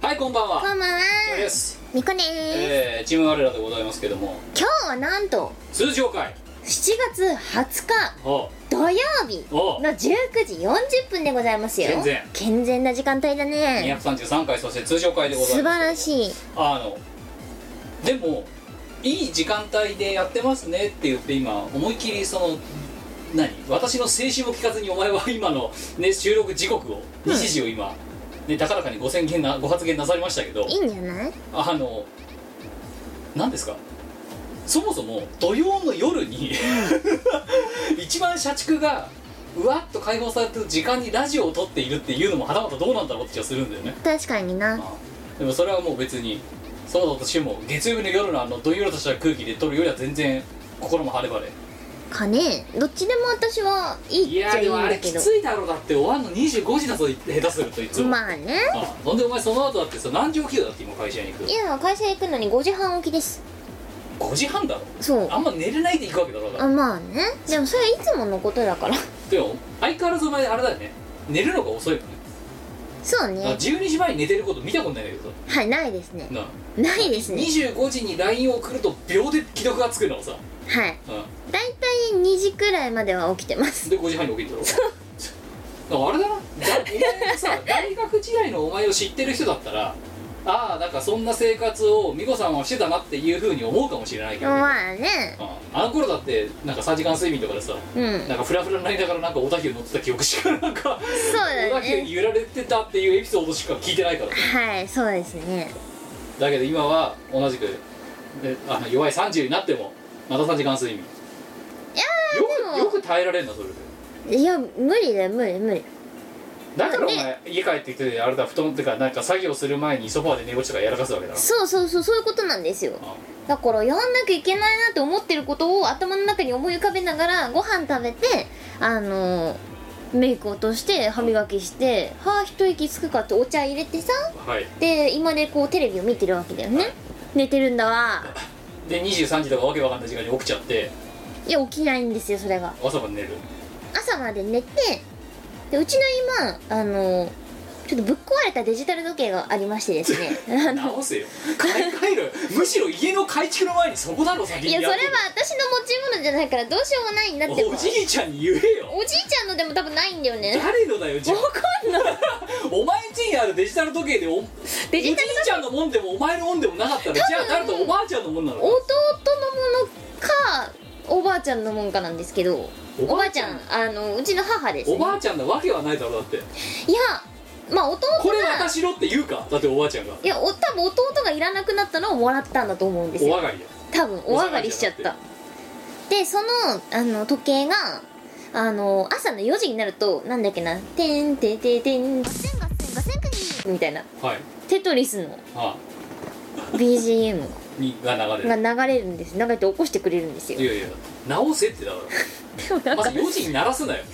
はいこんばんはこんばんはよです、みこです、えー、チーム我らでございますけども今日はなんと通常会7月20日おう土曜日おうの19時40分でございますよ健全健全な時間帯だね233回そして通常会でござ素晴いますらしいあのでもいい時間帯でやってますねって言って今思いっきりその何私の静止も聞かずにお前は今の、ね、収録時刻を日時を今、ね、高らかにご宣言なご発言なされましたけどいいんじゃないあの何ですかそもそも土曜の夜に 一番社畜がうわっと解放されてる時間にラジオを撮っているっていうのもはたまたどうなんだろうって気がするんだよね確かになでもそれはもう別にそうだとしても月曜日の夜のあのどんよりとした空気で撮るよりは全然心も晴れ晴れかねどっちでも私はいいっいちやゃいいでんもあだれけきどついだろうだって終わんの25時だぞ下手するといつも、まあねああほんでお前その後だってさ何時起きるだって今会社に行くいや会社行くのに5時半起きです5時半だろそうあんま寝れないで行くわけだろうだあまあねでもそれはいつものことだからでも相変わらずお前あれだよね寝るのが遅いよねそうだからね12時前に寝てること見たことないんだけどさはいないですねなあないですね25時に LINE を送ると秒で既読がつくのさ、はいうん、だいたい2時くらいまでは起きてますで5時半に起きるんだろだからあれ だなだお前がさ大学時代のお前を知ってる人だったらああなんかそんな生活を美子さんはしてたなっていうふうに思うかもしれないけど、うんまあねあの頃だってなんか3時間睡眠とかでさうんなんかフラフラになりながらなんかオタヒル乗ってた記憶しかなんかそうオタだヒルねに揺られてたっていうエピソードしか聞いてないからはいそうですねだけど今は同じくであの弱い30になってもまた3時間睡眠いやでもよくよく耐えられるなそれでいや無理だよ無理無理だからお前、ね家帰ってきてあれだ布団ってかなんか作業する前にソファーで寝落ちとかやらかすわけだろそうそうそうそういうことなんですよだからやんなきゃいけないなって思ってることを頭の中に思い浮かべながらご飯食べてあのメイク落として歯磨きしてはあ一息つくかってお茶入れてさはいで今でこうテレビを見てるわけだよね寝てるんだわで23時とかわけわかんない時間に起きちゃっていや起きないんですよそれが朝まで寝る朝まで寝てでうちの今あのちょっとぶっ壊れたデジタル時計がありましてですねあの直せよ買い替えるむしろ家の改築の前にそこだろ先いにやそれはって私の持ち物じゃないからどうしようもないんだっておじいちゃんに言えよおじいちゃんのでも多分ないんだよね誰のだよじゃあお前ん家にあるデジタル時計でおデジタおじいちゃんのもんでもお前のもんでもなかったらじゃあ誰とおばあちゃんのもんなの弟のものかおばあちゃんのもんかなんですけどおおばばああちちゃゃんんあのうちの母です、ね、おばあちゃんなわけはないだろだっていやまあ弟これが私のって言うかだっておばあちゃんがいやお多分弟がいらなくなったのをもらったんだと思うんですおよ上がりだよ多分お上がりしちゃったでそのあの時計があの朝の4時になるとなんだっけな「てんてててんガセンガセンガセンクニー」みたいなはいテトリスのあ BGM にが流れるが流れるんです流れて起こしてくれるんですよいやいや直せってだかでもらなんまかず4時に鳴らすなよ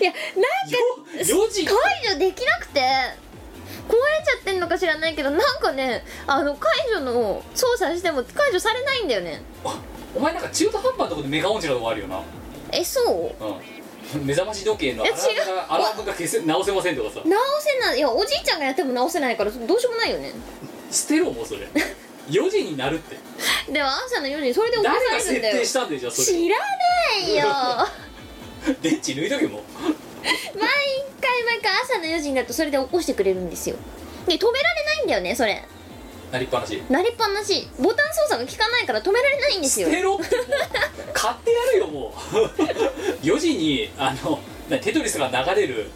いやなんか4時解除できなくて壊れちゃってんのか知らないけどなんかねあの解除の操作しても解除されないんだよねお前なんか中途半端なとこでメガオンチのとこあるよなえそううん目覚まし時計のアいラやーム違うがアラームが消せ直せませんとかさ直せないいやおじいちゃんがやっても直せないからどうしようもないよね捨てろもうそれ4時になるってでも朝の4時にそれで起こ誰がされる設んだよ定したんでじゃあそれ知らないよ電池抜いとけもう毎回毎回朝の4時になるとそれで起こしてくれるんですよで止められないんだよねそれなりっぱなしなりっぱなしボタン操作が効かないから止められないんです捨よてろってもう買ってやるよもう4時にあのなテトリスが流れる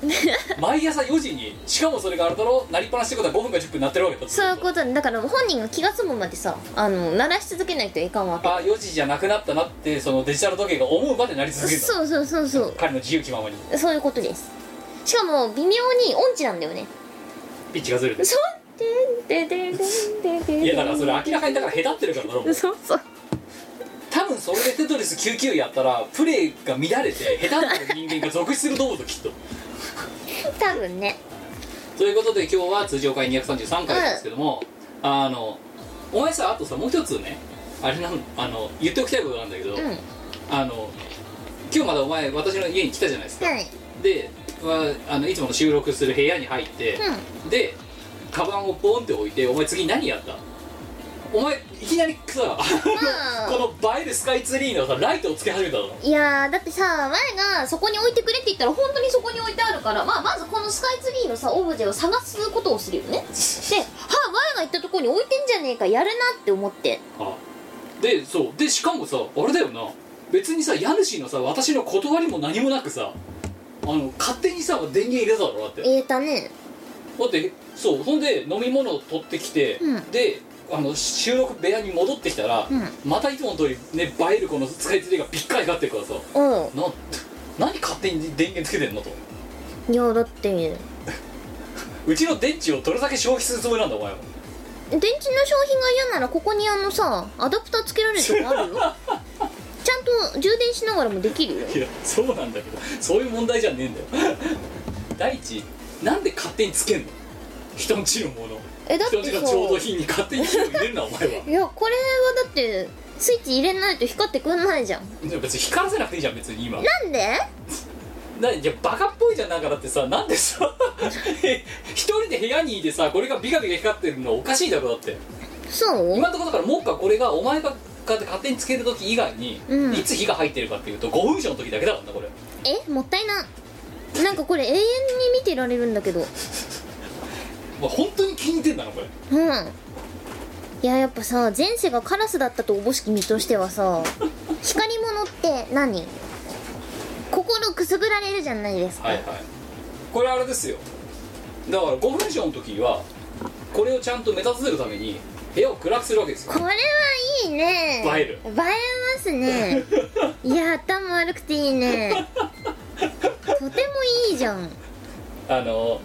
毎朝4時にしかもそれがあれだろなりっぱなしってことは5分か10分なってるわけだそういうことだから本人が気が済むまでさあの鳴らし続けないといかんわけあ4時じゃなくなったなってそのデジタル時計が思うまでなり続けるのそうそうそうそ彼の自由気ままにうそういうことですしかも微妙に音痴なんだよねピッチがずれてそうでんでんでんでんでんでんいやだからそれ明らかにだから下手ってるからだろもうそうそう多分それでテトリス99やったらプレイが乱れて下手になる人間が続出すると思うときっと多分ねということで今日は通常回233回なんですけども、あのお前さあとさもう一つねあれなんあの言っておきたいことがあるんだけど、うんあの今日まだお前私の家に来たじゃないですかはいで、まあ、あのいつもの収録する部屋に入って、うでカバンをポンって置いて「お前次何やったお前いきなりさ この映えるスカイツリーのさライトをつけ始めたのいやーだってさ前がそこに置いてくれって言ったら本当にそこに置いてあるから、まあ、まずこのスカイツリーのさオブジェを探すことをするよねではあ前が行ったところに置いてんじゃねえかやるなって思ってあでそうでしかもさあれだよな別にさ家主のさ私の断りも何もなくさあの勝手にさ電源入れただろだって入れたねだってそうそんで飲み物を取ってきて、うんであの収録部屋に戻ってきたら、うまたいつもの通りね映えるこのスカイツリーがぴっかりかってるからさうんな何勝手に電源つけてんのといやだって電うちの電池をどれだけ消費するつもりなんだお前は池の商品が嫌ならここにあのさアダプターつけられるとこ あるよちゃんと充電しながらもできるよいやそうなんだけどそういう問題じゃねえんだよ第一なんで勝手につけんの人んちのものえだっ人んてちさのちょうどいいに勝手に火を入れるなお前はいやこれはだってスイッチ入れないと光ってくんないじゃんいや別に光らせなくていいじゃん別に今なんでないやバカっぽいじゃんなんかだってさなんでさえ一人で部屋にいてさこれがビカビカ光ってるのおかしいだろだってそう今のところだからもっかこれがお前が勝手につける時以外に、うんいつ火が入ってるかっていうと5分以上の時だけだからなこれえもったいななんかこれ永遠に見てられるんだけどまあ、本当に気に入ってんだなこれうんいややっぱさ前世がカラスだったとおぼしき身としてはさ光り物って何心くすぐられるじゃないですか、はいはいこれあれですよだから5分以上の時はこれをちゃんと目立たせるために部屋を暗くするわけですよこれはいいね映える映えま すねいや頭悪くていいねとてもいいじゃんあの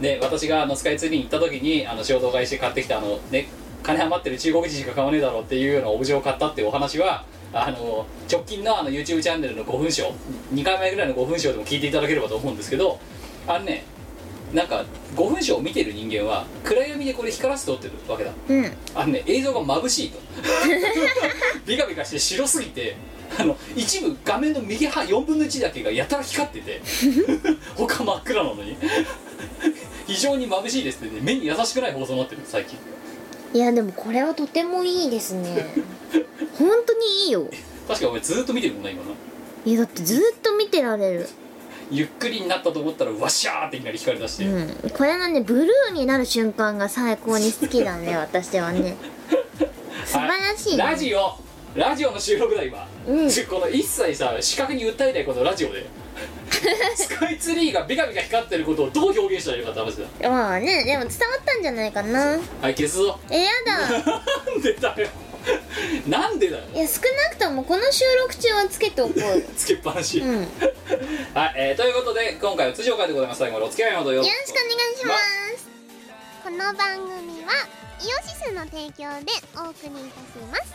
ね私があのスカイツリーに行った時にあの衝動買いして買ってきたあのね金余ってる中国人しか買わねえだろうっていうようなオブジェを買ったっていうお話はあの直近のあの YouTube チャンネルの5分ショー2回前ぐらいの5分ショーでも聞いていただければと思うんですけどあのねなんか5分ショーを見てる人間は暗闇でこれ光らせて撮ってるわけだうんあのね映像が眩しい とビカビカして白すぎてあの一部画面の右半4分の1だけがやたら光って て他真っ暗なのに非常に眩しいですってね目に優しくない放送になってる最近いやでもこれはとてもいいですね本当にいいよ確かお前ずーっと見てるもんな今ないやだってずっと見てられるゆっくりになったと思ったらわっしゃーっていきなり光り出して、うんこれがねブルーになる瞬間が最高に好きだね私はね素晴らしいねラジオラジオの収録だ今、うんこの一切さ視覚に訴えないことをラジオ でスカイツリーがビカビカ光ってることをどう表現したらいいのかって話だまあねでも伝わったんじゃないかなはい消すぞえやだなんでだよなんでだよいや少なくともこの収録中はつけておこうよつけっぱなし、うんよろしくはい、えーということで今回は通常会でございます最後までお付き合いのほどよおろ願いしくしますこの番組はイオシスの提供でお送りいたします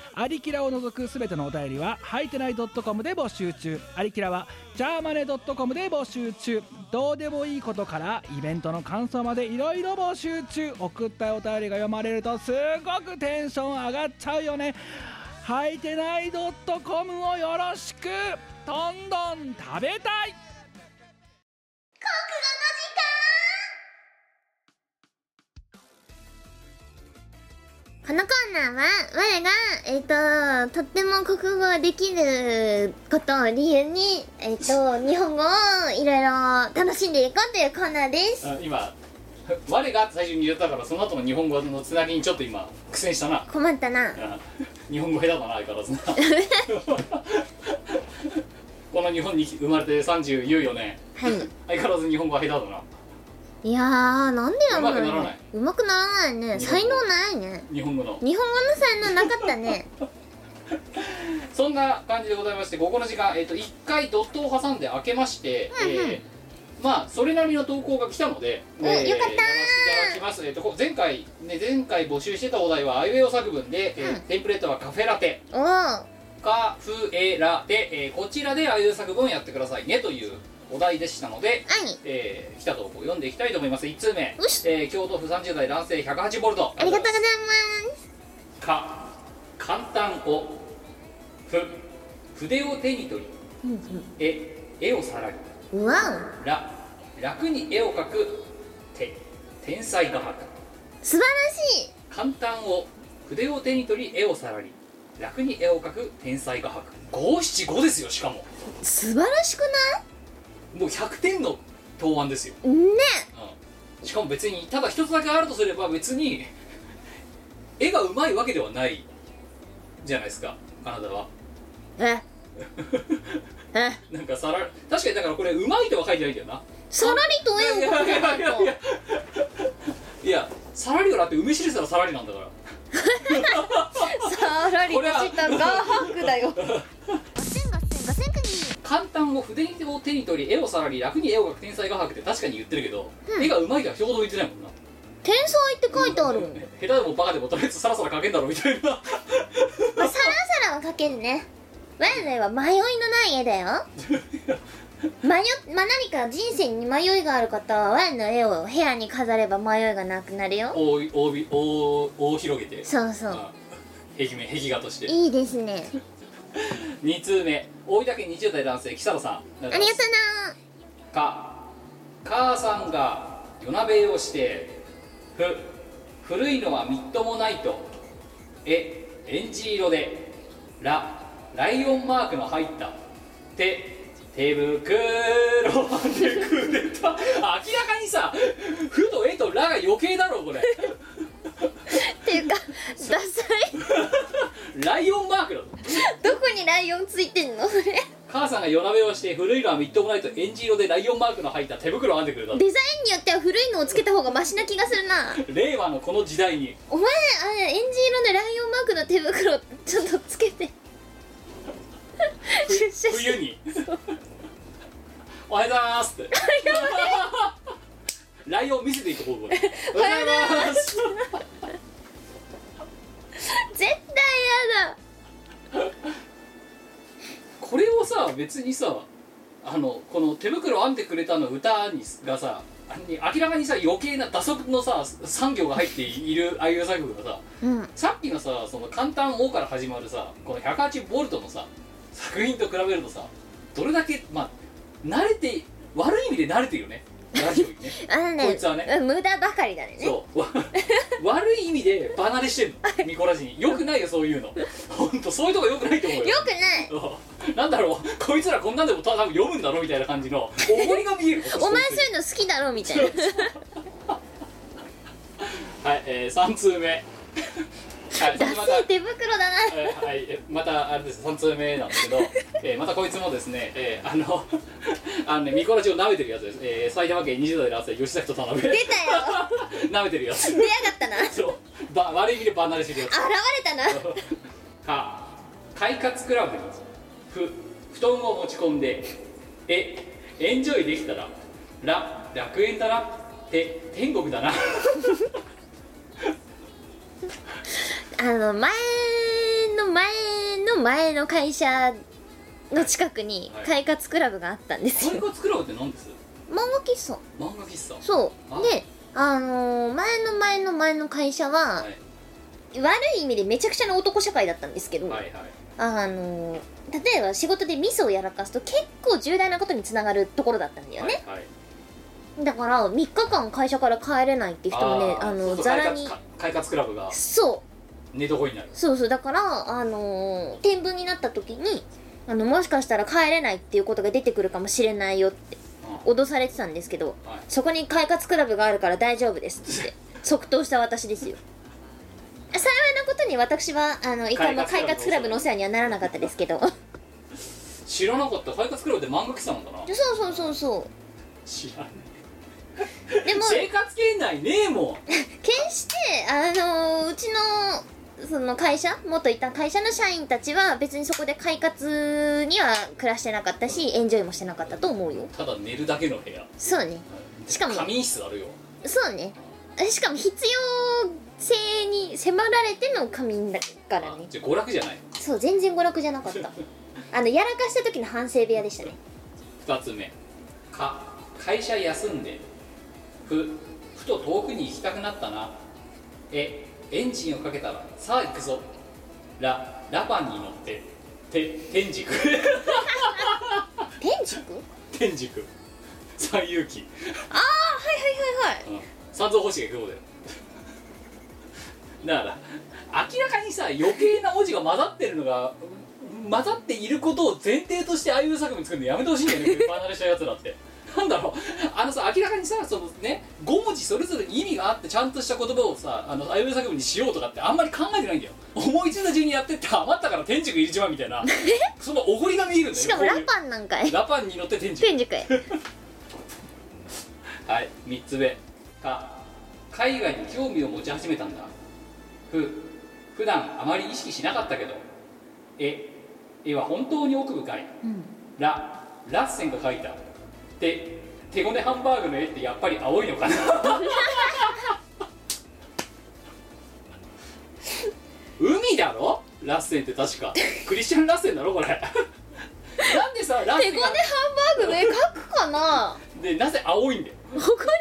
アリキラを除くすべてのお便りは、はいてない .com で募集中。アリキラは、ジャーマネ .com で募集中。どうでもいいことから、イベントの感想までいろいろ募集中。送ったお便りが読まれると、すごくテンション上がっちゃうよね。はいてない .com をよろしくどんどん食べたいこのコーナーは我がえっ、ととっても国語ができることを理由にえっ、と日本語をいろいろ楽しんでいこうというコーナーですあ今我が最初に言ったからその後の日本語のつなぎにちょっと今苦戦したな 困ったなあ日本語下手だな相変わらずな この日本に生まれて34年はい相変わらず日本語は下手だないやーなんでやろううまくならないねうまくならないね日本才語能ないね日本語の日本語の才能なかった ねそんな感じでございましてここの時間、えっと1回ドットを挟んで開けまして、うんうんえーまあそれなりの投稿が来たので、うんよかったーやらせていただきます、えっとこ前回、ね、前回募集してたお題はあいうえお作文で、えーうんテンプレートはカフェラテおーカフエラで、えーこちらでああいう作文をやってくださいねというお題でしたので、はいえー来た投稿を読んでいきたいと思います1通目、えよしー京都府30代男性108ボルトありがとうございますか簡単をふ筆を手に取りうんえ絵をさらりうんうわら楽に絵を描くて天才画伯お素晴らしい簡単を筆を手に取り絵をさらり楽に絵を描く天才画伯五七五ですよしかも素晴らしくもう100点の答案ですよ、ないねうん、しかも別にただ一つだけあるとすれば別に絵がうまいわけではないじゃないですかあなたは ええなんかさら確かにだからこれうまいとは書いてないんだよなさらりと絵を描けないいやいやいやいやいやさらりをだって梅汁したらさらりなんだからとさらりとした画伯だよガセンガセンガセンク簡単を筆を手に取り絵をさらり楽に絵を描く天才画伯って確かに言ってるけど、うん絵がうまいとは一言も言ってないもんな天才って書いてあるもん 下手でもバカでもとりあえずさらさら描けんだろみたい なまあサラサラは描けるねワイワイは迷いのない絵だよ迷っまあ、何か人生に迷いがある方はワイの絵を部屋に飾れば迷いがなくなるよ大大大大広げてそうそうあ壁面壁画としていいですね2通目大分県20代男性木更さんありがありがとうなか母さんが夜なべをしてふ古いのはみっともないとえエンジ色でらライオンマークの入ったて手袋でくれた明らかにさ「ふ」と「え」と「ら」が余計だろこれ っていうかダサライオンマークだぞいどこにライオンついてんのそれデ母さんが夜なべをして古いのはみっともないとエンジ色でライオンマークの入った手袋を編んでくれたザインによっては古いのをつけた方がマシな気がするな令和のこの時代にお前あれエンジ色のライオンマークの手袋ちょっとつけて出社して冬に「おはようございます」ってライオン見せていく方向で「おはようございます」絶対やだこれをさ別にさあのこの手袋編んでくれたの歌にがさあに明らかにさ余計な打足のさ産業が入っているああいう作業がさうんさっきのさその簡単「王から始まるさこの108ボルトのさ作品と比べるとさどれだけまあ慣れて悪い意味で慣れてるよねラジオにねあのねこいつはねうん無駄ばかりだねそう わ悪い意味で離れしてるのミコラジによくないよそういうの本当そういうとこよくないと思うよよくないうんなんだろうこいつらこんなんでも多分読むんだろみたいな感じの思いが見える お前そういうの好きだろみたいなはい、えー、3通目 はいダまセたえ手袋だなえーはい、えーまたあれです3通目なんですけど、えーまたこいつもですね、えーあの あのねミコラジを舐めてるやつです、えー埼玉県20代の男性吉崎と田辺出たよ 舐めてるやつ出やがったな現そうば悪い意味で離れしてるやつれたな か快活クラブにふ布団を持ち込んでえエンジョイできたらら楽園だなて天国だ なあの前の前の前の会社の近くにはい快活クラブがあったんです快よ活クラブって何です漫画喫茶漫画喫茶そうであのー前の前の前の会社はは、い悪い意味でめちゃくちゃな男社会だったんですけど、はいはいあの例えば仕事でミスをやらかすと結構重大なことにつながるところだったんだよはいね、はいだから3日間会社から帰れないって人もねーあそのうそうざらに快活か快活クラブがそう寝床になるそうそうだからあのー転文になった時にあのもしかしたら帰れないっていうことが出てくるかもしれないよって脅されてたんですけど、はいそこに快活クラブがあるから大丈夫ですって即答した私です よ幸いなことに私はあの一回も快快活活ククララブブののおお世話にはならなかったで すけどそう知らなかった快活クラブって漫画喫茶なんだなそうそうそ知らないうでも生活圏内ねえもん決してあのうちのその会社元いた会社の社員たちは別にそこで快活には暮らしてなかったしエンジョイもしてなかったと思うよただ寝るだけの部屋そうねしかも仮眠室あるよそうねえしかも必要性に迫られての仮眠だからねじゃあ娯楽じゃないそう全然娯楽じゃなかったあのやらかした時の反省部屋でしたね2つ目か会社休んでふふと遠くに行きたくなったなえエンジンをかけたらさあ行くぞララパンに乗ってて天竺 天竺天竺三遊記ああはいはいはいはいうん三蔵法師が行く方だよ だから明らかにさ余計な文字が混ざってるのがうん混ざっていることを前提としてああいう作品作るのやめてほしいんだよねバナれしたやつらってなんだろうあのさ明らかにさそのね5文字それぞれに意味があってちゃんとした言葉をさあのああいう作品にしようとかってあんまり考えてないんだよ思いついた順にやってって余ったから天竺入れちまうみたい なそのおごりが見えるんだよしかもこうラいうパンなんかいラパンに乗って天竺 天竺へはい3つ目か海外に興味を持ち始めたんだふ普段あまり意識しなかったけどえ絵は本当に奥深いうんララッセンが描いたで手ごねハンバーグの絵ってやっぱり青いのか な海だろラッセンって確かクリスチャン・ラッセンだろ これなんでさラッセ手ンごねがハンバーグの絵描くか なでなぜ青いんだよ分かんない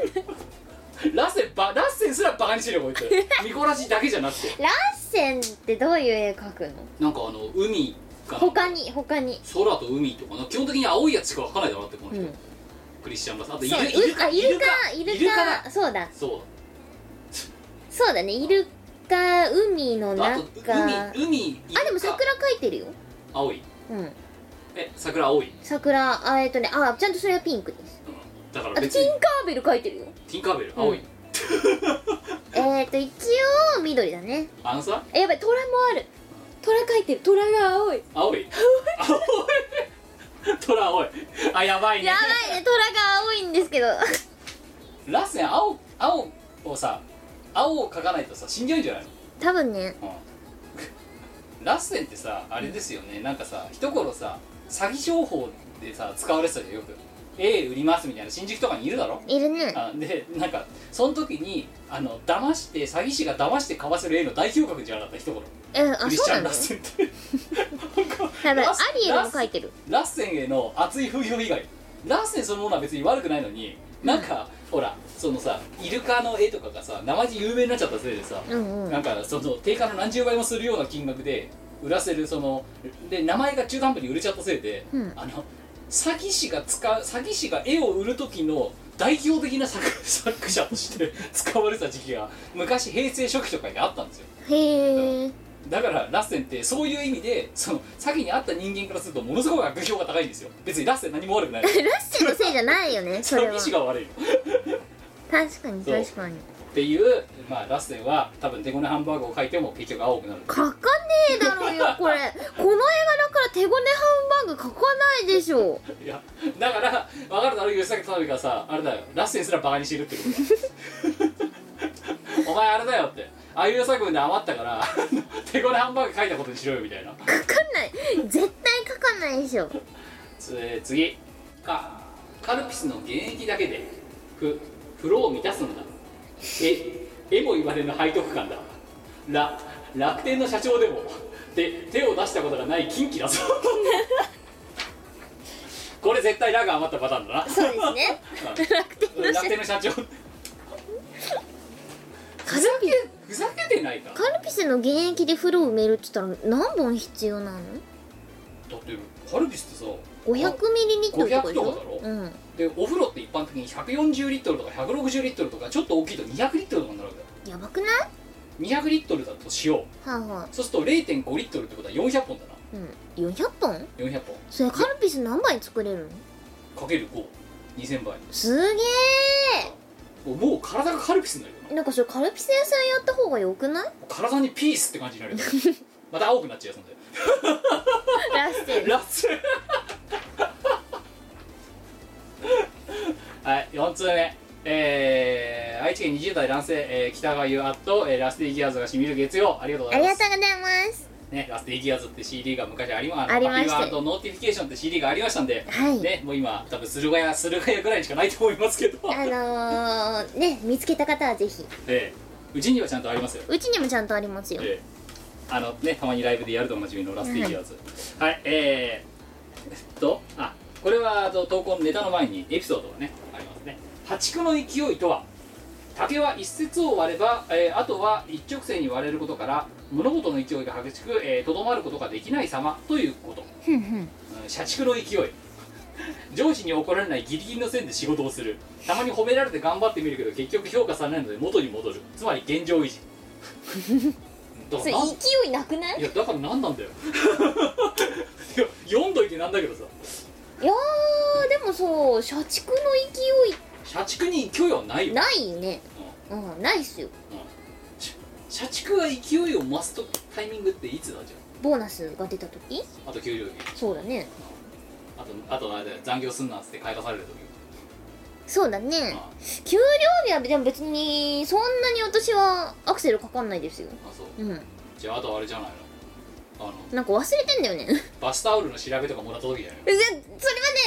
ラッセンばラッセンすらバカにしてるよ こいつミコラジだけじゃなくてラッセンってどういう絵描くのなんかあの海かな他に他に空と海とかな基本的に青いやつしか分かんないだろうってこのう人、んクリスチャンがさあとイルそうイルカあイルカイイルカルカだそうだそそうだねイルカ海うのあ中と海海イルカあでも桜描いてるよ青いうんえ桜青い桜あえっとねあちゃんとそれはピンクですだからあと別ティにンカーベル描いてるよティンカーベル青い、うんえっと一応緑だねあのさあやばい虎もある虎描いてる虎が青い青い青い虎青いあやばいねやばいね虎が青いんですけど ラッセン青青をさ青を描かないとさ死んじゃうんじゃないの多分ねうんラッセンってさあれですよね、なんかさ一頃さ詐欺商法でさ使われてたじゃんよく「A 売ります」みたいな新宿とかにいるだろいるねあでなんかその時にあの騙して詐欺師が騙して買わせる A の代表格じゃなかった一頃えあクリスそうチャなン・のラッセンって やばいラアッセンリエルも描いてるラッセンへの熱い風評被害ラッセンそのものは別に悪くないのになんか、ほらそのさイルカの絵とかがさ生地有名になっちゃったせいでさ、うんうんなんかその定価の何十倍もするような金額で売らせるそので名前が中途半端に売れちゃったせいで、うんあの詐欺師が使う詐欺師が絵を売る時の代表的な作 作者として 使われてた時期が昔平成初期とかにあったんですよへえだからラッセンってそういう意味でその詐欺にあった人間からするとものすごく悪評が高いんですよ別にラッセン何も悪くない ラッセンのせいじゃない よ ねそれ詐は欺師が悪いの確かにそう確かにっていう、まあ、ラッセンは多分手ごねハンバーグを描いても結局青くなる書かねえだろうよこれ この映画だから手ごねハンバーグ書かないでしょいやだから分かるだろ吉崎田辺がさあれだよラッセンすらバカにしてるってことだ お前あれだよってああいう作文で余ったから 手ごねハンバーグ書いたことにしろよみたいな書かない絶対書かないでしょ つ次かカルピスの原液だけでふフローを満たすんだええも言われぬ背徳感だら楽天の社長でもで手を出したことがない近畿だ ぞこれ絶対ラが余ったパターンだなそうですね楽天の楽社天の社長カルピスふざけてないかカルピスの原液で風呂を埋めるって言ったら何本必要なのだってカルピスってさ ?500 ミリリットルとかでし500とかだろょうんでお風呂って一般的に140リットルとか160リットルとかちょっと大きいと200リットルとかになるわけやばくないだ200リットルだとしようはあはあそうすると0.5リットルってことは400本だなうん400本400それカルピス何杯作れるの本かける52000倍すげもう体がカルピスになるよなえなんかそれカルピス屋さんやった方がよくない体にピースって感じになるよまた青くなっちゃうよそんでラステルラッセはい4通目えー、愛知県20代男性、えー、北川優アット、えー、ラスティギアーズがしみる月曜ありがとうござあいりまがすとうございますね、ラスティギアズって CD が昔ありまあのありまハッピしてーワールドノーティフィケーションって CD がありましたんで、はいね、もう今多分駿河屋駿河屋ぐらいにしかないと思いますけど、あのー、ね見つけた方はぜひええうちにはちゃんとありますよ、うちにもちゃんとありますよ、ええあのねたまにライブでやるとおなじみのラスティギアズはい、えー、えっとあこれはあと投稿のネタの前にエピソードがねありますね破竹の勢いとは竹は一節を割れば、えーあとは一直線に割れることから物事の勢いが激しくえーとど、まることができない様ということふんふんうん社畜の勢い上司に怒られないギリギリの線で仕事をするたまに褒められて頑張ってみるけど結局評価されないので元に戻るつまり現状維持 だからなそれん勢いなくないいいややだから何なんだよ いや読んどいてなんだけどさーでもそう社畜の勢社畜に勢いはないいよ、ないねうんうんうんないっすよ社社畜が勢いを増すとタイミングっていつだじボーナスが出た時ゃんあと給料日そうだねあとあとあれだよ残業すんなっつって帰らされる時そうだうんねあ給料日はでも別にそんなに私はアクセルかかんないですよそううんじゃああとあれじゃないのあのなんか忘れてんだよね バスタオルの調べとかもらった時じゃないのでそ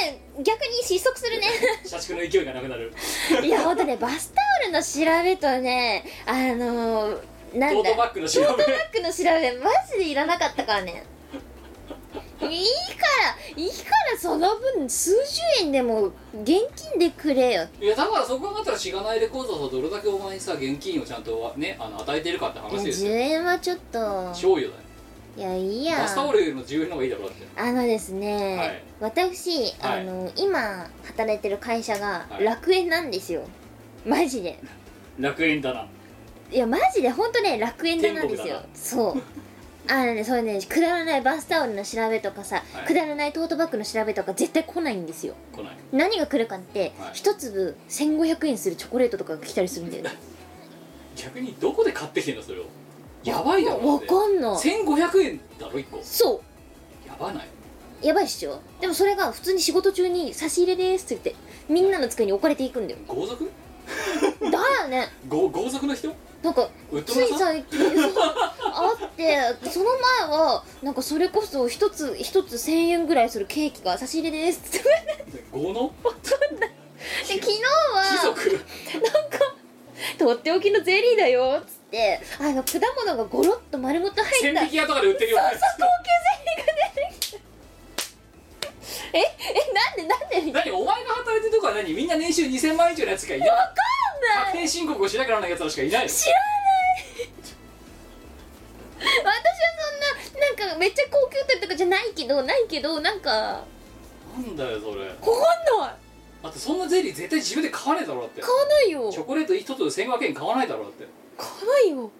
れはね逆に失速す るね社畜の勢いがなくなるいやほんとねバスタオルの調べとねあのー、なトんーだトバッグの調トートバべッグの調べマジでいらなかったからねいいからいいからその分数十円でも現金でくれよいやだからそこはだったらしがないレコードとどれだけお前にさ現金をちゃんとねあの与えてるかって話です10よ円はちょっと賞与だよいやいいやバスタオルよりも10円の方がいいだろうだってあのですね、はい私はあいの、今働いてる会社がはい楽園なんですよ、マジで楽園だないやマジで本当ね楽園だなんですよそうあのねそれねくだらないバスタオルの調べとかさ、はいくだらないトートバッグの調べとか絶対来ないんですよ来ない何が来るかって、はい一粒1500円するチョコレートとかが来たりする んだよね逆にどこで買ってきてんのそれをやばいだろわだってかんない1500円だろ1個そうやばないやばいっしょでもそれが普通に仕事中に差し入れですって言ってみんなの机に置かれていくんだよ豪族だよね豪豪族の人なんかウッドつい村さん最近そうあってその前はなんかそれこそ一つ一つ1000円ぐらいするケーキが差し入れですって 豪ので昨日貴は族とっておきのゼリーだよっつってあの果物がゴロッと丸ごと入千った匹屋とかで売ってるようなやつええなんでなんでみたい何お前が働いてるとこは何みんな年収2000万以上のやつしかいないな確定申告をしなきゃならないやつらしかいないの知らない私はそんななんかめっちゃ高級店とかじゃないけどないけどなんかなんだよそれわかんないだってそんなゼリー絶対自分で買わねえだろだって買わないよチョコレート一つ1500円買わないだろだって買わないよ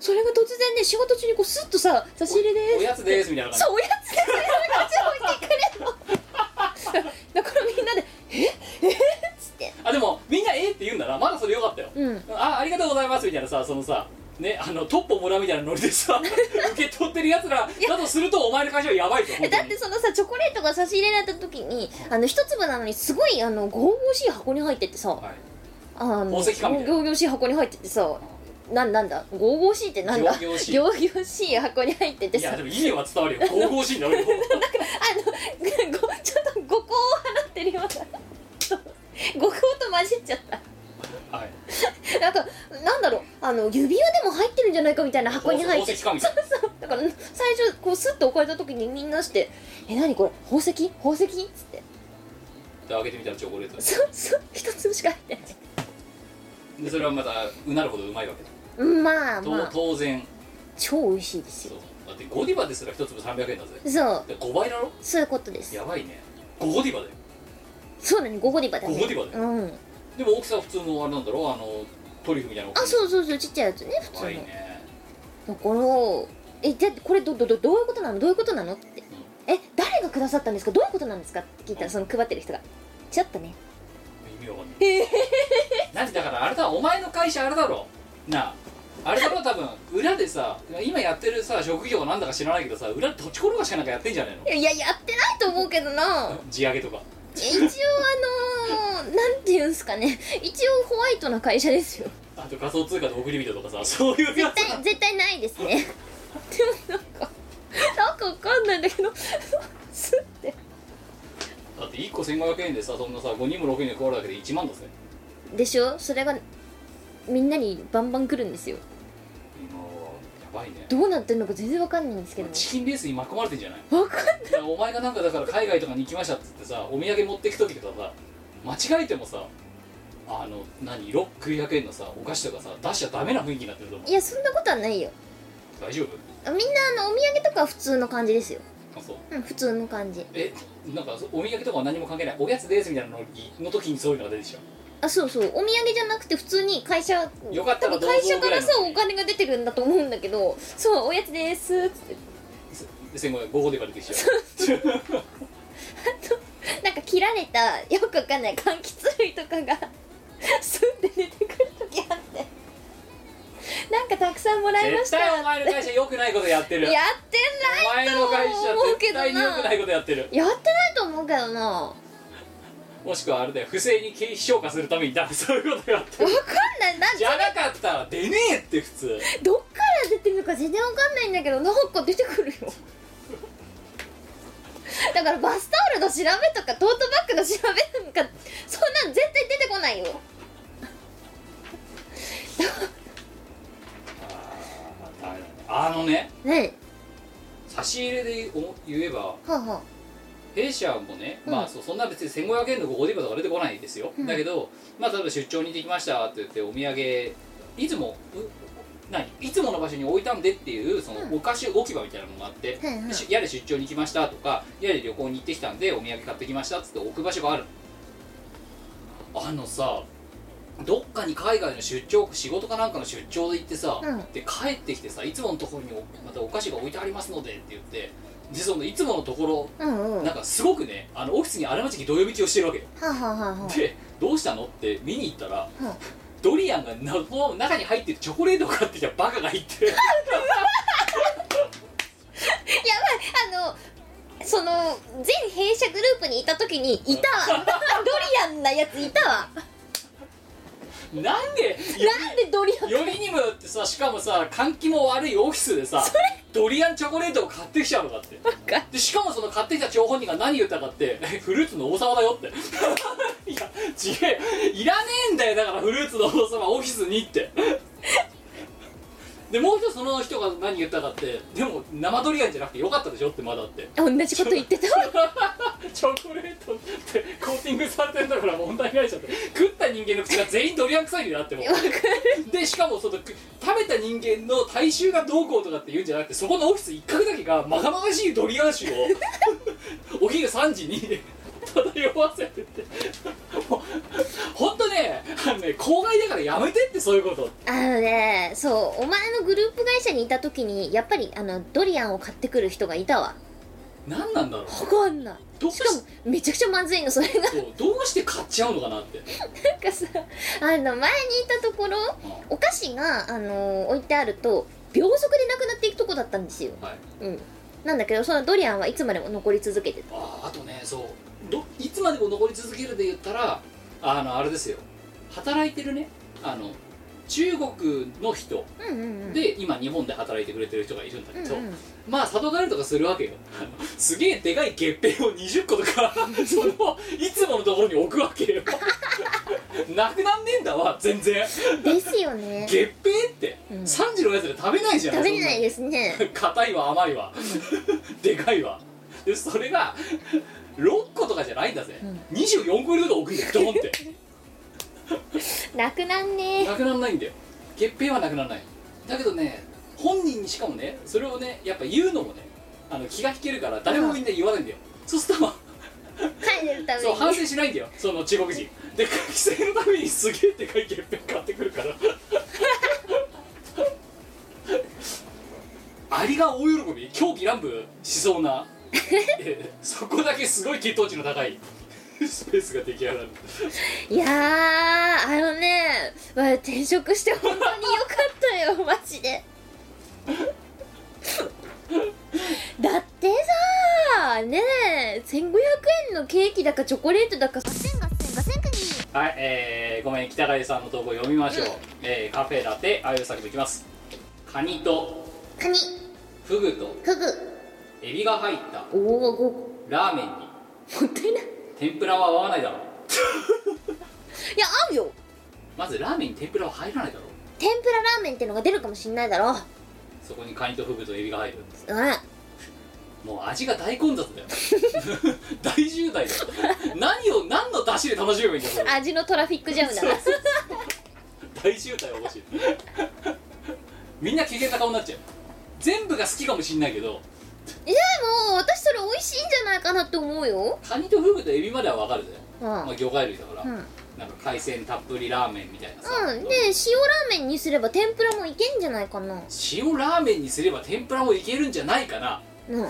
それが突然ね仕事中にこうスッとさ差し入れでおすやつですみたいな感そうおやつですそれをこっちに置いてくれの だからみんなで「ええっ?」つってじあでもみんなええって言うんだなまだそれよかったよ、うんあありがとうございますみたいなさそのさねあのトッポもらうみたいなノリでさ受け取ってるやつらだとするとお前の会社はやばいぞ本当だっにてそのさチョコレートが差し入れられた時にあの一粒なのにすごいあの神々しい箱に入っててさはいあの宝石かみたいな々しい箱に入っててさなんなんだ神々しいってなんだ仰々しい 仰々しい箱に入ってていさやあでのも意味は伝 わるよ神々しいんだ俺もごちょっと五香を払ってるような五香と混じっちゃったはいなんかなんだろうあの指輪でも入ってるんじゃないかみたいな箱に入っ宝て石かみたいなだから最初こうスッと置かれた時にみんなして「え何これ宝石宝石?」っつってで開けてみたらチョコレートでそうそう一粒しか入ってないでそれはまたうなるほどうまいわけだうんまあとまあ当然超美味しいですそようだってゴディバですら一粒300円だぜそうで5倍だろそういうことですやばいねゴディバだよそうなのゴゴディバだねゴゴディバだうんでも大きさは普通のあれなんだろうあのトリュフみたいなあうそうそうそうちっちゃいやつね普通かの、いねだからえだってこれどどどどういうことなのどういうことなのって、え誰がくださったんですかどういうことなんですかって聞いたらその配ってる人が「ちょっとね意味わかんないなんでだからあれだお前の会社あれだろなああれだろ多分裏でさ今やってるさ職業なんだか知らないけどさ裏で土地転がしかなんかやってんじゃないのいやいややってないと思うけどな」地上げとかいや一応あのー、なんていうんすかね一応ホワイトな会社ですよあと仮想通貨の送り人とかさそういうや絶つ対絶対ないですねでもなんかなんかわかんないんだけどスッてだって1個1500円でさそんなさ5人も6人で配るだけで1万だぜでしょそれがみんなにバンバン来るんですよもうやばいねどうなってるのか全然わかんないんですけどチキンレースに巻き込まれてんじゃないわかんないいやお前がなんかだから海外とかに行きましたっつってさお土産持ってく時とかさ間違えてもさあの何600円のさお菓子とかさ出しちゃダメな雰囲気になってると思ういやそんなことはないよ大丈みんなあのお土産とかは普通の感じですよ夫あそううん普通の感じえなんかそお土産とかは何も関係ないおやつですみたいなのにの時にそういうのが出てきちゃうあそうそうお土産じゃなくて普通に会社よかったら多どうぞ分会社からさぐらいお金が出てるんだと思うんだけどそうおやつです っつって1500午後で言われてきちゃうなんか切られたよくわかんない柑橘類とかがスンって出てくる時あってなんかたくさんもらいま絶した対お前の会社良くないことやってるやっておない前の会社思うけ絶どな対に良くないことやってるやってないと思うけどなわもしくはあれだよ不正に経費消化するためにだからそういうことやってかんるないなんじゃなかったら出ねえって普通どっから出てるのか全然わかんないんだけどなんか出てくるよだからバスタオルの調べとかトートバッグの調べなんかそんなん絶対出てこないよあーあのねね差し入れで言えばはあは弊社もね、うんまあそうそんな別に1500円のゴーディバとか出てこないですよ、うんだけどまあ例えば出張に行ってきましたって言ってお土産いつもう何いつもの場所に置いたんでっていうそのうんお菓子置き場みたいなのがあって、うんうんしやれ出張に行きましたとかやれ旅行に行ってきたんでお土産買ってきましたっつって置く場所があるあのさどっかに海外の出張仕事かなんかの出張で行ってさ、うんで帰ってきてさいつものところにおまたお菓子が置いてありますのでって言ってでそのいつものところあうんうんなはんかすごくねあのオフィスにあるまじきどよびきをしてるわけよあはあはあはあでどうしたのって見に行ったらうんドリアンがなこの中に入ってるチョコレートを買ってきたバカがいてやばいあのその全弊社グループにいた時にいたわドリアンなやついたわなんでよなんでドリアンよりにもだってさしかもさ換気も悪いオフィスでさドリアンチョコレートを買ってきちゃうのかってかでしかもその買ってきた張本人が何言ったかって えフルーツの王様だよって いや違えいらねえんだよだからフルーツの王様オフィスにってでもう一つその人が何言ったかってでも生ドリアンじゃなくてよかったでしょってまだって同じこと言ってたわチョコレートってコーティングされてんだから問題ないじゃんって食った人間の口が全員ドリアン臭いになってもでしかもそのく食べた人間の体臭がどうこうとかって言うんじゃなくてそこのオフィス一角だけがまがまがしいドリアン臭をお昼3時に漂わせててもうほんとねあのね公害だからやめてってそういうことあのねそうお前のグループ会社にいた時にやっぱりあのドリアンを買ってくる人がいたわ何なんだろうわかんないどうししかもめちゃくちゃまずいのそれがそうどうして買っちゃうのかなってなんかさあの前にいたところお菓子が、あの置いてあると秒速でなくなっていくとこだったんですよはいうんなんだけどそのドリアンはいつまでも残り続けてたあーあとねそうどいつまでも残り続けるで言ったらあのあれですよ働いてるねあの中国の人うんうんうんで今日本で働いてくれてる人がいるんだうけんど、うんまあ里帰りとかするわけよあのすげえでかい月餅を20個と かそのいつものところに置くわけよ なくなんねえんだわ全然ですよね月餅ってうん3時のやつで食べないじゃん食べれないでですね 硬いわ甘いわでかいわでそれが6個とかじゃないんだぜ、うん24個入りとか置くんだよドンってなくなん ねなくならないんだよ月餅はなくならないだけどね本人にしかもねそれをねやっぱ言うのもねあの気が引けるから誰もみんな言わないんだよ、そうすると帰れるためそうに反省しないんだよその中国人で帰省のためにすげえでかい月餅買ってくるから アリが大喜び狂喜乱舞しそう なえそこだけすごい血糖値の高いスペースが出来上がるいやーあのねわ転職して本当によかったよ マジでだってさねえ1500円のケーキだかチョコレートだか5000 5000 5000はいえー、ごめん北貝さんの投稿読みましょう、えーカフェラテあゆさきときますカニとカニフグとフグエビが入ったおおごもラーメンにったいない天ぷらは合わないだろういや合うよまずラーメンに天ぷらは入らないだろう天ぷらラーメンってのが出るかもしんないだろそこにカニとフグとエビが入るうんもう味が大混雑だよ 大渋滞だよ何を何の出汁で楽しめばいいんだよそれ味のトラフィックジャムだなそう大渋滞は欲しいみんな機嫌な顔になっちゃう全部が好きかもしんないけどいやでも私それ美味しいんじゃないかなって思うよカニとフグとエビまでは分かるぜ、うん、まあ、魚介類だから、うん、うなんか海鮮たっぷりラーメンみたいなさ、ん、で塩ラーメンにすれば天ぷらもいけんじゃないかな塩ラーメンにすれば天ぷらもいけるんじゃないかなうん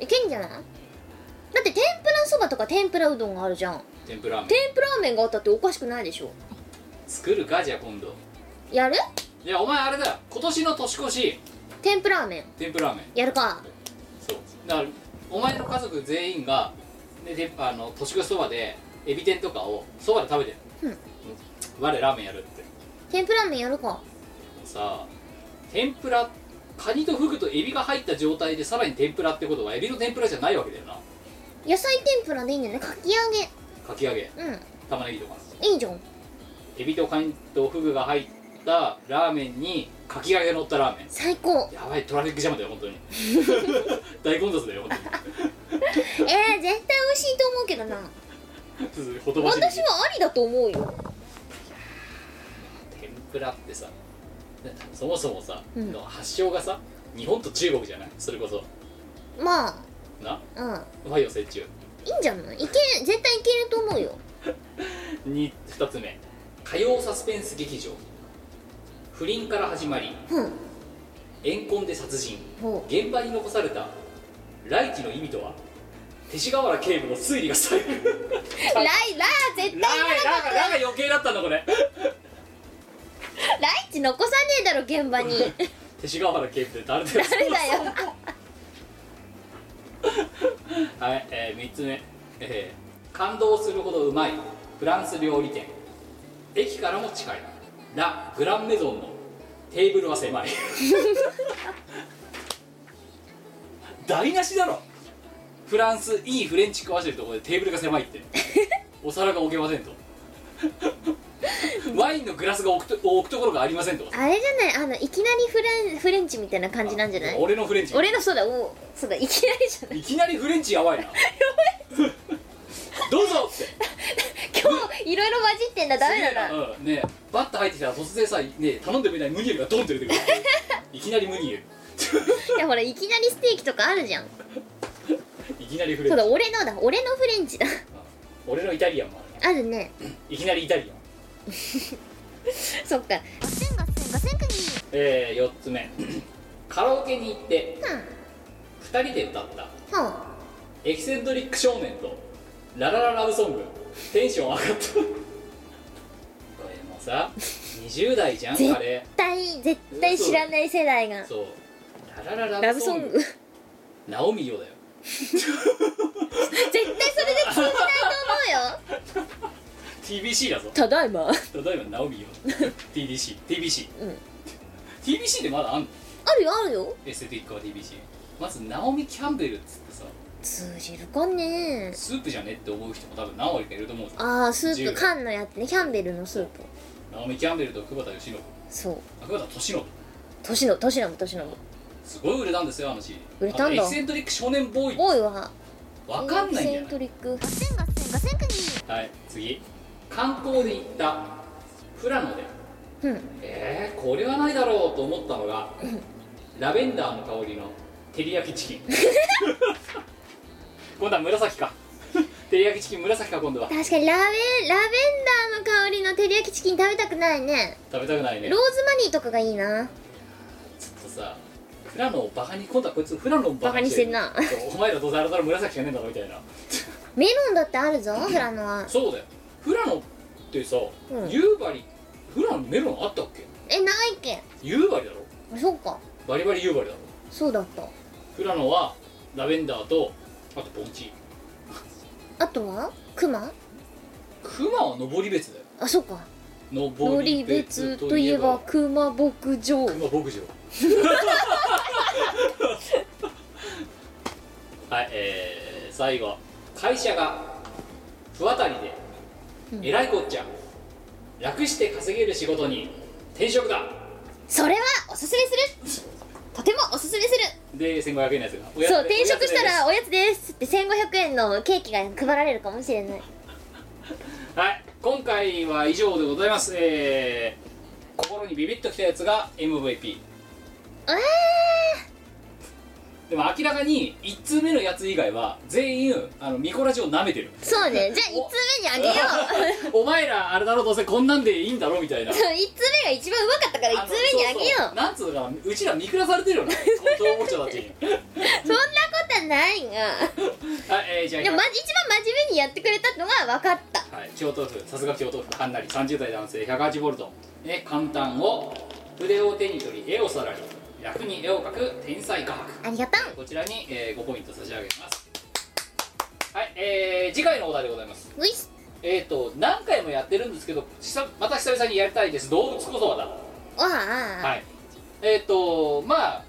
いけんじゃないだって天ぷらそばとか天ぷらうどんがあるじゃん天ぷらーメン天ぷら麺があったっておかしくないでしょ作るかじゃあ今度やるいやお前あれだよ今年の年越し天ぷら麺天ぷらーメンやるかそうだからお前の家族全員がでであの年越しそばでエビ天とかをそばで食べてる、うん我ラーメンやるって天ぷら麺やるかさあ天ぷらカニとフグとエビが入った状態でさらに天ぷらってことはエビの天ぷらじゃないわけだよな野菜天ぷらでいいんじゃないかき揚かき揚げげうん玉ねぎとかいいじゃんエビとカニとフグが入ったラーメンにかき揚げが乗ったラーメン最高やばいトラフィックジャムだよ本当 に大混雑だよ本えー、絶対美味しいと思うけどな当にほとばし私はありだと思うよ天ぷらってさそもそもさ、うんの発祥がさ日本と中国じゃないそれこそまあなうんうまいよ折衷いいんじゃないいけ絶対いけると思うよに2つ目火曜サスペンス劇場不倫から始まりうん怨恨で殺人ほう現場に残された来期の意味とは勅使河原警部の推理が 最後ライラー絶対ラーラがラが余計だったんだこれライチ残さねえだろ現場 に勅使河原警部って誰だよ誰だよはい、え3つ目、えー感動するほどうまいフランス料理店駅からも近いラ・グランメゾンのテーブルは 狭い台無しだろフランスいいフレンチ食わしてるところでテーブルが狭いっ てお皿が置けませんとワインのグラスが置くと置くところがありませんとあれじゃないあのいきなりフレンフレンチみたいな感じなんじゃない俺のフレンチ俺のそうだおうそうだいきなり じゃないいきなりフレンチやば いな どうぞって今日いろいろ混じってんだダメだなうんねえバッと入ってきたら突然さ、ねえ、頼んでもいないムニエルがドンって出てくるいきなりムニエいやほらいきなりステーキとかあるじゃんルいきなりフレそンうチだ俺のだ俺のフレンチだ俺のイタリアンもあるねあるねいきなりイタリアンそっかガセンガセンガセンクニえー、4つ目カラオケに行ってー2人で歌ったうんはエキセントリック少年とララララブソングテンション上がったこれもさ20代じゃんぜあれ絶対絶対知らない世代がそうラララララブブソソンンググ絶ナオミヨだよ対それで通じないと思うよ TBC だぞ ただいま例えばナオミ ヨ TDC TBC うん TBC でまだあんのあるよあるよエステティックは TBC まずナオミ・キャンベルっつってさ通じるかねスープじゃねって思う人も多分何割かいると思うぞああス自由ープ缶のやつねキャンベルのスープナオミ・キャンベルと久保田義信そうあ久保田敏信年の年のも年のもすごい売れたんですよあのシーン売れたんだあとエキセントリック少年ボーイ多いわわかんないんじエゃなキセントいリックガセンガセンガセンクはい次観光で行った富良野でニーうんえー、これはないだろうと思ったのがラベンダーの香りの照り焼きチキン 今度は紫か 照り焼きチキン紫か今度は確かにラベンラベンダーの香りの照り焼きチキン食べたくないね食べたくないねローズマニーとかがいいなちょっとさフラノをバカに今度はこいつフラノをバカにバカにそうお前らどうせあれだろ紫しかねえんだろみたいなメロンだってあるぞフラノはそうだよフラノってさ、うん夕張フラノメロンあったっけえないっけ夕張だろそうかバリバリ夕張だろそうだったフラノはラベンダーとあと盆地あとはクマ熊は登り別だよあそうか登のりり別別とといいええばばクマ牧場熊牧場はいえー、最後会社が不渡りでうんえらいこっちゃ楽して稼げる仕事に転職だそれはおすすめするとてもおすすめするで1500円のやつがおやつそうで転職したらおやおやつですって1500円のケーキが配られるかもしれないつですはい今回は以上でございますえー心にビビッときたやつが MVP えーでも明らかに1通目のやつ以外は全員あのミコラジを舐めてるそうねじゃあ1通目にあげよ うお前らあれだろどうせこんなんでいいんだろみ たいな1通目が一番うまかったから1通目にあげのそうよそうなんつうのかなうちら見下されてるよなこの動物 たちにうそんなことはないがはい、えー、じゃあでも、ま、一番真面目にやってくれたのは分かったはい、京都府さすが京都府かなり30代男性 108V、ね、簡単を筆を手に取り絵をさらに楽に絵を描く天才画伯ありがとうこちらに、えー5ポイント差し上げますはい、えー、次回のお題でございますういえっ、ー、と何回もやってるんですけど久また久々にやりたいです動物こそはだわあ、はい、えっ、とまあ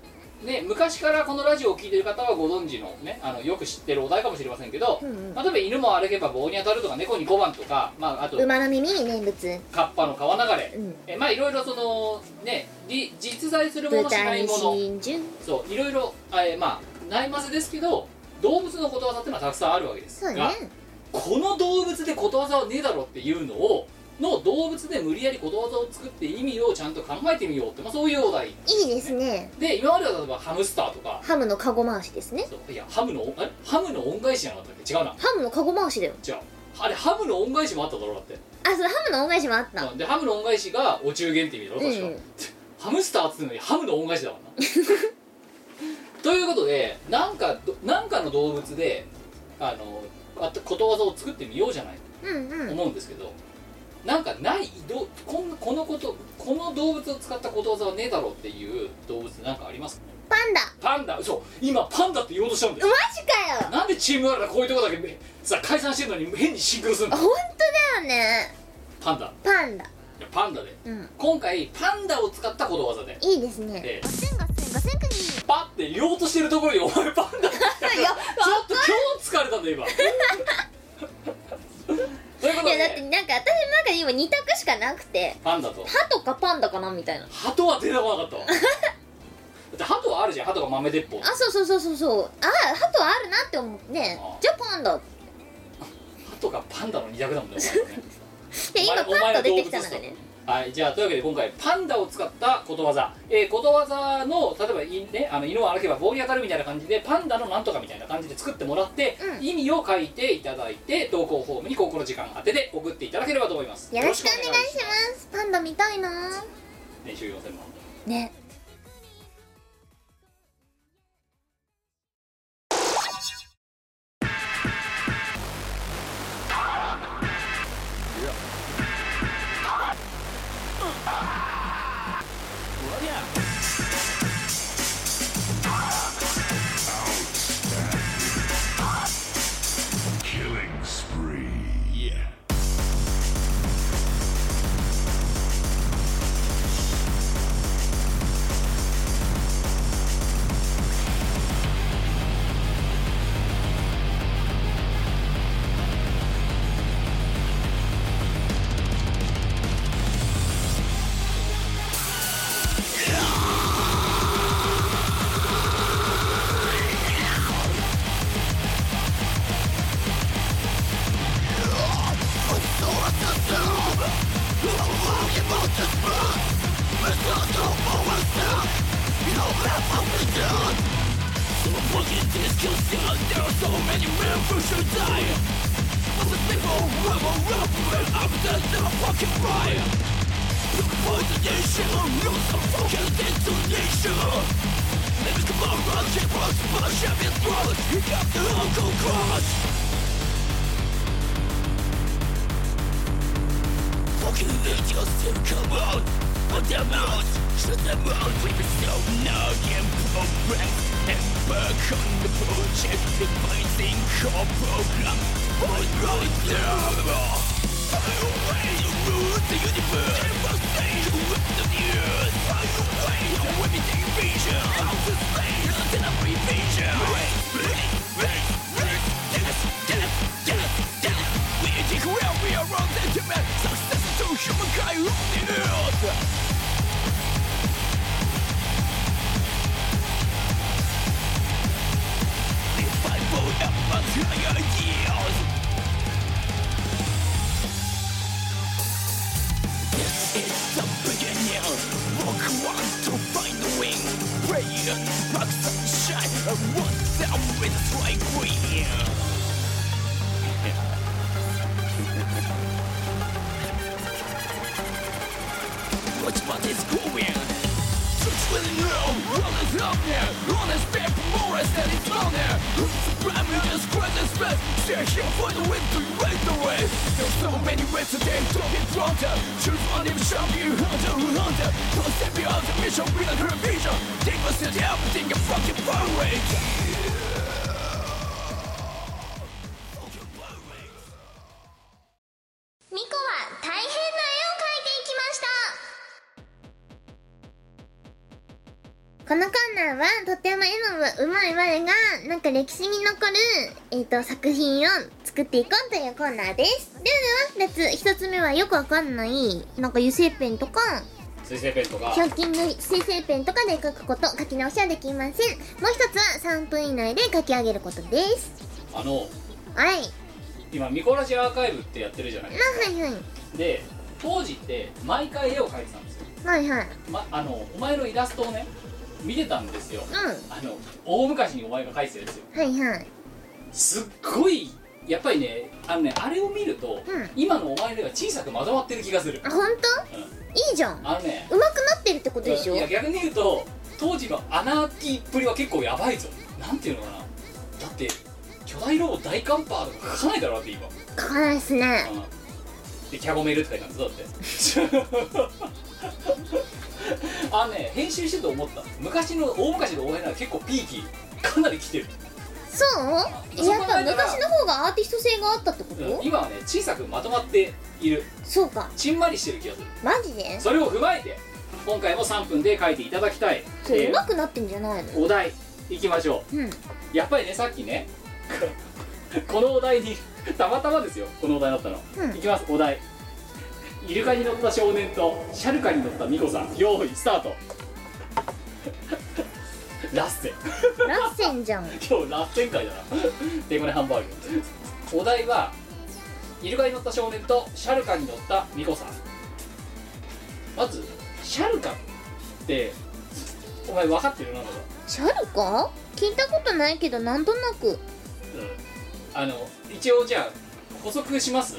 ね昔からこのラジオを聞いてる方はご存知のねあのよく知ってるお題かもしれませんけど、うんうん例えば犬も歩けば棒に当たるとか猫に小判とか、まあ、あと馬の耳に念仏カッパの川流れ、うんえまあいろいろそのねり実在するものし豚ないにもの真珠そういろいろあえまあないませですけど動物のことわざっていうのはたくさんあるわけですそが、うねこの動物でことわざはねえだろっていうのをの動物で無理やりことわざを作って意味をちゃんと考えてみようって、まあ、そういうお題いいですねで今までは例えばハムスターとかハムのカゴ回しですねそういやハムのおえハムの恩返しじゃなかったっけ違うなハムのカゴ回しだよ違うあれハムの恩返しもあっただろだってあそうハムの恩返しもあったでハムの恩返しがお中元って意味だろ確か、うんハムスターっつうのにハムの恩返しだからな ということでなんかどなんかの動物であのあとことわざを作ってみようじゃないうんうとん思うんですけど、なんかないどこんこのことこの動物を使ったことわざはねえだろうっていう動物なんかありますかパンダパンダそう今パンダって言おうとしたんだよマジかよなんでチームワールドこういうとこだけめさ解散してるのに変にシンクロするの本当だよねパンダいパンダやパンダでうん今回パンダを使ったことわざでいいですねええガセンガセンガセンクニパって言おうとしてるところにお前パンダって言ったいちやょっと今日疲れたん だ今ということいやだってでなんか私の中で今2択しかなくてパンダと歯とかパンダかなみたいな鳩は出てこなかったわだって鳩はあるじゃん鳩が豆鉄砲あそうそうそうそうそうああハトあるなって思ってあじゃあパンダっ鳩がパンダの二択だもんねお前はねて今お前パンダお前の動出物てきたのがでねすとはいじゃあというわけで今回パンダを使ったことわざ、えー、ことわざの例えばい、ね、あの犬を歩けば棒に当たるみたいな感じでパンダのなんとかみたいな感じで作ってもらって、うん意味を書いていただいて投稿フォームにここの時間当てて送っていただければと思いますよろしくお願いしますパンダ見たいな年収4000万ね Rock sunshine, I rock them with a strike green. 落ち葉です公園 Truth will know, all is love there All is fair, more is that it's on there Who's the prime, you just grab this breath Stay here for the wind to ride the wave There's so many ways to take, don't be pronto Choose one if you shall be hunter, who hunter Don't step beyond the mission, be like her vision Take us to the everything, you're fucking far away Fucking far away ミコは大変な絵を描いていきましたこのコーナーはとても絵のうまい我がなんか歴史に残る、えっと作品を作っていこうというコーナーですルールは2つ1つ目はよくわかんないなんか油性ペンとか水性ペンとか100均の水性ペンとかで描くこと書き直しはできませんもう一つは3分以内で描き上げることですあのはい今ミコラジアーカイブってやってるじゃないですあはいはいかで当時って毎回絵を描いてたんですよ、はいはいま、あのお前のイラストをね見てたんですようあの大昔にお前が描いてたやつよんはいはいすっごいやっぱりねあのねあれを見ると、うん今のお前の絵が小さくまとまってる気がするあ、本当、うんいいじゃん。あのね上手くなってるってことでしょいや逆に言うと当時のアナーキーっぷりは結構やばいぞなんていうのかなだって巨大ロボ大カンパーとか書かないだろだって今書かないっすね。でキャゴメールって書いたんですだって あのね編集してて思った昔の大昔のお前なら結構ピーキーかなり来てる、そうそうやっ考ぱえたら昔の方がアーティスト性があったってこと、うん今はね小さくまとまっているそうか。ちんまりしてる気がするマジでそれを踏まえて今回も3分で書いていただきたい、それえー上手くなってんじゃないのお題いきましょううん。やっぱりねさっきね ここのお題にたまたまですよこのお題だったの、うんいきますお題イルカに乗った少年とシャルカに乗ったミコさん用意スタート ラッセンラッセンじゃん。今日ラッセン会だなデコネハンバーグお題はイルカに乗った少年とシャルカに乗ったミコさんまずシャルカってお前分かってるなのかシャルカ聞いたことないけど、なんとなく。あの一応じゃあ補足します、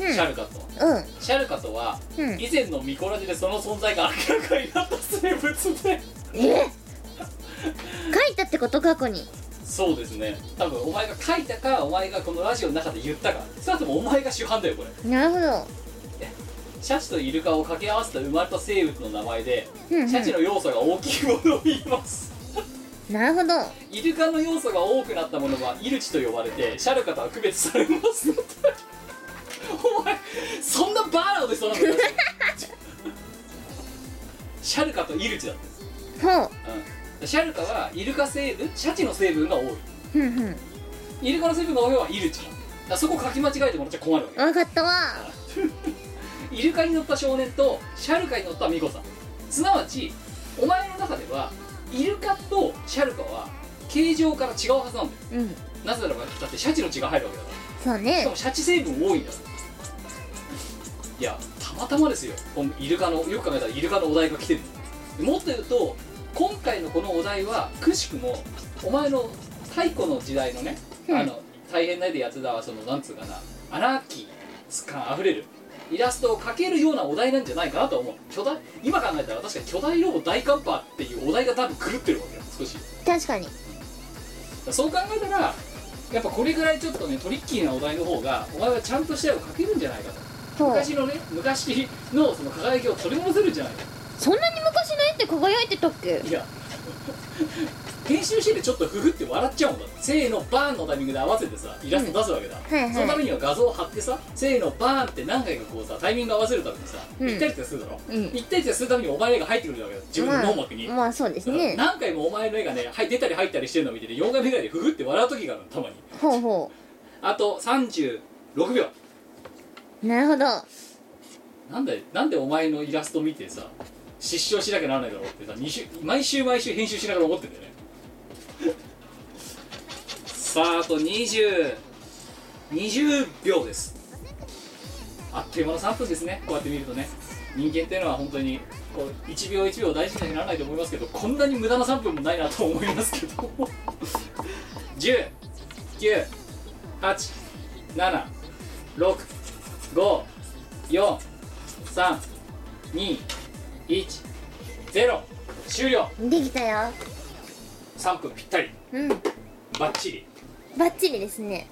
うんシャルカとうん。シャルカとは、うん以前のミコラジでその存在が明らかになった生物でえ書いたってこと過去に。そうですね多分お前が書いたかお前がこのラジオの中で言ったかそれともお前が主犯だよこれなるほど。シャチとイルカを掛け合わせた生まれた生物の名前で、うんうんシャチの要素が大きいものを言いますなるほど。イルカの要素が多くなったものはイルチと呼ばれてシャルカとは区別されますのでお前そんなバーラーでそんなことないシャルカとイルチだって、ほう。うん、シャルカはイルカ成分シャチの成分が多いふんふん。イルカの成分が多いのはイルチだからそこ書き間違えてもらっちゃ困るわわかったわ。イルカに乗った少年とシャルカに乗ったミコさんすなわちお前の中ではイルカとシャルカは形状から違うはずなんだようん。なぜならばだってシャチの血が入るわけだからしかそうねも。シャチ成分多いんだいやたまたまですよこのイルカのよく考えたらイルカのお題が来てるもっと言うと今回のこのお題はくしくもお前の太古の時代のね、うんあの大変な絵でやってたそのなんつうかなアナーキー感あふれるイラストを描けるようなお題なんじゃないかなと思う巨大今考えたら確かに巨大ロボ大カンパーっていうお題が多分狂ってるわけよ少し確かに。そう考えたらやっぱこれぐらいちょっとねトリッキーなお題の方がお前はちゃんとした絵を描けるんじゃないかとそう。昔のね昔のその輝きを取り戻せるんじゃないかそんなに昔の絵って輝いてたっけいや編集しててちょっとフフって笑っちゃうんだせーのバーンのタイミングで合わせてさイラスト出すわけだ、はいはいそのためには画像を貼ってさせーのバーンって何回かこうさタイミング合わせるためにさ、うん行ったり来たりするだろ、うん行ったり来たりするためにお前の絵が入ってくるわけだ自分の脳膜に、まあ、まあそうですね何回もお前の絵がね入出たり入ったりしてるのを見てて4回目ぐらいでフフって笑う時があるのたまにほうほあと36秒うなるほどなんでなんでお前のイラスト見てさ失笑しなきゃならないだろうってさ二週毎週毎週編集しながら思ってんだよねさああと2020秒ですあっという間の3分ですねこうやって見るとね人間っていうのは本当にこう1秒1秒大事にならないと思いますけどこんなに無駄な3分もないなと思いますけど1 0 9 8 7 6 5 4 3 2 1 0終了できたよ3分ぴったりうんバッチリバッチリですね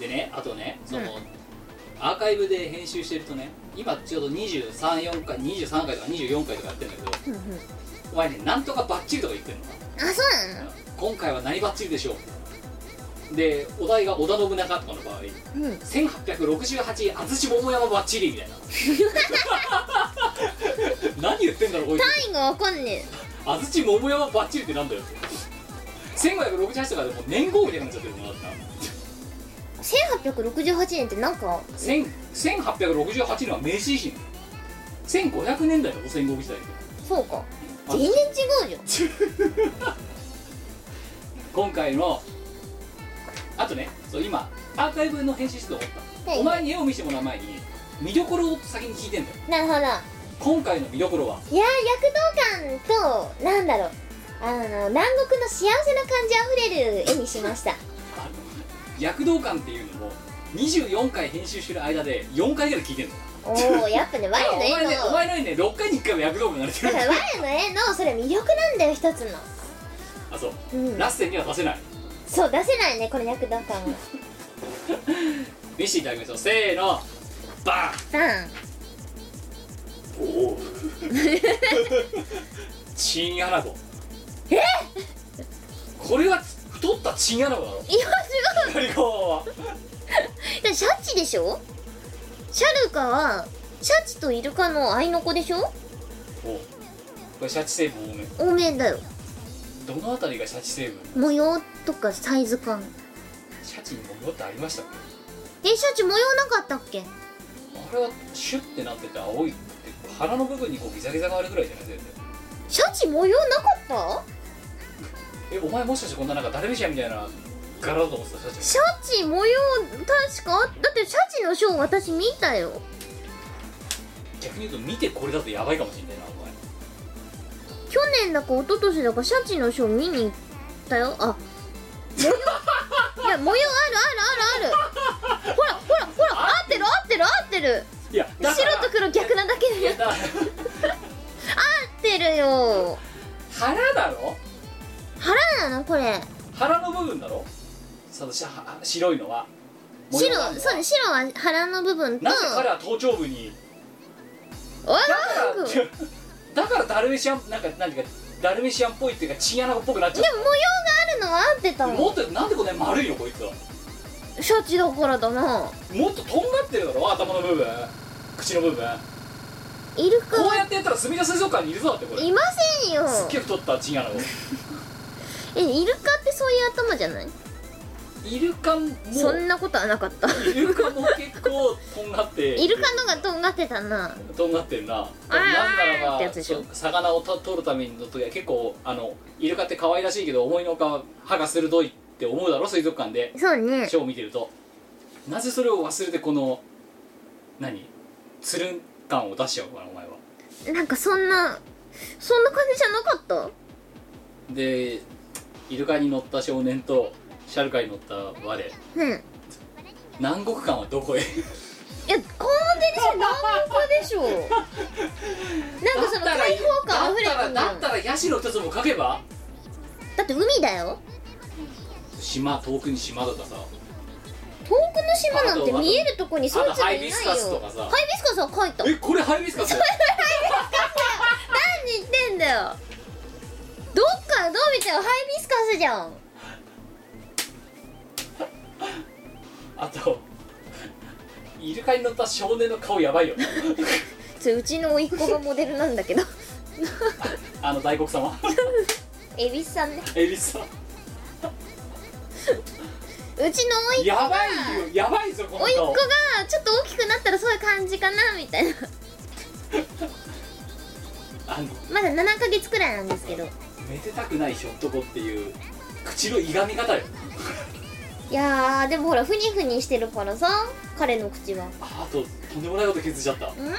でねあとねその、うんアーカイブで編集してるとね今ちょうど234回23回とか24回とかやってるんだけどうんうんお前ねなんとかバッチリとか言ってるのかあそうなの今回は何バッチリでしょうでお題が織田信長とかの場合うん1868安土桃山バッチリみ たいな何言ってんだろうこいつ単位がわかんね安土桃山バッチリってなんだよ1568とかでもう年号みたいになっちゃってるのだったえ1868年ってなんか千1868年は明治維新1500年代の戦国時代そうかあ全然違うじゃん今回のあとねそう今アーカイブの編集室で思った、はいお前に絵を見せてもらう前に見どころを先に聞いてんだよなるほど今回の見どころはいやー躍動感となんだろうあの南国の幸せな感じあふれる絵にし ましたあの躍動感っていうのも24回編集してる間で4回ぐらい聞いてんだよおおやっぱね我おの絵前ねおの前のにね6回に1回も躍動感が出てだるから我の絵のそれ魅力なんだよ一つのあそう、うんラッセンには出せないそう出せないねこの躍動感は見せていただきましょうせーのバーンバンおおチンアナゴえこれは太ったチンアナゴだろいや違左側はうでシャチでしょシャルカはシャチとイルカの合いの子でしょおこれシャチ成分多め多めだよどのあたりがシャチ成分模様とかサイズ感シャチにもよってありましたっけえシャチ模様なかったっけあれはシュッてなってて青いって腹の部分にこうギザギザがあるぐらいじゃない全然シャチ模様なかったえお前もしかしてこんななんかダルビシャみたいな柄だと思ってたシャチシャチ模様確かあだってシャチのショー私見たよ逆に言うと見てこれだとやばいかもしれないなお前去年だか一昨年だかシャチのショー見に行ったよあ模様いや模様あるあるあるあるほらほらほら合ってる合ってる合ってるいやだから白と黒逆なだけいでや合だからってるよ腹だろ腹なのこれ腹の部分だろそのしゃは白いのは白模様なのはそうね白は腹の部分となぜ彼は頭頂部においだからなだからんかダルメシアンなんか何かダルメシアンっぽいっていうかチンアナゴっぽくなっちゃでも模様があるのは合ってたうももっとなんでこんなに丸いのこいつはんシャチだからだなもっととんがってるだろ頭の部分口の部分イルカこうはやってやったら隅田水族館にいるぞだってこれすいませんよっげえ太ったチンアナゴえイルカってそういう頭じゃないイルカもそんなことはなかったイルカも結構とんがってイルカのがとんがってたなとんがってるなあーなんならっばてやつでしょ魚をと取るための時は結構あのイルカって可愛らしいけど思いのほか歯が鋭いって思うだろ水族館でそうねショーを見てるとなぜそれを忘れてこの何つるん感を出しちゃうのかなお前はなんかそんなそんな感じじゃなかったでイルカに乗った少年とシャルカに乗った我うんいや南国館はど こへ完全にそれ南国 でしょなんかそのだったら開放感あふれてだったらるだだったらヤシの一つも書けばだって海だよ島遠くに島とかさ遠くの島なんて見えるとこにそいつがいないよハイビあスとカハイビスカススとかさは描いたえこれハイビスカスだよ何言ってんだよどっからどう見てもハイビスカスじゃんあとイルカに乗った少年の顔やばいよそれうちの甥っ子がモデルなんだ けどあの大黒様恵比寿さんねエビスさんうちの甥っ子やばいよやばいぞこの甥っ子顔がちょっと大きくなったらそういう感じかなみたいなあのまだ7ヶ月くらいなんですけどめでたくないひょっとこっていう口のいがみ方よいやーでもほらふにふにしてるからさ彼の口はああととんでもないこと気づいちゃったうん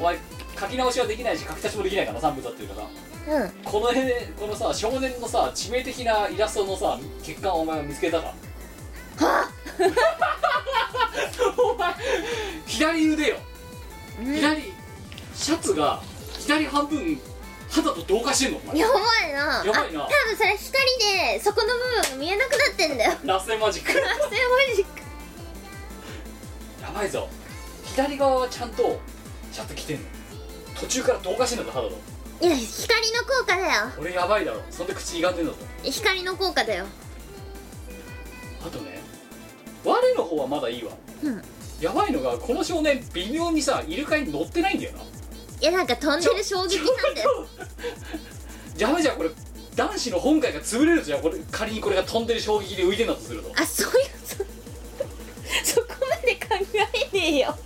お前書き直しはできないし書き足しもできないから3部だっていうからうんこの絵このさ少年のさ致命的なイラストのさ欠陥をお前は見つけたか お前左腕ようん左シャツが左半分肌と同化してんのお前やばいなやばいなあ多分それ光でそこの部分が見えなくなってんだよラッセンマジックラッセンマジックやばいぞ左側はちゃんとシャツ着てんの途中から同化してんの肌といや光の効果だよ俺やばいだろそんで口歪んでんだぞ光の効果だよあとね我の方はまだいいわうんやばいのがこの少年微妙にさイルカに乗ってないんだよないやなんか飛んでる衝撃なんだよやばいじゃんこれ男子の本会が潰れるじゃんこれ仮にこれが飛んでる衝撃で浮いてんだとするとあそういうそそこまで考えねえよ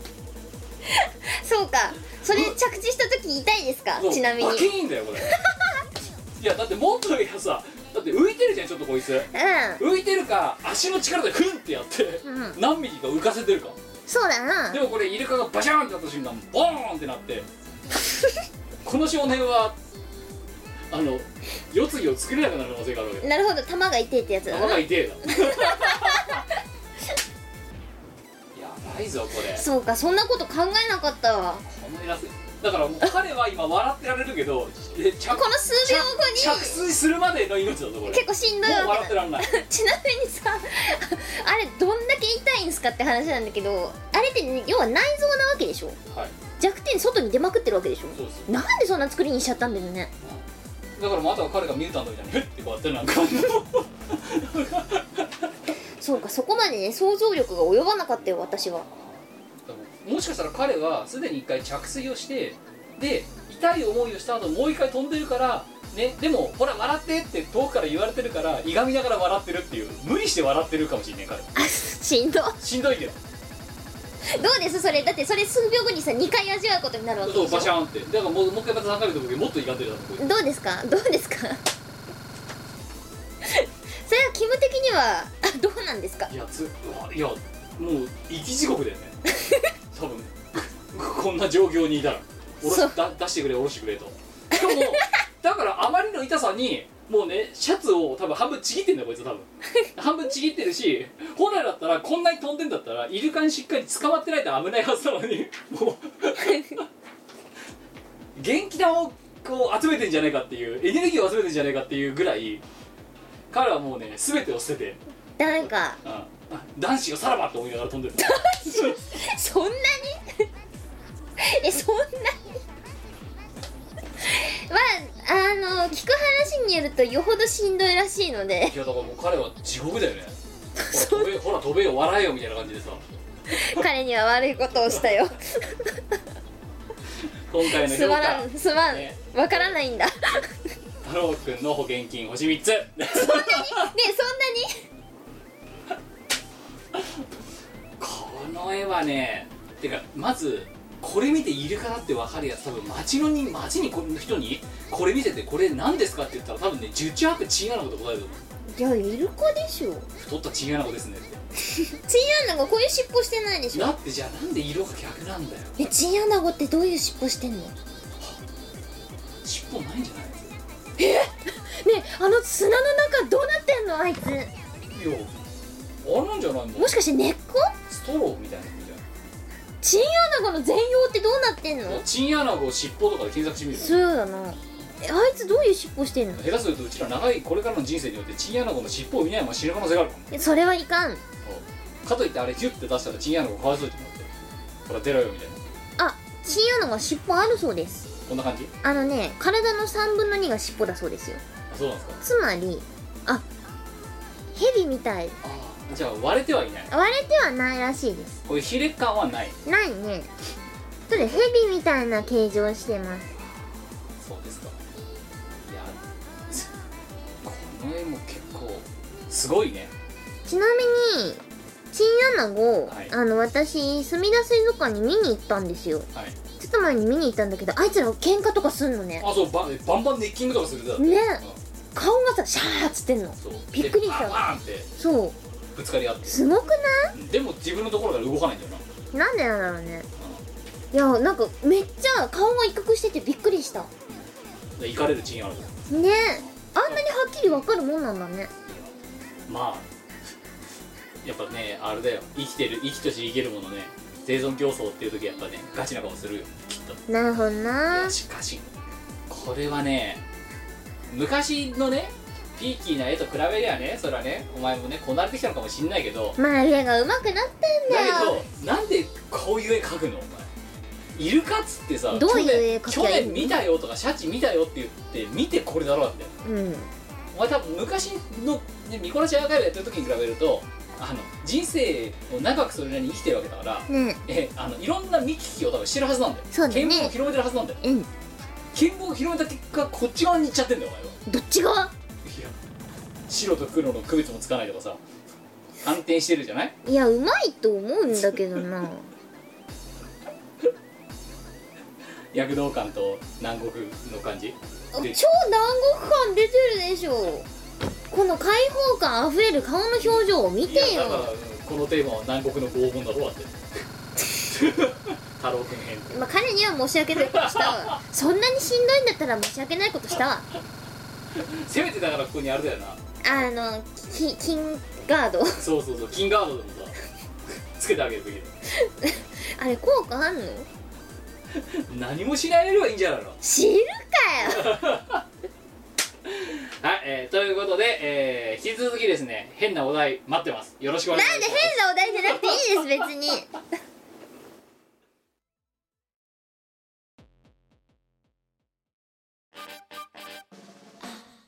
そうかそれ着地した時痛いですかそうちなみにうんバキーンだよこれいやだってもっと言えばさだって浮いてるじゃんちょっとこいつ浮いてるか足の力でフンってやって、う何ミリか浮かせてるかそうだなでもこれイルカがバシャーンってなった瞬間ボーンってなってこの少年はあの世継ぎを作れなくなる可能性があるわけだなるほど玉が痛いってやつだ頭なが痛えだやばいぞこれそうかそんなこと考えなかったわこのイラストだからもう彼は今笑ってられるけどえ着この数秒後に着着水するまでの命だぞこれ結構しんどいもうわ笑っけてだらんない ちなみにさあれどんだけ痛いんすかって話なんだけどあれって要は内臓なわけでしょはい弱点外に出まくってるわけでしそうょですなんでそんな作りにしちゃったんだよねだからもうあとは彼がミュータントみたいにフッてこうやってるなんかそうかそこまでね想像力が及ばなかったよ私はもしかしたら彼はすでに一回着水をしてで痛い思いをした後もう一回飛んでるからねでもほら笑ってって遠くから言われてるからいがみながら笑ってるっていう無理して笑ってるかもしれない彼あしんどどしんどいけどうですそれだってそれ数秒後にさ2回味わうことになるわけそうでしバシょャーンってだからもうもう一回また3回目の時もっといがんでるだろうどうですかどうですか それはキム的にはあどうなんですかいやつうわいやもう生き地獄 だよね多分こんな状況にいたらおろしそうだ出してくれ下ろしてくれとしかもだからあまりの痛さにもうねシャツを多分半分ちぎってんだよこいつ多 分半分ちぎってるし本来だったらこんなに飛んでんだったらイルカにしっかり捕まってないと危ないはずなのに もう元気玉をこう集めてんじゃないかっていうエネルギーを集めてんじゃないかっていうぐらい彼はもうね全てを捨ててなんかああ男子がさらばって思いながら飛んでる そんなにえそんなに まああの聞く話によるとよほどしんどいらしいので いやだからもう彼は地獄 だよねほら飛べほら飛べよ笑えよみたいな感じでさ彼には悪いことを したよ今回のす評まらん価すまんねわからないん だね太郎くんの保険金星3つそんなにこの絵はねてかまずこれ見てイルカだって分かるやつ多分町のに町にこの人にこれ見せてこれ何ですかって言ったら多分ね10チャーってチーガーナこと答えると思ういやイルカでしょ太ったチーガーナ子ですねっチンアナゴこういう尻尾してないでてしだょってじゃあなんで色が逆なんだよえチンアナゴってどういう尻尾してんのね尻尾ないんじゃないえあの砂の中どうなってんのあいついやあれなんじゃないのもしかして根っこストローみたいなのじゃないチンアナゴの全容ってどうなってんのチンアナゴ尻尾とかで検索してみるそうだなえあいつどういう尻尾してんの下手するとうちら長いこれからの人生によってチンアナゴの尻尾を見ないまま死ぬ可能性があるかもえそれはいかんかといってあれヒュッて出したらチンアナゴかわいそうってなってほら出ろよみたいなあチンアナゴは尻尾あるそうですこんな感じあのね体の3分の2が尻尾だそうですよあそうなんですかつまりあヘビみたいああじゃあ割れてはいない割れてはないらしいですこういうヒレ感はないないねそれヘビみたいな形状してますそうですかいやすこの絵も結構すごいねちなみにチンアナゴ、はいあの私墨田水族館に見に行ったんですよはいちょっと前に見に行ったんだけどあいつら喧嘩とかすんのねあそうババンバンネッキングとかするだろねうん顔がさシャーっつってんのそうびっくりしたでバーンってそうぶつかり合ってすごくなでも自分のところから動かないんだよないなんでなんだろうねいやなんかめっちゃ顔が威嚇しててびっくりしたね行かれるチンあるからえあんなにはっきりわかるもんなんだねまあやっぱねあれだよ生きてる生きとし生けるものね生存競争っていう時はやっぱねガチな顔するよきっとなるほどいなやしかしこれはね昔のねピーキーな絵と比べりゃねそれはねお前もねこなれてきたのかもしんないけどまあ絵が上手くなってんだだけよどなんでこういう絵描くのお前イルカっつってさどういう絵描き去ゃ年いいの去年見たよとかシャチ見たよって言って見てこれだろだってうんお前多分昔の、ね、ミコラシアーカイブやってる時に比べるとあの人生を長くそれなりに生きてるわけだからねえあのいろんな見聞きを多分してるはずなんだよそうだね見聞を広めてるはずなんだよえうん見聞を広めた結果こっち側に行っちゃってんだよお前はどっちがいや白と黒の区別もつかないとかさ反転してるじゃないいやうまいと思うんだけどな躍動感と南国の感じ超 南で国感出てるでしょこの開放感あふれる顔の表情を見ていやだからよこのテーマは南国の拷問だろだって 太郎くん編まあ彼には申し訳ないことしたわそんなにしんどいんだったら申し訳ないことしたわせめてだからここにあれだよなあのきキンガード そうそうそう、キンガードで もさ、つけてあげるべきだよあれ効果あんの何もしないよりはいいんじゃないの知る かよはい、えー、ということで、えー、引き続きですね、変なお題待ってます。よろしくお願いしなんま。です変なお題じゃなくていいです別に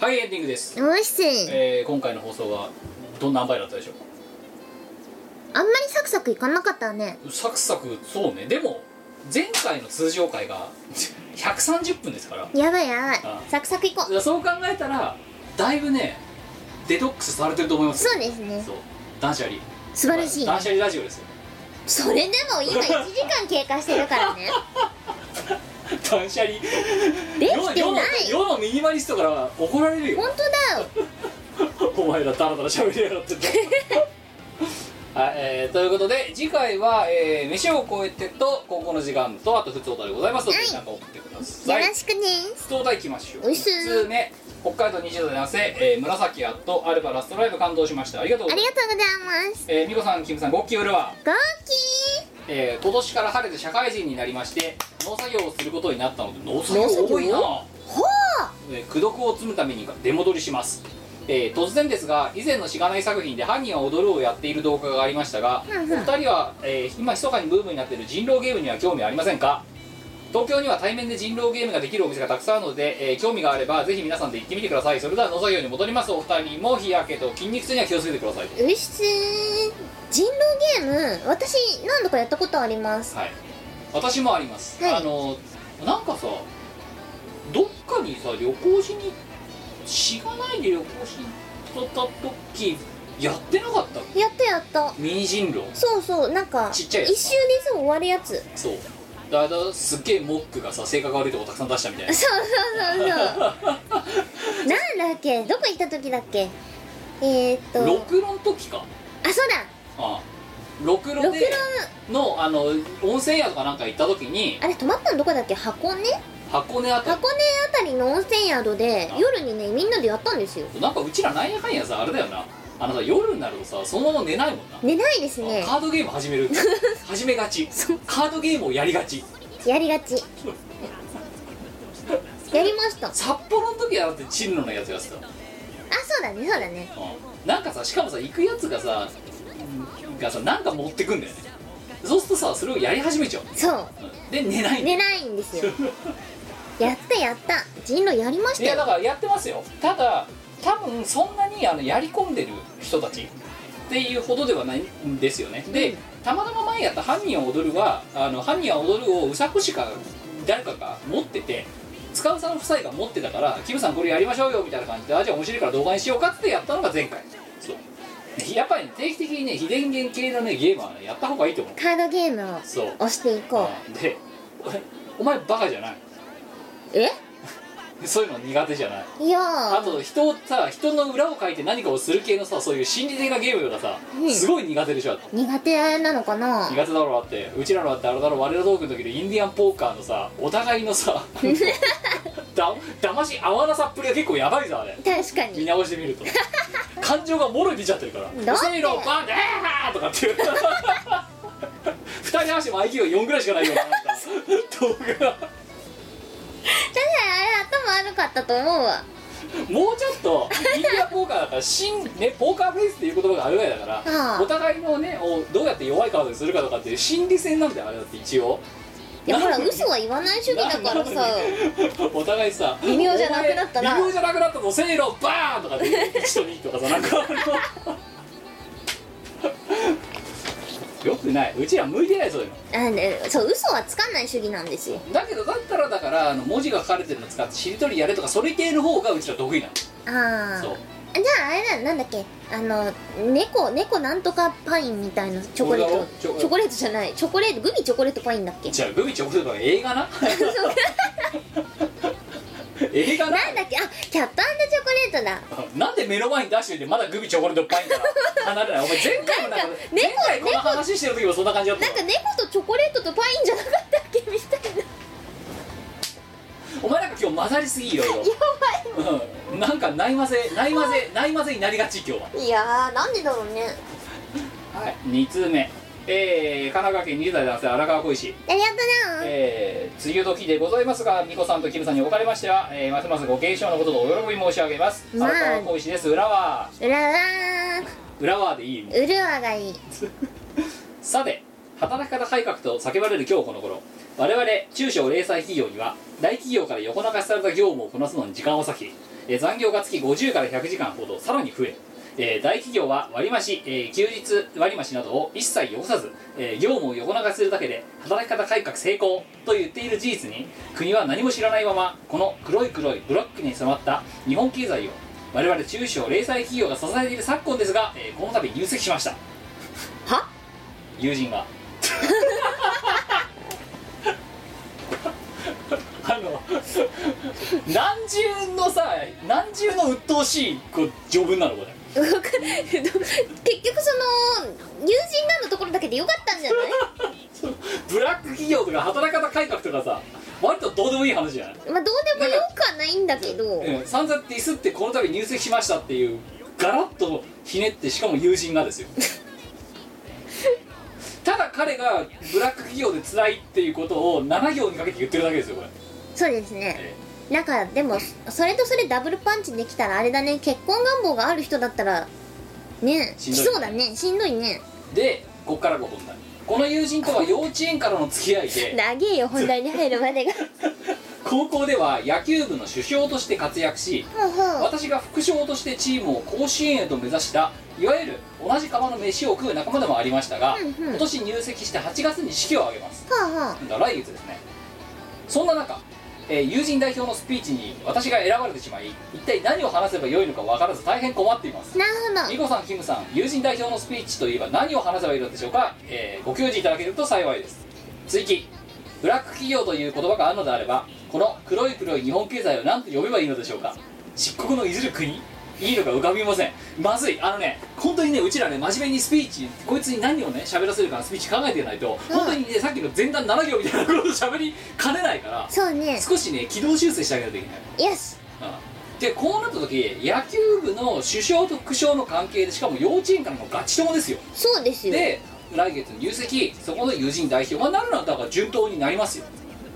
はい、エンディングです。おいしいえー、今回の放送は、どんな塩梅だったでしょあんまりサクサクいかなかったねうサクサク、そうね。でも、前回の通常回が 130分ですから、やばいやばいあサクサクいこうそう考えたら、だいぶね、デトックスされてると思いますよそうですねそう。断捨離。素晴らしい断捨離ラジオですよ。それでも今1時間経過してるから ね断捨離。できて世の世なのい世のミニマリストから怒られるよ本当だよお前らダラダラ喋りやがっ てはい、えー、ということで次回は、えー、飯を超えてと高校の時間とあと普通歌でございますので、はいなんか送ってくださよいろしくね普通歌いきましょううっすー普通目北海道20代男性、えー、紫アットアルバラストライブ感動しましたありがとうごあざりいがまとうございますすえー、美子さんキムさんごっきうるわ、ゴーえー、今年から晴れて社会人になりまして農作業をすることになったので農作業農作業多いなキーほーえー功徳を積むために出戻りします、えー突然ですが以前のしがない作品で「犯人は踊る」をやっている動画がありましたが、うんうんお二人は、えー今密かにブームになっている人狼ゲームには興味ありませんか東京には対面で人狼ゲームができるお店がたくさんあるので、えー興味があればぜひ皆さんで行ってみてくださいそれでは農作業に戻りますお二人も日焼けと筋肉痛には気をつけてくださいとうっすー人狼ゲーム私何度かやったことありますはい私もあります、はいあのなんかさどっかにさ旅行しにしがないで旅行しに行った時やってなかったやったやったミニ人狼そうそうなんかちっちゃいやつ一周ですぐ終わるやつそうだいだすっげえモックがさ性格悪いとこたくさん出したみたいそうなそうそうそ うなんだっけどこ行った時だっけえー、っと六論の時かあそうだああ六論六で郎のあの温泉宿かなんか行った時にあれ泊まったのどこだっけ箱根箱根あたり箱根あたりの温泉宿で夜にねみんなでやったんですよなんかうちらなんやかんやさあれだよなあのさ夜になるとさそのまま寝ないもんな寝ないですねカードゲーム始める始めがちカードゲームをやりがちやりが ちやりましたあ札幌の時はだってチルノのやつやってたもんそうだねそうだねうんなんかさしかもさ行くやつがさうんがさなんか持ってくんだよねそうするとさそれをやり始めちゃうそうんで寝なうい、寝ないんで すよやったやった人狼やりまいしたやだよからやってますよただ多分そんなにあのやり込んでる人たちっていうほどではないんですよねでたまたま前やった「犯人は踊るは」あの犯人は踊る」をうさこしか誰かが持ってて使うさん夫妻が持ってたから「キムさんこれやりましょうよ」みたいな感じで「あじゃあ面白いから動画にしようか」ってやったのが前回そう やっぱり、ね、定期的にね非電源系のねゲームはねやった方がいいと思うカードゲームをそう押していこでお前バカじゃないうえそういうの苦手じゃないいやあーと人をさ人の裏を書いて何かをする系のさそういう心理的なゲームがさ、うんすごい苦手でしょ苦苦手なのかな手だろうなってうちらのだってあれだろ我らトークの時でインディアンポーカーのさお互いの さだだまし合わなさっぷりが結構やばいぞあれ確か見に直してみると感情がもろに出ちゃってるから「ってうせえのバンでー!」とかっていう 二人話しても IQ が4ぐらいしかないような なんか動画が確かにあれ頭悪かったと思うわもうちょっとインディアンポーカーだから真、ね、ポーカーフェイスっていう言葉があるぐらいだかあらあお互いのねをどうやって弱いカードにするかとかっていう心理戦なんだよあれだって一応いやほらなんで嘘は言わない主義だからさお互いさ微妙じゃなくなったなお前微妙じゃなくなったぞせーのバーンとかで1と2とかさなんかあのよくないうちら向いてないそういうのあねそう嘘はつかない主義なんですよだけどだったらだからあの文字が書かれてるの使ってしりとりやれとかそれ系の方がうちら得意なああのそうじゃああれだなんだっけあの猫猫なんとかパインみたいなチョコレーそうだろトチチョョコレートじゃないチョコレートグミチョコレートパインだっけじゃあグミチョコレートの映画な映画ななんだっけあキャットチョコレートだなんで目の前に出しておいてまだグミチョコレートパインから離れないお前前回もなんかなんか前回この話してる時もそんな感じだったなんか猫とチョコレートとパインじゃなかったっけみたいなお前なんか今日混ざりすぎいろいろやばい、うん、なんかないまぜないまぜないまぜになりがち今日はいやーなんでだろうねはい2通目えー、神奈川県20代男性荒川小石ありがとうなえー、梅雨時でございますが、ミコさんとキムさんにおかれましては、えー、ますますご継承のこととお喜び申し上げます。まあ荒川小石です、浦和。うらら浦和でいいもんーうるわがいいさて働き方改革と叫ばれる今日この頃我々中小零細企業には大企業から横流しされた業務をこなすのに時間を割きえー残業が月50から100時間ほどさらに増ええー大企業は割増、えー休日割増などを一切よこさず、えー業務を横流しするだけで働き方改革成功と言っている事実に国は何も知らないままこの黒い黒いブロックに染まった日本経済を我々中小零細企業が支えている昨今ですが、えーこの度入籍しましたは友人があの何重のさ何重の鬱陶しいこう序文なのこれわかんない 結局その友人なのところだけでよかったんじ ゃないブラック企業とか働き方改革とかさ割とどうでもいい話じゃない、まあどうでもよくはないんだけどうん、散々ディスってこの度入籍しましたっていうガラッとひねってしかも友人がですよただ彼がブラック企業で辛いっていうことを7行にかけて言ってるだけですよこれそうですねなんかでもそれとそれダブルパンチできたらあれだね結婚願望がある人だったらねしきんどいそうだねしんどいねでこっからが本題この友人とは幼稚園からの付き合いで長えよ本題に入るまでが高校では野球部の主将として活躍し ほうほう私が副将としてチームを甲子園へと目指したいわゆる同じ釜の飯を食う仲間でもありましたが、うんうん今年入籍して8月に式を挙げますほうほうだから来月ですねそんな中、えー友人代表のスピーチに私が選ばれてしまい一体何を話せばよいのか分からず大変困っていますなる ミほどコさんキムさん友人代表のスピーチといえば何を話せばいいのでしょうか、えーご教示いただけると幸いです追記ブラック企業という言葉があるのであればこの黒い黒い日本経済を何と呼べばいいのでしょうか漆黒のいずる国いいのか浮かびませんまずいあのね本当にねうちらね真面目にスピーチこいつに何をね喋らせるかのスピーチ考えてないと本当にねさっきの前段7行みたいなこと喋りかねないからそうね少しね軌道修正してあげないといけないよしうんでこうなった時野球部の主将と副将の関係でしかも幼稚園からのガチ友ですよそうですよで来月入籍そこの友人代表はなるなんだから順当になりますよ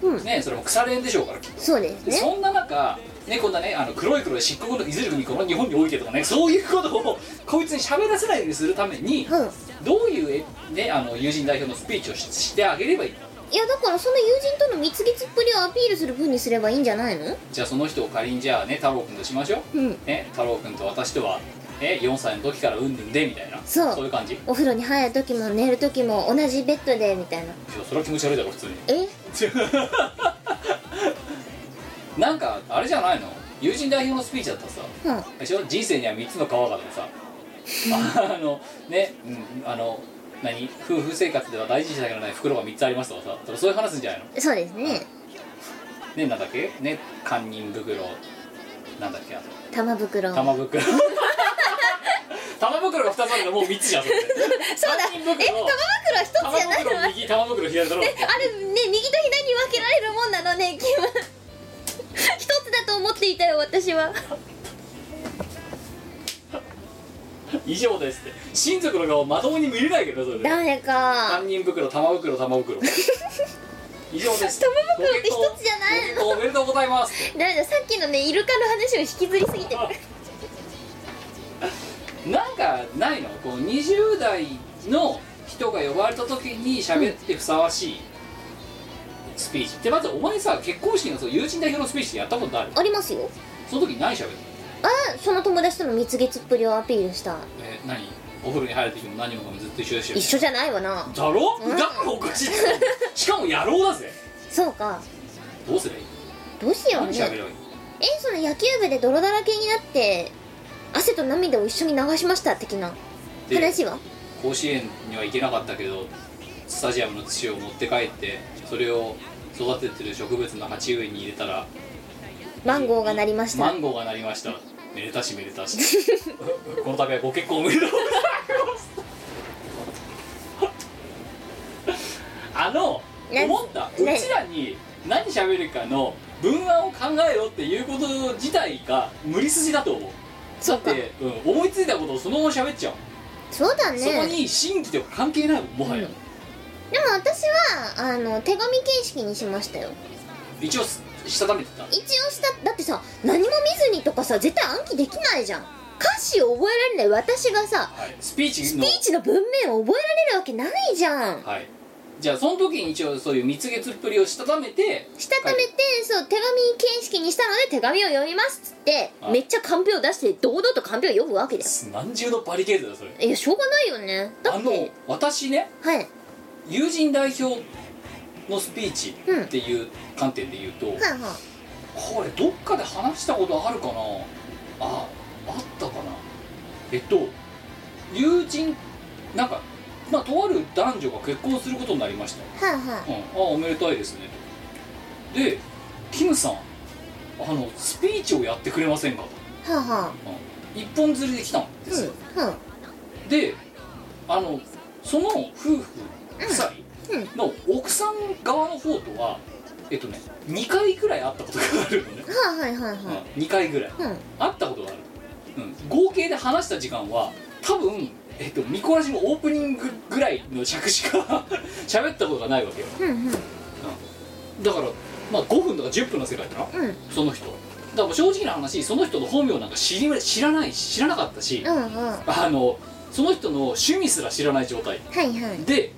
うんねそれも腐れ縁でしょうからきっとそうですでねそんな中ねこんなねあの黒い黒い漆黒のいずれにこの日本においてとかねそういうことをこいつに喋らせないようにするためにうんどういうえねあの友人代表のスピーチをししてあげればいいのいやだからその友人との蜜月っぷりをアピールする分にすればいいんじゃないのじゃあその人を仮にじゃあね太郎くんとしましょううんね太郎くんと私とはね4歳の時からうんぬんでみたいなそういう感じいお風呂に入る時も寝る時も同じベッドでみたいなやそれは気持ち悪いだろ普通 にえなんかあれじゃないの友人代表のスピーチだったらさうんでしょ人生には3つの川がと かさあのね、うん、あの何夫婦生活では大事にしなきゃならない袋が3つありますとかさそれそういう話すんじゃないのそうですねねなんだっけね堪忍袋なんだっけあと玉 袋玉袋玉袋が2つあるからもう3つじゃんそれそうだえ堪忍玉袋袋は一つ玉じゃないの袋右玉袋左だろあれね右と左に分けられるもんなのねキム一つだと思っていたよ私は以上ですって親族の顔まともに見れないけどそれで誰か堪忍袋玉袋玉袋以上です玉袋って一つじゃないのご結婚おめでとうございます誰ださっきのねイルカの話を引きずりすぎてるなんかないのこう20代の人が呼ばれた時に喋ってふさわしいスピーチでまずお前さ結婚式のそう友人代表のスピーチってやったことあるありますよその時何喋るのあその友達との蜜月っぷりをアピールしたえー何お風呂に入る時も何もかもずっと一緒でしょ一緒じゃないわなだろ、うんだからおかしいってしかも野郎だぜそうかどうすればいいどうしよう何ね喋ればいいえその野球部で泥だらけになって汗と涙を一緒に流しました的なで話は甲子園には行けなかったけどスタジアムの土を持って帰ってそれを育ててる植物の鉢植えに入れたらマンゴーが鳴りましたマンゴーがなりましためでたしめでたしこの度はご結婚おめでとうございますあのね思ったうねちらに何喋るかの文案を考えろっていうこと自体が無理筋だと思うそうかで、うん、思いついたことをそのまま喋っちゃう、そうだそこねに新規とか関係ないもんもはや、でも私はあの手紙形式にしましたよ一応すしたためてた一応しただってさ何も見ずにとかさ絶対暗記できないじゃん歌詞を覚えられない私がさはい、スピーチスのピーチの文面を覚えられるわけないじゃんはいじゃあその時に一応そういう蜜月っぷりをしたためてしたためて、そう手紙形式にしたので手紙を読みますっつってあめっちゃカンペを出して堂々とカンペを読むわけだよ何重のバリケードだよそれいやしょうがないよねだあっのて私ねはい友人代表のスピーチうんっていう観点で言うと、はいはこれどっかで話したことあるかなああったかなえっと友人なんかまあとある男女が結婚することになりましたいはいはうん、あおめでたいですねとでキムさんあのスピーチをやってくれませんかといはいは一本釣りで来たんですよ、いうんうんであのその夫婦夫うん妻の奥さん側の方とはえっとね2回くらい会ったことがあるのね、はいはいはいは2回ぐらいいうん会ったことがある、うん、合計で話した時間は多分えっとミコラジのオープニングぐらいの尺しか 喋ったことがないわけようんうんだからまあ5分とか10分の世界だなうんその人だからもう正直な話その人の本名なんか知り知らないし知らなかったし、うんうんはあのその人の趣味すら知らない状態いはいで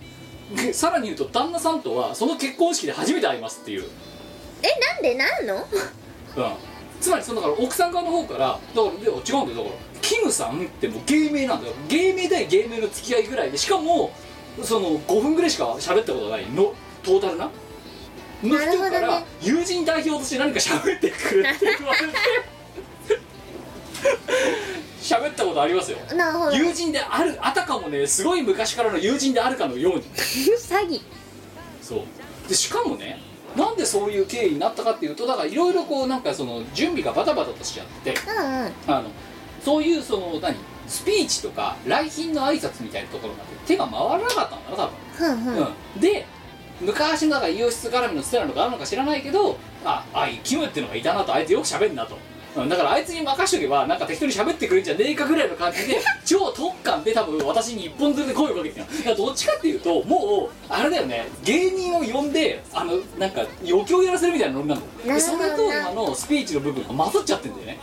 でさらに言うと旦那さんとはその結婚式で初めて会いますっていう、うん、えなんでなんのつまりそのだから奥さん側の方からだからで違うんだよだからキムさんってもう芸名なんだよ芸名対芸名の付き合いぐらいでしかもその5分ぐらいしか喋ったことがないのトータルなのなる人ほどかねら友人代表として何か喋ってくれって言われて喋ったことありますよなるほど友人であるあたかもねすごい昔からの友人であるかのように詐欺そうでしかもねなんでそういう経緯になったかっていうとだからいろいろこうなんかその準備がバタバタとしちゃってうんうんあのそういうその何スピーチとか来賓の挨拶みたいなところまで手が回らなかったんだな多分ふんふんうん、で昔のだから医室絡みのつてなのかあるのか知らないけどああキムっていうのがいたなとあいつよく喋んなとうんだからあいつに任しとけばなんか適当に喋ってくれんじゃねえかぐらいの感 じで超特感で多分私に一本ずつ声をかけてきただからどっちかっていうともうあれだよね芸人を呼んであのなんか余興やらせるみたいなノリなんだよなでるほそどれなと今のスピーチの部分が混ざっちゃってんだよね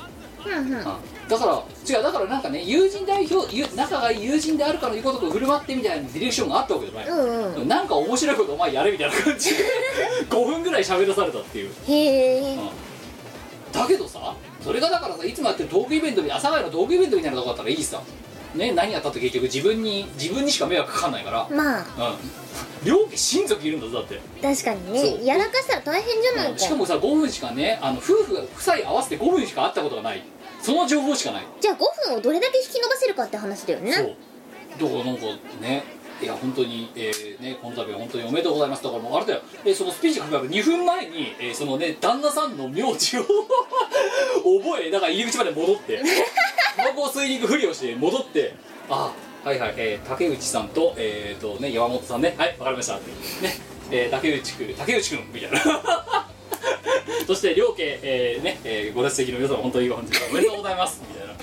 うんうんだから違うだからなんかね友人代表友仲がいい友人であるからいうことと振る舞ってみたいなディレクションがあったわけじゃない、うんうんなんか面白いことお前やれみたいな感 じで5分ぐらい喋らされたっていうへえだけどさそれがだからさいつもやってるトークイベントみ阿佐ヶ谷のトークイベントみたいなとこだったらいいさね何やったって結局自分に自分にしか迷惑かかんないから、まあうん両家親族いるんだぞだって確かにそうねやらかしたら大変じゃないうんしかかもさ5分しかねあの夫婦が夫妻合わせて5分しか会ったことがないその情報しかないじゃあ5分をどれだけ引き伸ばせるかって話だよねそうだからなんかねいや本当に、えーね、この度は本当におめでとうございますだからもうあれだよ、えーそのスピーチが書く2分前に、えーそのね旦那さんの名字を 覚えだから入り口まで戻ってタバコを吸いに行くふりをして戻ってああはいはい、えー竹内さんと,、えーとね、山本さんねはいわかりましたってね、えー竹内くん竹内くんみたいな そして両家、えーねえーご列席の皆様本当に本日はおめでとうございますみたいな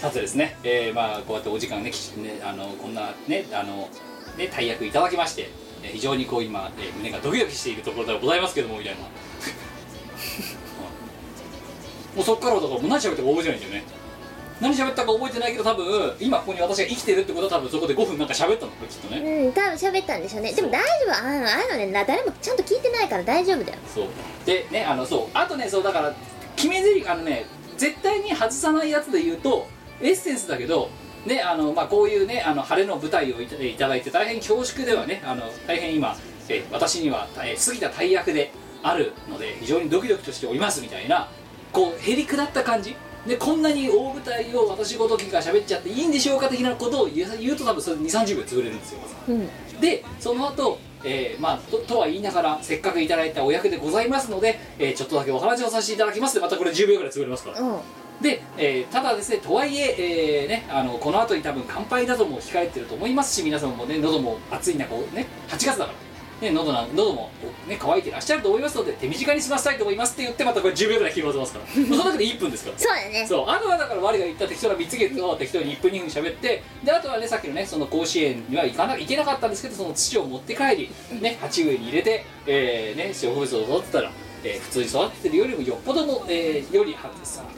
さてですね、えーまあこうやってお時間ねきちねあのこんなねあのね大役いただきまして、えー非常にこう今、えー胸がドキドキしているところではございますけどもみたいな うんもうそっからはだからもう何喋ったか覚えてないんだよね何喋ったか覚えてないけど多分今ここに私が生きてるってことは多分そこで5分なんか喋ったのきっとねうん多分喋ったんでしょうねでも大丈夫あのあのねな誰もちゃんと聞いてないから大丈夫だよそうでねあのそうあとねそうだから決め台詞あのね絶対に外さないやつで言うとエッセンスだけどねあのまあこういうねあの晴れの舞台をいたいただいて大変恐縮ではねあの大変今えー私にはえー過ぎた大役であるので非常にドキドキとしておりますみたいなこうへりくだった感じでこんなに大舞台を私ごときが喋っちゃっていいんでしょうか的なことを言う言うと多分それ2 3 0秒潰れるんですようんでその後、えーまあととは言いながらせっかくいただいたお役でございますので、えーちょっとだけお話をさせていただきますでまたこれ10秒ぐらい潰れますからうんで、えーただですねとはいええーね、あのこの後に多分乾杯なども控えてると思いますし皆様もね喉も暑い中をね8月だから、ね、喉な喉も、ね、乾いてらっしゃると思いますので手短に済ませたいと思いますって言ってまたこれ10秒ぐらい切りませますからその中で1分ですからそうだねそうあとはだから我が言った適当な蜜月を適当に1分2分喋ってであとはねさっきのねその甲子園には行かな行けなかったんですけどその土を持って帰り、ね、鉢植えに入れて、えーね、植物を育てたら、えー普通に育ててるよりもよっぽども、えーより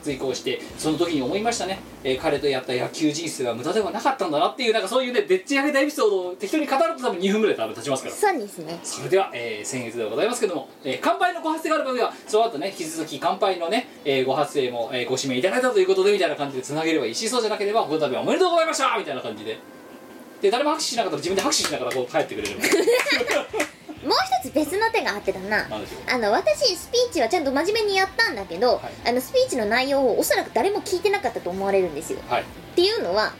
追行してその時に思いましたね、えー彼とやった野球人生は無駄ではなかったんだなっていうなんかそういうねでっち上げたエピソードを適当に語ると多分2分ぐらい多分経ちますから。そうですねそれでは、えー、僭越ではございますけども、えー乾杯のご発声がある場合はその後ね引き続き乾杯のね、えーご発声も、えーご指名いただいたということでみたいな感じでつなげればいいしそうじゃなければこの度はおめでとうございましたみたいな感じでで誰も拍手しなかったら自分で拍手しながらこう帰ってくれるもう一つ別の手があってだななんでしょうあの私スピーチはちゃんと真面目にやったんだけど、はいあのスピーチの内容をおそらく誰も聞いてなかったと思われるんですよはいっていうのは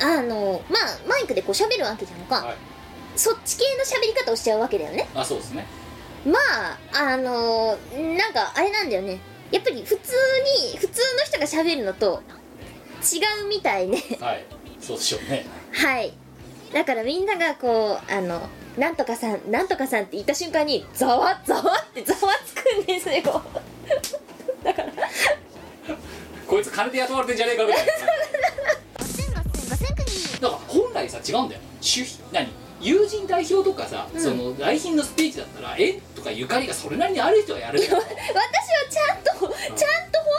あのまあマイクでこう喋るわけじゃんか、はいそっち系の喋り方をしちゃうわけだよねあそうですねまああのなんかあれなんだよねやっぱり普通に普通の人が喋るのと違うみたいね はいそうでしょうねはいだからみんながこうあのなんとかさんなんとかさんって言った瞬間にざわざわってざわつくんですよだからこいつ金で雇われてんじゃねえかみたいなだから本来さ違うんだよ主筆何友人代表とかさ、んその来賓のスピーチだったら縁とかゆかりがそれなりにある人はやるけど私はちゃんとちゃんと本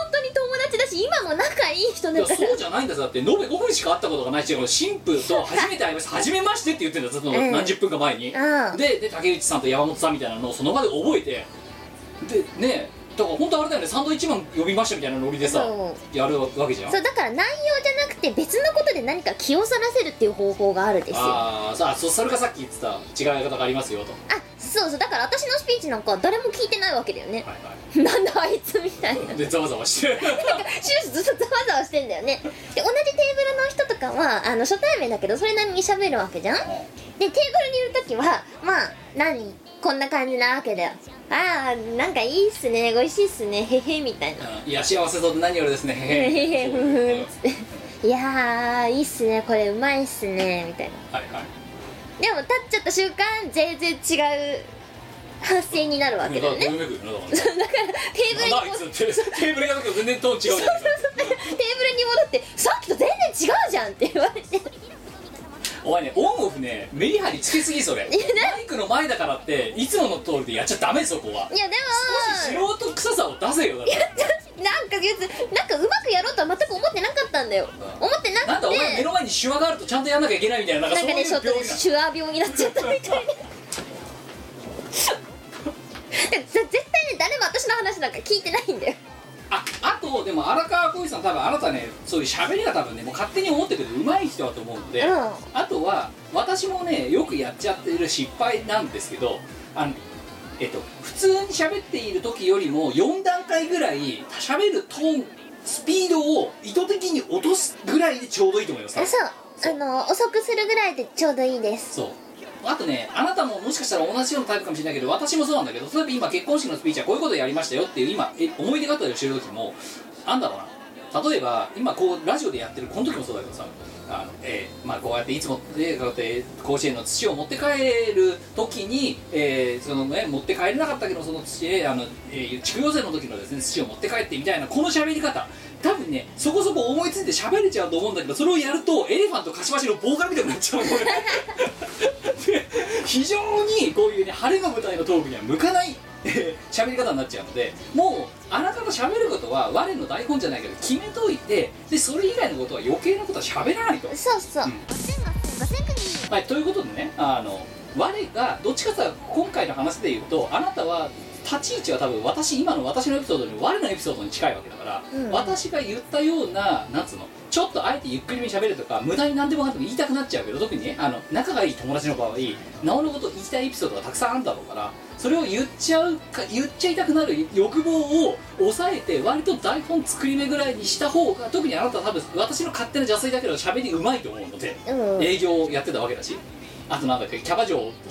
当に友達だし今も仲いい人いだやかそうじゃないんだぞだって延べ5分しか会ったことがないしこの新婦と初めて会いました初めましてって言ってんだよずっとうん何十分か前に、らうんでで竹内さんと山本さんみたいなのをその場で覚えてでねだから本当あれだよねサンドイッチマン呼びましたみたいなノリでさそやるわけじゃんそうだから内容じゃなくて別のことで何か気をそらせるっていう方法があるんですよあああさあそそれがさっき言ってた違い方がありますよと、そうそうだから私のスピーチなんか誰も聞いてないわけだよね はいは、なんだあいつみたいないでざわざわして 終始ずっとざわざわしてんだよねで同じテーブルの人とかはあの初対面だけどそれなりに喋るわけじゃんでテーブルにいる時はまあ何こんな感じなわけだよああなんかいいっすね美味しいっすねへへみたいなうんいや幸せそうで何よりですねへへへへへふんふんっつっていやーいいっすねこれうまいっす ねみたいなはいはいでも立っちゃった瞬間全然違う発生になるわけだよねだから どういうことだかテーブルにらなん戻かっあいつテーブルやると全然トーン違うじゃんテーブルに戻ってさっきと全然違うじゃんって言われてお前ねオンオフねメリハリつけすぎそれマイクの前だからっていつもの通りでやっちゃダメそこはいやで少しも素人臭さを出せよだからなんか別になんかうまくやろうとは全く思ってなかったんだようん思ってななんくだお前目ての前にシワがあるとちゃんとやんなきゃいけないみたいななんかなんそうかいねう病ちょっとね気な手話病になっちゃったみたいな ぜ絶対ね誰も私の話なんか聞いてないんだよああとでも荒川浩一さん多分あなたねそういう喋りが多分ねもう勝手に思ってくる上手い人だと思うので、うんあとは私もねよくやっちゃってる失敗なんですけどあのえっと普通に喋っている時よりも4段階ぐらい喋るトーンスピードを意図的に落とすぐらいでちょうどいいと思いますあそうあの遅くするぐらいでちょうどいいですそうあとねあなたももしかしたら同じようなタイプかもしれないけど私もそうなんだけど例えば今結婚式のスピーチはこういうことやりましたよっていう今え思い出語りをしてる時もなんだろうな例えば今こうラジオでやってるこの時もそうだけどさあの、えーまあ、こうやっていつも、ね、こうやって甲子園の土を持って帰る時に、えーそのね、持って帰れなかったけどその土へあの、えー地区予選の時のです、ね、土を持って帰ってみたいなこの喋り方多分ねそこそこ思いついて喋れちゃうと思うんだけどそれをやるとエレファントかしばしの棒がみたいになっちゃうのよで非常にこういうね晴れの舞台のトークには向かないえー喋り方になっちゃうのでもうあらかた喋ることは我の台本じゃないけど決めといてでそれ以外のことは余計なことは喋らないとそうそう、うんはい、ということでねあの我がどっちかというと今回の話で言うとあなたは立ち位置は多分私今の私のエピソードに我のエピソードに近いわけだから、うん私が言ったようななんつうのちょっとあえてゆっくりめに喋るとか無駄に何でもかんでも言いたくなっちゃうけど特にねあの仲がいい友達の場合なおのこと言いたいエピソードがたくさんあるだろうからそれを言っちゃうか言っちゃいたくなる欲望を抑えて割と台本作り目ぐらいにした方が特にあなたは多分私の勝手な邪推だけど喋りうまいと思うので。うん営業をやってたわけだしあとなんだっけキャバ嬢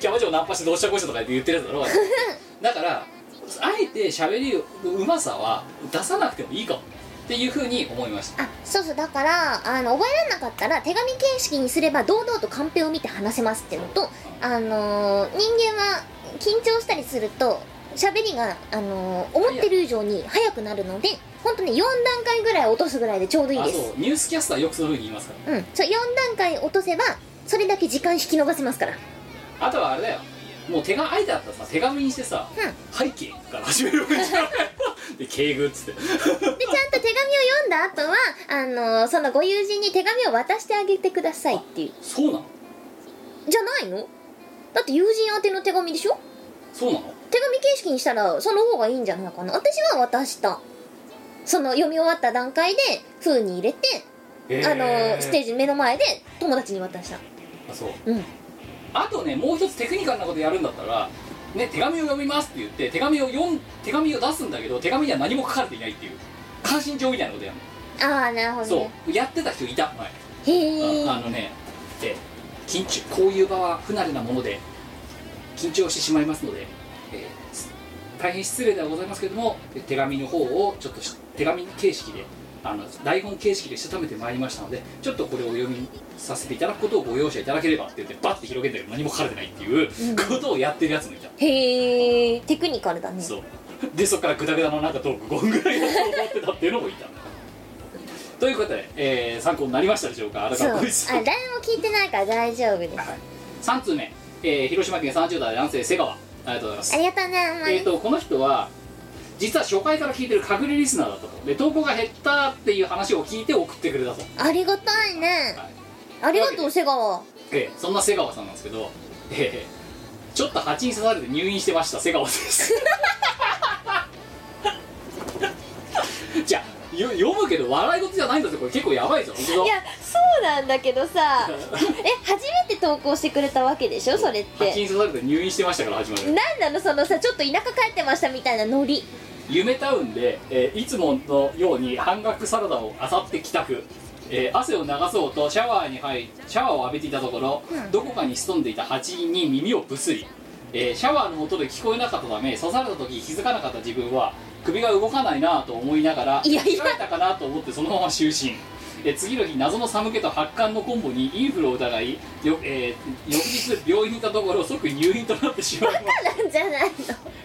キャバ嬢ナンパしてどうしたこうしたとか言ってるやつだ ろだからあえて喋りのうまさは出さなくてもいいかもっていうふうに思いましたあそうそうだからあの覚えられなかったら手紙形式にすれば堂々とカンペを見て話せますっていうのとあのー人間は緊張したりすると喋りが、あのー思ってる以上に早くなるので本当に4段階ぐらい落とすぐらいでちょうどいいあでそすうニュースキャスターよくそういうふうに言いますかうんそう4段階落とせばそれだけ時間引き逃せますかららあとはあれだよもう手が空いてあったらさ手紙にしてさ、う背景から始めるわけ じゃないで敬具っつってでちゃんと手紙を読んだ後はあのーそのご友人に手紙を渡してあげてくださいっていうそうなのじゃないのだって友人宛ての手紙でしょそうなの手紙形式にしたらその方がいいんじゃないかな私は渡したその読み終わった段階で封に入れて、へあのステージ目の前で友達に渡したあそううんあとねもう一つテクニカルなことやるんだったら、ね、手紙を読みますって言って手紙を読ん手紙を出すんだけど手紙には何も書かれていないっていう関心帳みたいなことやるああなるほのどねそうやってた人いた前へえああのねで緊張こういう場は不慣れなもので緊張してしまいますので、えーす大変失礼ではございますけれどもえ手紙の方をちょっとし手紙形式であの台本形式でしたためてまいりましたのでちょっとこれをお読みさせていただくことをご容赦いただければって言ってバッて広げて何も書かれてないっていうことをやってるやつもいた、へえテクニカルだねそうでそこからグダグダのなんかトーク5分ぐらいやと思ってたっていうのもいたということで、えー参考になりましたでしょうか荒そう川あ浩一さん誰も聞いてないから大丈夫 ですはい、3通目、えー広島県30代男性瀬川ありがとうございますありがとうねあんまえー、りとこの人は実は初回から聞いてる隠れリスナーだったとで投稿が減ったっていう話を聞いて送ってくれたと、ありがたいねはいありがとう瀬川えーそんな瀬川さんなんですけど、えーちょっと蜂に刺されて入院してました瀬川です じゃあよ読むけど笑い事じゃないんだぞこれ結構やばいぞ本当だいやそうなんだけど さえ初めて投稿してくれたわけでしょそれって蜂に刺されて入院してましたから始まるなんなのそのさちょっと田舎帰ってましたみたいなノリ夢タウンで、えーいつものように半額サラダをあさって帰宅、えー汗を流そうとシャワーに入りシャワーを浴びていたところ、うんどこかに潜んでいた蜂に耳をぶすり、えーシャワーの音で聞こえなかったため刺された時気づかなかった自分は首が動かないなぁと思いながらいやい刺やされたかなと思ってそのまま就寝えー次の日謎の寒気と発汗のコンボにインフルを疑いよ、えー翌日病院にいたところ即入院となってしまいましたなんじゃない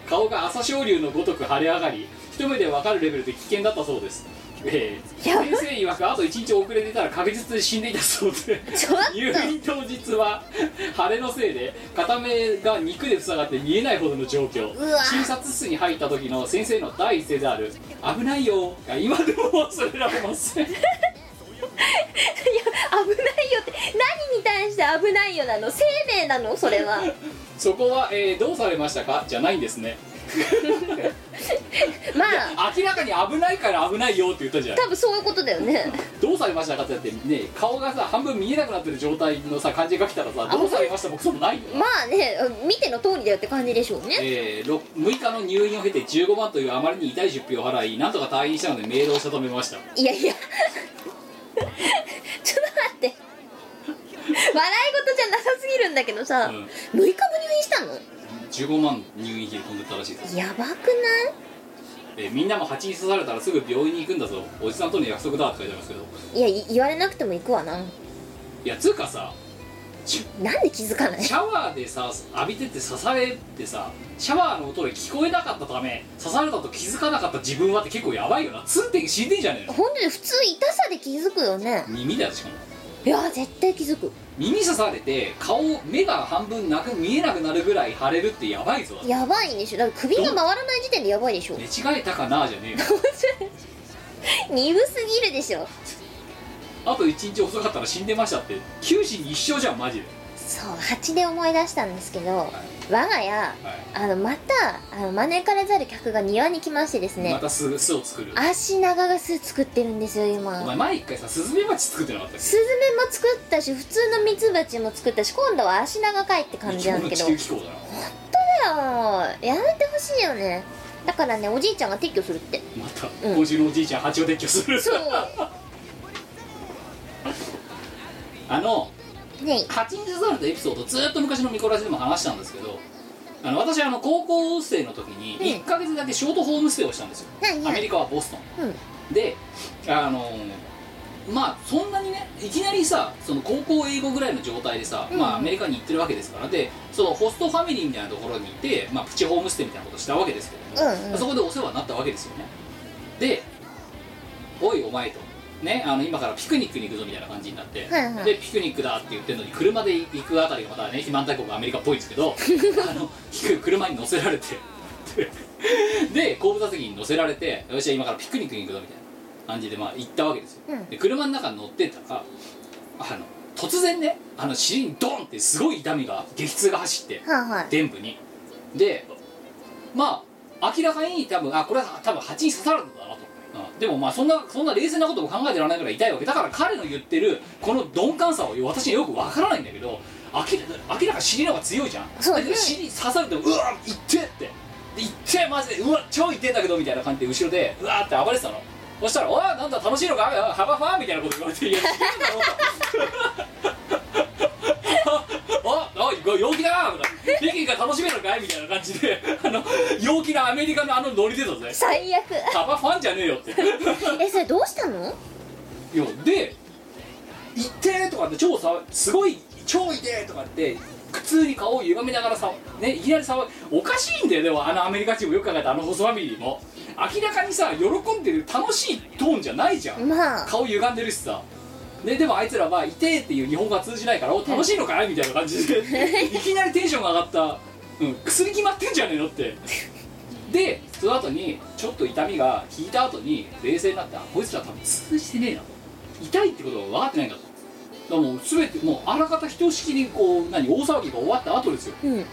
顔が朝青龍のごとく腫れ上がり一目でわかるレベルで危険だったそうです、えーやば先生曰くあと1日遅れていたら確実に死んでいたそうでのちょっ入院当日は腫れのせいで片目が肉で塞がって見えないほどの状況うわ診察室に入った時の先生の第一声である「危ないよ」が今でも忘れられませんといや危ないよって何に対して危ないよなの生命なのそれはそこは、えーどうされましたか?」じゃないんですねまあ明らかに危ないから危ないよって言ったじゃん多分そういうことだよねどうされましたかってだってね顔がさ半分見えなくなってる状態のさ感じが来たらさどうされました僕そもないよまあね見ての通りだよって感じでしょうねえー、ろ 6, 日の入院を経て15万というあまりに痛い出費を払いなんとか退院したのでメールをしたためましたいやい やちょっと待って笑い事じゃなさすぎるんだけどさ、うん6日も入院したの15万入院費で飛んでったらしいです、やばくないえーみんなも蜂に刺されたらすぐ病院に行くんだぞおじさんとの約束だって書いてありますけどいやい言われなくても行くわないやつうかさシなんで気づかないシャワーでさ浴びてて刺されてさシャワーの音で聞こえなかったため刺されたと気づかなかった自分はって結構やばいよなつって死んでんじゃねえの本当に普通痛さで気づくよね耳だよしかもいや絶対気づく耳刺されて顔目が半分なく見えなくなるぐらい腫れるってやばいぞやばいでしょだって首が回らない時点でやばいでしょ寝違えたかなじゃねえよ鈍すぎるでしょあと1日遅かったら死んでましたって九死に一生じゃんマジで、そう蜂で思い出したんですけど我が家はいあのまたあの招かれざる客が庭に来ましてですまねた巣巣を作る足長が巣作ってるんですよお今前前一回さスズメバチ作ってなかったっスズメも作ったし普通のミツバチも作ったし今度は足長かいってけ感じなんだけど生き物の地球気候だもうやめてほしいよねだからねおじいちゃんが撤去するってなまたうん今週のおじいちゃん蜂を撤去するそ あのうね蜂に刺されたエピソードずーっと昔のミコラジでも話したんですけどあの私あの高校生の時にええ1ヶ月だけショートホームステイをしたんですよ何ア何メリカはボストンうんであのーまあそんなにねいきなりさその高校英語ぐらいの状態でさ、うんまあ、アメリカに行ってるわけですからでそのホストファミリーみたいなところにいて、まあ、プチホームステイみたいなことしたわけですけども、うんうんそこでお世話になったわけですよねで「おいお前」と。ね、あの今からピクニックに行くぞみたいな感じになって、はいはいでピクニックだって言ってるのに車で行くあたりがまたね肥満大国アメリカっぽいんですけ どあの低い車に乗せられて で後部座席に乗せられてよしじゃあ今からピクニックに行くぞみたいな感じでまあ行ったわけですよ、うんで車の中に乗ってたらあの突然ねあの尻にドンってすごい痛みが激痛が走ってはいはい全部にでまあ明らかに多分あこれは多分蜂に刺されたんだなと、うんでもまあそんなそんな冷静なことも考えてられないぐらい痛いわけだから彼の言ってるこの鈍感さは私にはよくわからないんだけど明ら明らかに尻の方が強いじゃんそうねだけど尻刺されてもうわ痛ってってで痛えマジでうわ超痛えんだけどみたいな感じで後ろでうわーって暴れてたのそしたら「おいなんだ楽しいのかハバファー」みたいなこと言われて「いや違うんだろ」と。 ああご陽気だなみたいなリキが楽しめるのかいみたいな感じで あの陽気なアメリカのあのノリでだぜ最悪パパファンじゃねえよって いえそれどうしたのやで「行って」とかって超さすごい超痛えとかって普通に顔を歪めながらさ、ね、いきなり騒いおかしいんだよでもあのアメリカ人もよく考えたあのホストファミリーも明らかにさ喜んでる楽しいトーンじゃないじゃんまあ顔歪んでるしさででもあいつらは「痛え」っていう日本語が通じないから「お楽しいのかい?」みたいな感じでいきなりテンションが上がった、うん、薬決まってんじゃねえのってでその後にちょっと痛みが引いた後に冷静になってあこいつら多分通じてねえなと痛いってことが分かってないんだとだからもう全てもうあらかたひとしきりこう何大騒ぎが終わった後ですようん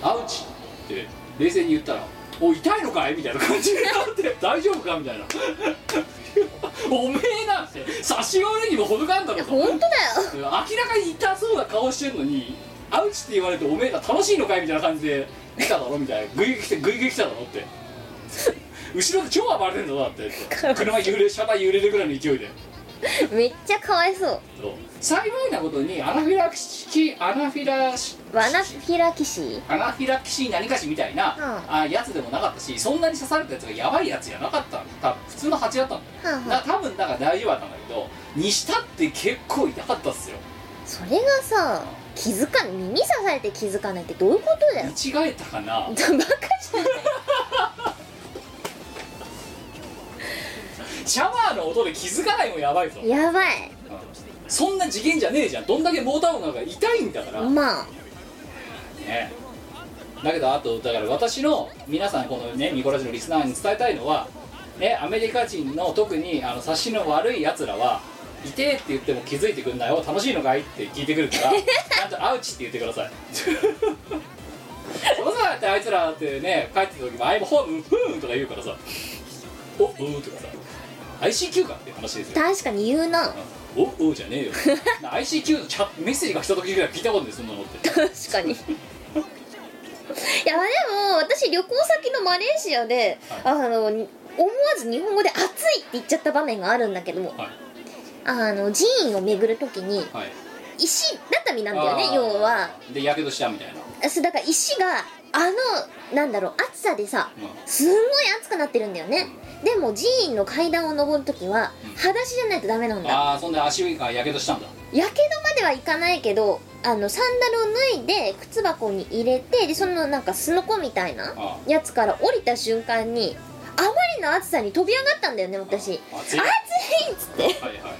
アウチって冷静に言ったら「おい痛いのかい?」みたいな感じになって「大丈夫か?」みたいな 「おめえなんて差し寄るにも程があるんだろ」と本当だよ明らかに痛そうな顔してるのに「アウチ」って言われて「おめえら楽しいのかい?」みたいな感じで「来ただろ?」みたいな「グイグイ来てグイグイ来ただろ?」って 後ろで超暴れてんだぞだって車揺れ車体揺れるぐらいの勢いでめっちゃかわいそうそう幸いなことにアナフィラキシアナフィラシアナフィラキシーアナフィラキシー何かしみたいな、うあやつでもなかったしそんなに刺されたやつがやばいやつじゃなかったの多分普通の蜂だったんだよはんはだん多分だから大丈夫だったんだけどにしたって結構痛かったっすよそれがさ気づかない耳刺されて気づかないってどういうことだよ見違えたかなバカじゃないシャワーの音で気づかないもやばいぞやばいそんな次元じゃねえじゃんどんだけモーター音なんか痛いんだから、まあねだけどあとだから私の皆さんこのねミコラジのリスナーに伝えたいのはねアメリカ人の特にあの察しの悪いやつらは「痛え」って言っても気づいてくんないよ楽しいのかいって聞いてくるからちゃんと「アウチ」って言ってください そうさってあいつらだってね帰ってきた時も「アイムホームフーン」とか言うからさ「おうー」とかさ「ICQ か」っていう話ですよ確かに言うな「おうー」じゃねえよな ICQ のチャットメッセージが来た時ぐらい聞いたことないそんなのって確かにいやでも私旅行先のマレーシアで、あの思わず日本語で「暑い」って言っちゃった場面があるんだけども、はいあの寺院を巡る時にはい石畳なんだよあねー要はでやけどしたみたいな、うそうだから石があのなんだろう暑さでさんすんごい暑くなってるんだよねでも寺院の階段を上る時はうん裸足じゃないとダメなんだああそんで足がやけどしたんだやけどまではいかないけどあのサンダルを脱いで靴箱に入れてでそのなんかすのこみたいなあやつから降りた瞬間にあまりの暑さに飛び上がったんだよね私暑暑いいはっつっていは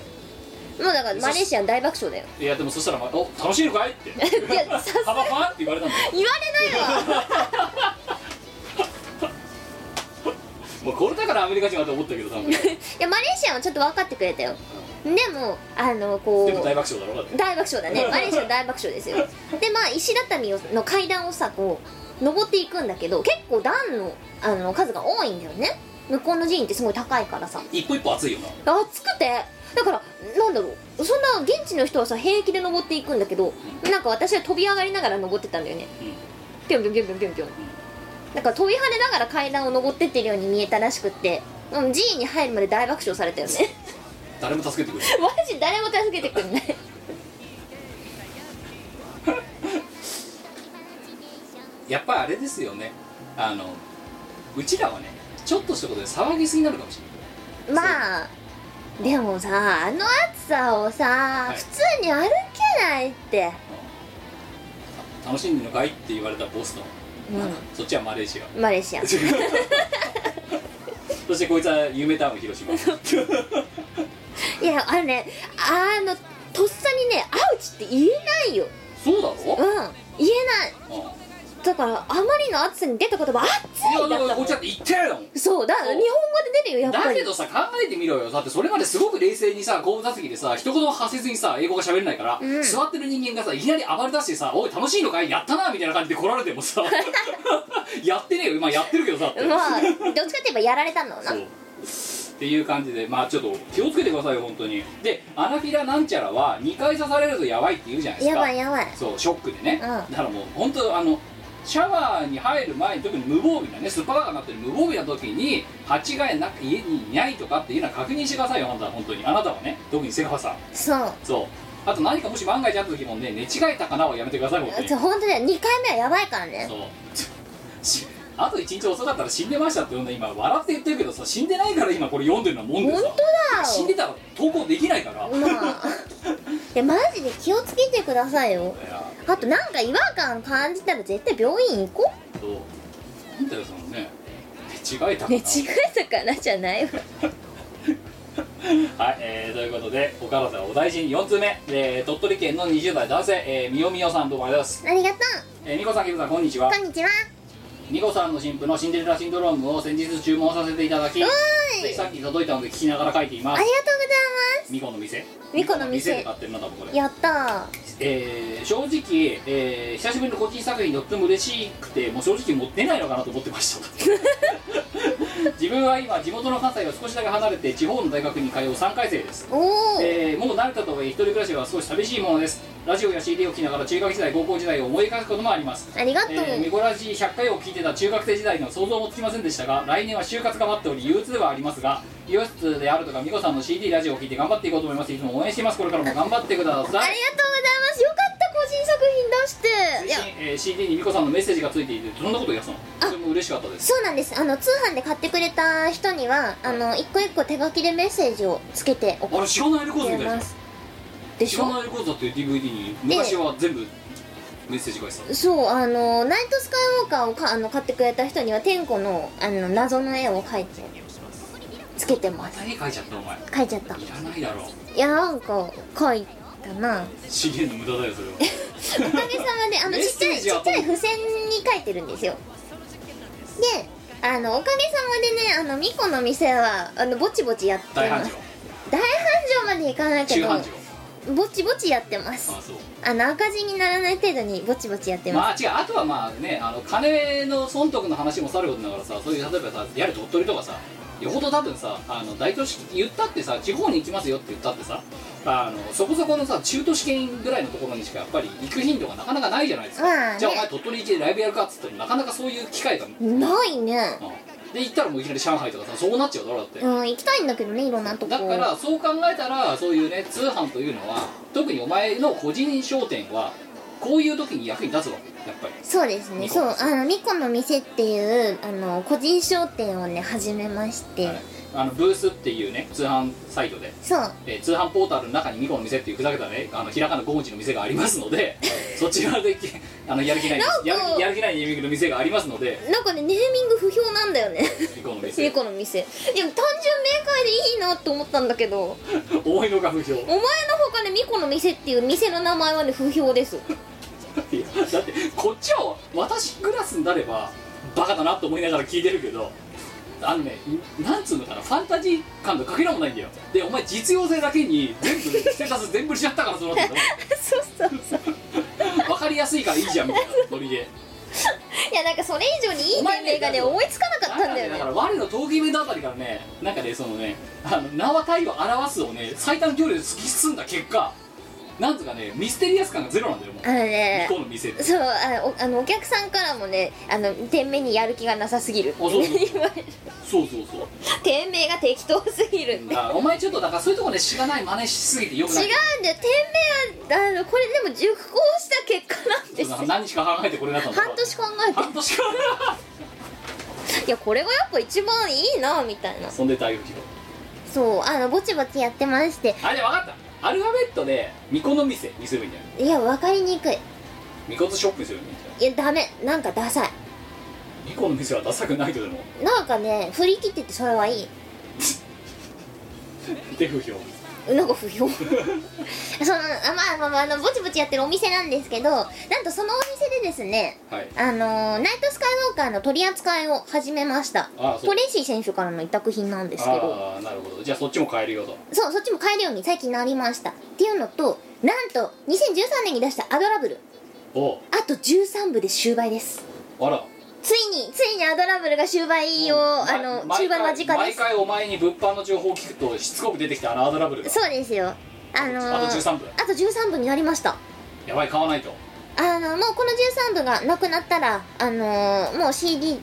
もうだからマレーシア大爆笑だよ いいやでもそしたらま「お楽しいのかい?」っていやさ「幅ファン」って言われたんだよ言われないわ もうこれだからアメリカ人だと思ったけど多分でいやマレーシアはちょっと分かってくれたよでもあのこうも大爆笑だろだって大爆笑だねマレーシア大爆笑ですよでまあ石畳をの階段をさこう登っていくんだけど結構段のあの数が多いんだよね向こうの寺院ってすごい高いからさ一歩一歩暑いよな暑くてだからなんだろうそんな現地の人はさ平気で登っていくんだけどなんか私は飛び上がりながら登ってたんだよねうんピョンピョンピョンピョンピョンピョンなんか飛び跳ねながら階段を登ってってるように見えたらしくってうん寺院に入るまで大爆笑さ れたよね誰も助けてくれないマジ誰も助けてくんないやっぱりあれですよねあのうちらはねちょっとしたことで騒ぎすぎになるかもしれないまあでもさあの暑さをさ、はい普通に歩けないってた楽しんでるのかいって言われたボスと、うそっちはマレーシア マレーシアそしてこいつは夢タウン広島 いやあれねあのとっさにね「アウチ」って言えないよそうだろうん言えないうんだからあまりの暑さに出た言葉「いや暑だい」だからったこっちだって言ってるもんそうだ日本語で出るよやっぱだりけどさ考えてみろよだってそれまですごく冷静にさ後部座席でさ一言も発せずにさ英語が喋れないから、うん座ってる人間がさいきなり暴れ出してさ「おい楽しいのかいやったな」みたいな感じで来られても さやってねえよ今やってるけどさってまあどっちかって言えばやられたんだろうなそうっていう感じでまあちょっと気をつけてくださいよ本当にでアナフィラなんちゃらは2回刺されるとやばいって言うじゃないですやかばいやばいそうショックでね、うだんからもう本当あのシャワーに入る前に特に無防備なねスーパーカーになってる無防備な時に蜂がなく家にいないとかっていうのは確認してくださいよ本当は本当にあなたはね特にセガさんそうそうあと何かもし万が一あった時もね寝違えたかなはやめてください本当にそう本当だよ2回目はやばいからねそう しあと1日遅かったら死んでましたって呼んで今笑って言ってるけどさ死んでないから今これ読んでるのもんで本さ当だよ死んでたら投稿できないから、 いまあいやマジで気をつけてくださいよやあとなんか違和感感じたら絶対病院行 こうそうなんだよそのね寝違えたかな、寝違えたからじゃないわはい、えーということで岡田さんお大事に4通目、えー鳥取県の20代男性、えー、みよみよさんどうもありがとうございます、ありがとえー、みこさんきむさんこんにちはうこんにちはみこさんの新婦のシンデレラシンドロームを先日注文させていただきついさっき届いたので聞きながら書いていまありがとうすごみこの店みこの店で買ってるな多分これざいますやったえー正直、えー久しぶりの個人作品とっても嬉しくてもう正直もう出ないのかなと思ってま した自分は今地元の関西を少しだけ離れて地方の大学に通う3回生ですーおお、えーもう慣れたとはいえ一人暮らしは少し寂しいものですラジオや CD を聴きながら中学時代高校時代を思い描くこともありますありがとう、えーミコラジ100回を聞いてた中学生時代の想像もつきませんでしたが来年は就活が待っており憂鬱ではありますが美容室であるとか美子さんの CD ラジオを聞いて頑張っていこうと思いますいつも応援していますこれからも頑張ってくださあいりがとうございますよかった個人作品出していやえー CD に美子さんのメッセージがついていてどんなことをやってたのあそれも嬉しかったですそうなんですあの通販で買ってくれた人にはあの一個一個手書きでメッセージをつけて送あれ知らないレコードみったていなますでし知らなょいレコードだっていう DVD に昔は全部メッセージ返してたそうあのナイトスカイウォーカーをかあの買ってくれた人には天子のあの謎の絵を描いてつけてます何書いちゃったお前い描いちゃったいらないだろやなんか描いた な資源の無駄だよ それはおかげさまであのメッちっちセゃーいジちはっちゃい付箋に書いてるんですよであのおかげさまでねあのミコの店はあのぼちぼちやって 大ま繁す盛大繁盛までいかないけ中ど繁盛ぼちぼちやってますあそうあの赤字にならない程度にぼちぼちやってままあ違うあとはまあねあの金の損得の話もさることながらさそういう例えばさやる鳥取とかさよほど多分さあの大都市言ったってさ地方に行きますよって言ったってさあのそこそこのさ中都市圏ぐらいのところにしかやっぱり行く頻度がなかなかないじゃないですか、まあねじゃあお前鳥取行ってライブやるかっつってもなかなかそういう機会が、すないねうんで行ったらもういきなり上海とかさそうなっちゃうだろだって、うん行きたいんだけどねいろんなとこだからそう考えたらそういうね通販というのは特にお前の個人商店はこういう時に役に立つわけやっぱりそうですねミコそうあのミコの店っていうあの個人商店をね始めまして、はいあのブースっていうね通販サイトで、そうえー通販ポータルの中にミコの店っていうふざけたねあのひらがな5文字の店がありますの でそちらできあのやる気ないなんかやる気やる気ないネーミングの店がありますのでなんかねネーミング不評なんだよね ミコのミ店コの店いや単純明快でいいなと思ったんだけど思いのが不評いお前のほかねミコの店っていう店の名前はね不評です やだってこっちは私クラスになればバカだなと思いながら聞いてるけどあのねなんつうのかなファンタジー感がかけらもないんだよでお前実用性だけに全部ステータス全 部しちゃったからそうなってそうそうそう分かりやすいからいいじゃんみたいなノリでいやなんかそれ以上にいい店名がねお前ね思いつかなかったんだよだねから我の闘技イベントあたりからねなんかねそのねあの名は体を表すをね最短距離で突き進んだ結果なんとかねミステリアス感がゼロなんだよもうあのね向こうの店ってそうあおあのお客さんからもねあの店名にやる気がなさすぎるってあそうそう言われるそうそうそう 店名が適当すぎるって違うんだからお前ちょっとだからそういうとこねしがない真似しすぎてよくないだよ店名はあのこれでも熟考した結果なんですよそう何日か考えてこれだったんだ 半年考半年か えていやこれがやっぱ一番いいなみたいなそんで大学広そうあのぼちぼちやってましてあれ分かったアルファベットで巫女の店にすればいいんじゃないいや分かりにくい巫女とショップにすればいいんじゃないいやダメなんかダサい巫女の店はダサくないとで もなんかね振り切っててそれはいいで不評なんか不評 そのあまあまあまああのぼちぼちやってるお店なんですけどなんとそのお店でですねはいあのーナイトスカイウォーカーの取り扱いを始めましたああそうトレイシー選手からの委託品なんですけどああなるほどじゃあそっちも変えるよとそうそっちも買えるように最近なりましたっていうのとなんと2013年に出した「アドラブルお」あと13部で終売ですうあらついについに「アドラブル」が終売をあのま中盤間近で毎す回お前に物販の情報を聞くとしつこく出てきたあのアドラブルがそうですよあのーあと13部あと13部になりましたやばい買わないとあのもうこの13部がなくなったらあのーもう CD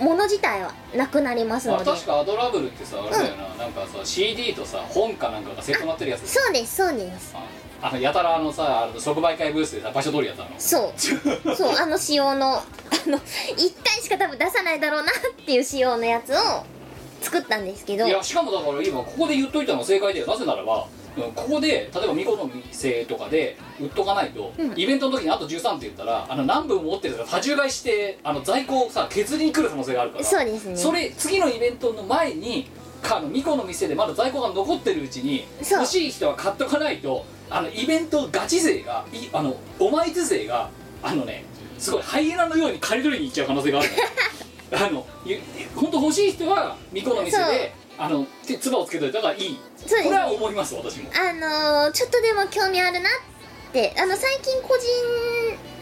もの自体はなくなりますあので確かアドラブルってさあれだよな、なんかさ CD とさ本かなんかがセットになってるやつでそうですそうですあのやたらあのさあの即売会ブースでさ場所取り やったのそう そうあの仕様のあの1回しか多分出さないだろうなっていう仕様のやつを作ったんですけどいやしかもだから今ここで言っといたのが正解だよなぜならばうんここで例えば巫女の店とかで売っとかないと、うんイベントの時にあと13って言ったらあの何分も持ってるから多重買いしてあの在庫をさ削りに来る可能性があるからそうですねそれ次のイベントの前にかあのミコの店でまだ在庫が残ってるうちにそう欲しい人は買っとかないとあのイベントガチ勢がいあのお前手勢があのねすごいハイエナのように借り取りに行っちゃう可能性があるから あのゆ本当欲しい人はミコの店そうであの手唾をつけといたからいいそうですこれは思います私もあのーちょっとでも興味あるなってあの最近個人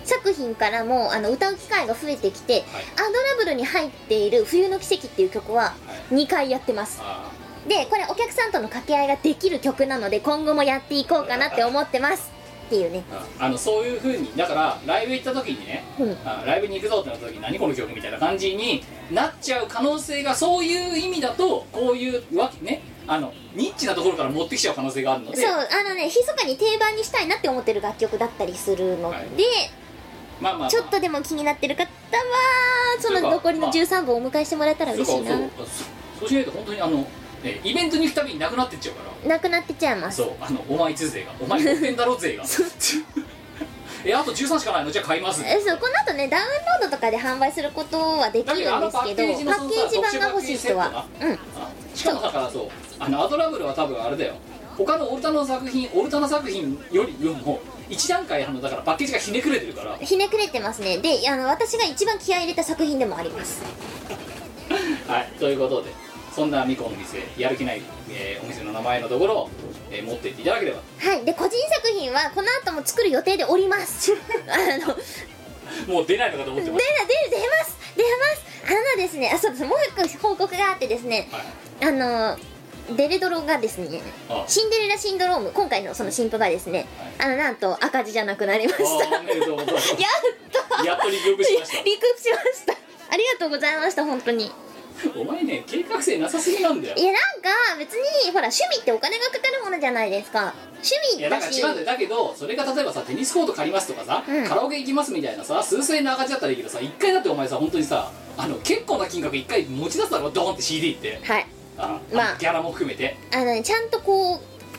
作品からもあの歌う機会が増えてきて、アドラブルに入っている「冬の奇跡」っていう曲は2回やってますあでこれお客さんとの掛け合いができる曲なので今後もやっていこうかなって思ってますっていうねあのそういうふうにだからライブ行った時にね、うんあライブに行くぞってなった時に何この曲みたいな感じになっちゃう可能性がそういう意味だとこういうわけねあのニッチなところから持ってきちゃう可能性があるのでそうあのね密かに定番にしたいなって思ってる楽曲だったりするので、はいまあまあ、まあ、ちょっとでも気になってる方はそのそうか残りの13本をお迎えしてもらえたらそう嬉かしそいうなそそうしないと本当にあの、ね、イベントに行くたびになくなってっちゃうからなくなってちゃいますそうあのお前いつ勢がお前持ってんだろ 勢が えあと13しかないのじゃあ買いますえそうこの後ねダウンロードとかで販売することはできるんですけどだけどあのパパッッケケーージジのそのさ版が欲しい人は特うんあしかもだからそうあのアドラブルは多分あれだよ他のオルタナの作品オルタナ作品よりも一段階あのだからパッケージがひねくれてるからひねくれてますねであの私が一番気合い入れた作品でもありますはいということでそんなミコの店やる気ない、えーお店の名前のところを、えー持っていっていただければはいで個人作品はこの後も作る予定でおります あのもう出ないのかと思って出る出るま出すます出ますあのですねあそうですもう一個報告があってですねはいあのデレドロがですねあシンデレラシンドローム今回のその新婦がですねあのなんと赤字じゃなくなりましたあーおめでとうございます やったやっとリクープしましたリクープしましたありがとうございました本当にお前ね計画性なさすぎなんだよいやなんか別にほら趣味ってお金がかかるものじゃないですか趣い味やだだからし違うんだよだけどそれが例えばさテニスコート借りますとかさ、うんカラオケ行きますみたいなさ数千円の赤字だったらいいけどさ一回だってお前さ本当にさあの結構な金額一回持ち出すだろドーンって CD ってはいあの、まあギャラも含めてあのねちゃんとこう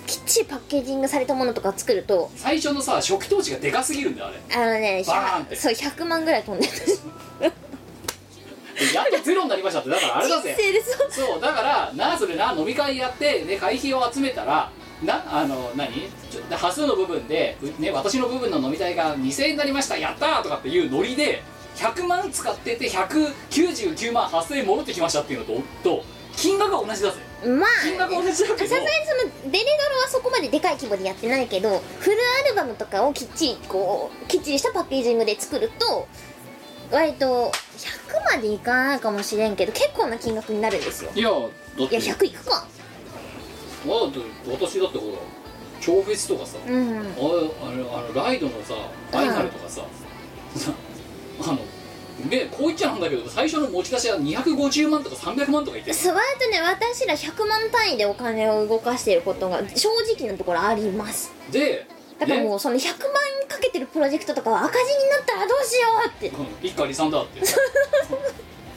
きっちりパッケージングされたものとか作ると最初のさ初期投資がでかすぎるんだよあれあのねバーンってそう100万ぐらい飛んでるでやっとゼロになりましたってだからあれ だぜ人生でそうそうだからなあそれな飲み会やって、ね、会費を集めたらなあの何ちょで端数の部分で、うね、私の部分の飲み代が2000円になりましたやったーとかっていうノリで100万使ってて199万8000円戻ってきましたっていうのとと金額は同じだぜまあ金額同じださけすどがにそのデレドロはそこまででかい規模でやってないけどフルアルバムとかをきっちりこうきっちりしたパッケージングで作ると割と100までいかないかもしれんけど結構な金額になるんですよいやだっいや100いくかまだって私だってほら超フェスとかさ、うんあれあのあのライドのさファイナルとかさ、あのねこう言っちゃなんだけど最初の持ち出しは250万とか300万とか言ってるそう割とね私ら100万単位でお金を動かしていることが正直なところありますでだからもねうその100万かけてるプロジェクトとかは赤字になったらどうしようってうん一家離散だって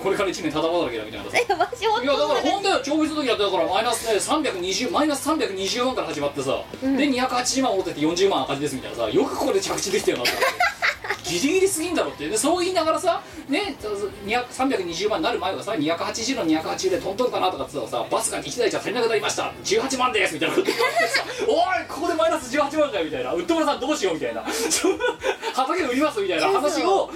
これから1年ただ働きだみたいなさいえわし本やだ当かにら本当は調節の時だってだからマイナスで320マイナス320万から始まってさ、んで280万戻ってて40万赤字ですみたいなさよくここで着地できたよなって ギリギリすぎんだろってでそう言いながらさね200 320万になる前はさ280の280でトントンかなとかっつったらさバスが1台じゃ足りなくなりました18万ですみたいな こと言ってさおいここでマイナス18万かよみたいなウッド村さんどうしようみたいな 畑売りますみたいな話を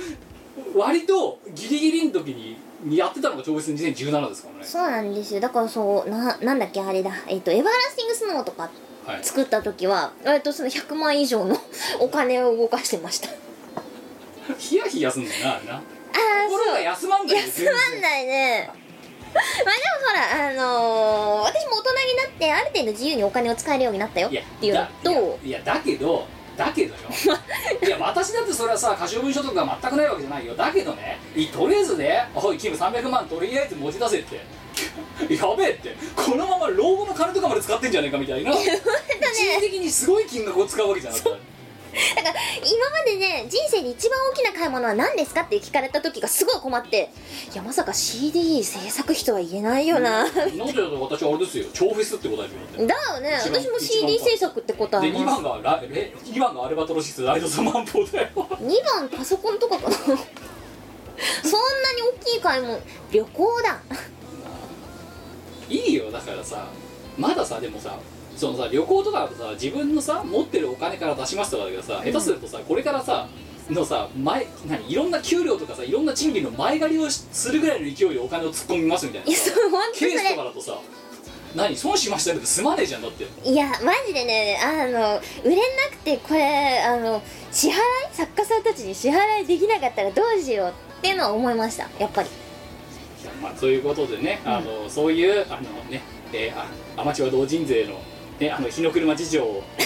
割とギリギリの時にやってたのが超別に2017ですからねそうなんですよだからそうななんだっけあれだえっ、と「エバーラスティングスノー」とかはい作った時は割とその100万以上のお金を動かしてましたあヒヤヒヤすんだよなあれなあー心がそ休まんうないよ休まんないねまあでもほらあのー私も大人になってある程度自由にお金を使えるようになったよっ全然ていいうのやだといやいやだけどだけどよいや私だってそれはさ過小文書とか全くないわけじゃないよだけどねいとりあえずね「おいキム300万とりあえず持ち出せ」って やべえってこのまま老後の金とかまで使ってんじゃねえかみた いな一時的にすごい金額を使うわけじゃなくてだから今までね人生で一番大きな買い物は何ですかって聞かれた時がすごい困っていやまさか CD 制作費とは言えないよなな、んでだと私あれですよ超フェスって答えて もらってだよね一番私も CD 制作ってことはで2番がラえ2番がアルバトロシスライドサマンポーだよ2番パソコンとか かなそんなに大きい買い物旅行だいいよだからさまださでもさそのさ旅行とかだとさ自分のさ持ってるお金から出しますとかだけどさ下手するとさこれからさのさ前何いろんな給料とかさいろんな賃金の前借りをしするぐらいの勢いでお金を突っ込みますみたいいなやさそう本当そケースとかれだとさ何損しましたけどすまねえじゃんだっていやマジでねあの売れなくてこれあの支払い作家さんたちに支払いできなかったらどうしようっていうのは思いましたやっぱりいやまあ、ということでね、あのそういうあの、ねえーあアマチュア同人税のね、あの日の車事情を、 ね、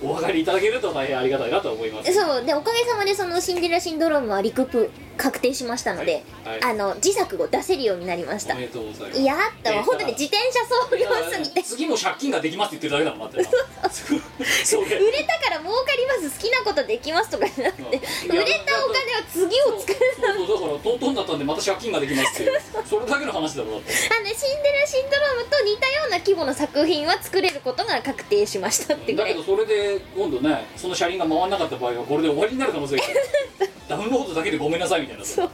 あのお分かりいただけると大変ありがたいなと思いますそうでおかげさまでそのシンデレラシンドロームはリクプ確定しましたので、はいあの自作を出せるようになりましたおめでとうございますいやあったわ本当に自転車操業すぎて次も借金ができますって言ってるだけだもんだってなそれ売れたから儲かります好きなことできますとかじゃなくてう売んれたお金を次を作るそうそうだからトントンだったんでまた借金ができますっていうそれだけの話だろだってあのシンデレラシンドロームと似たような規模の作品は作れることが確定しましたってぐだらけいどそれで今度ねその車輪が回らなかった場合はこれで終わりになる可能性があるダウンロードだけでごめんなさいみたいなそう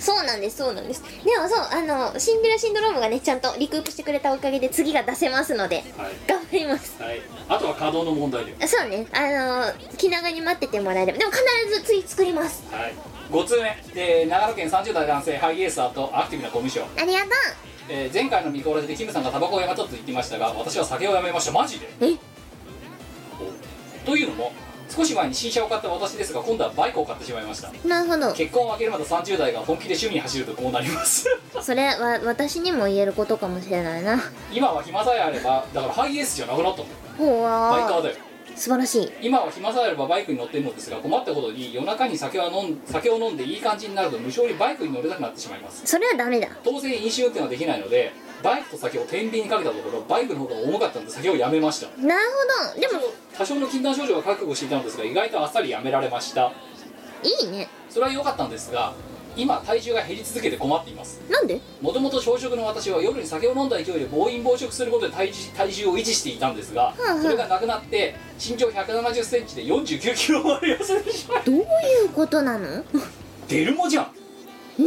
そうなんですそうなんですでもそうあのシンデレラシンドロームがねちゃんとリクープしてくれたおかげで次が出せますのではい、頑張りますはい、あとは稼働の問題でそうねあの気長に待っててもらえればでも必ず次作りますはい5通目、えー長野県30代男性ハイエーサーとアクティブなコミュ障、ありがとえー前回のミコラジでキムさんがタバコをやめたと言っていましたが私は酒をやめましたマジでうえおというのも少し前に新車を買った私ですが今度はバイクを買ってしまいましたなるほど結婚を挙げるまだ30代が本気で趣味に走るとこうなります それは私にも言えることかもしれないな今は暇さえあればだからハイエースじゃなくなったのほうバイカーわだよー素晴らしい今は暇さえあればバイクに乗ってるのですが困ったことに夜中に酒は飲ん酒を飲んでいい感じになると無性にバイクに乗れなくなってしまいますそれはダメだ当然飲酒運転はできないのでバイクと酒を天秤にかけたところバイクの方が重かったので酒をやめましたなるほどでも多少の禁断症状は覚悟していたのですが意外とあっさりやめられましたいいねそれは良かったんですが今体重が減り続けて困っていますなんでもともと小食の私は夜に酒を飲んだ勢いで暴飲暴食することで体重体重を維持していたんですが、うんうんそれがなくなって身長1 7 0センチで4 9キロもある痩せてしまいどういうこと なのねデルモじゃんスー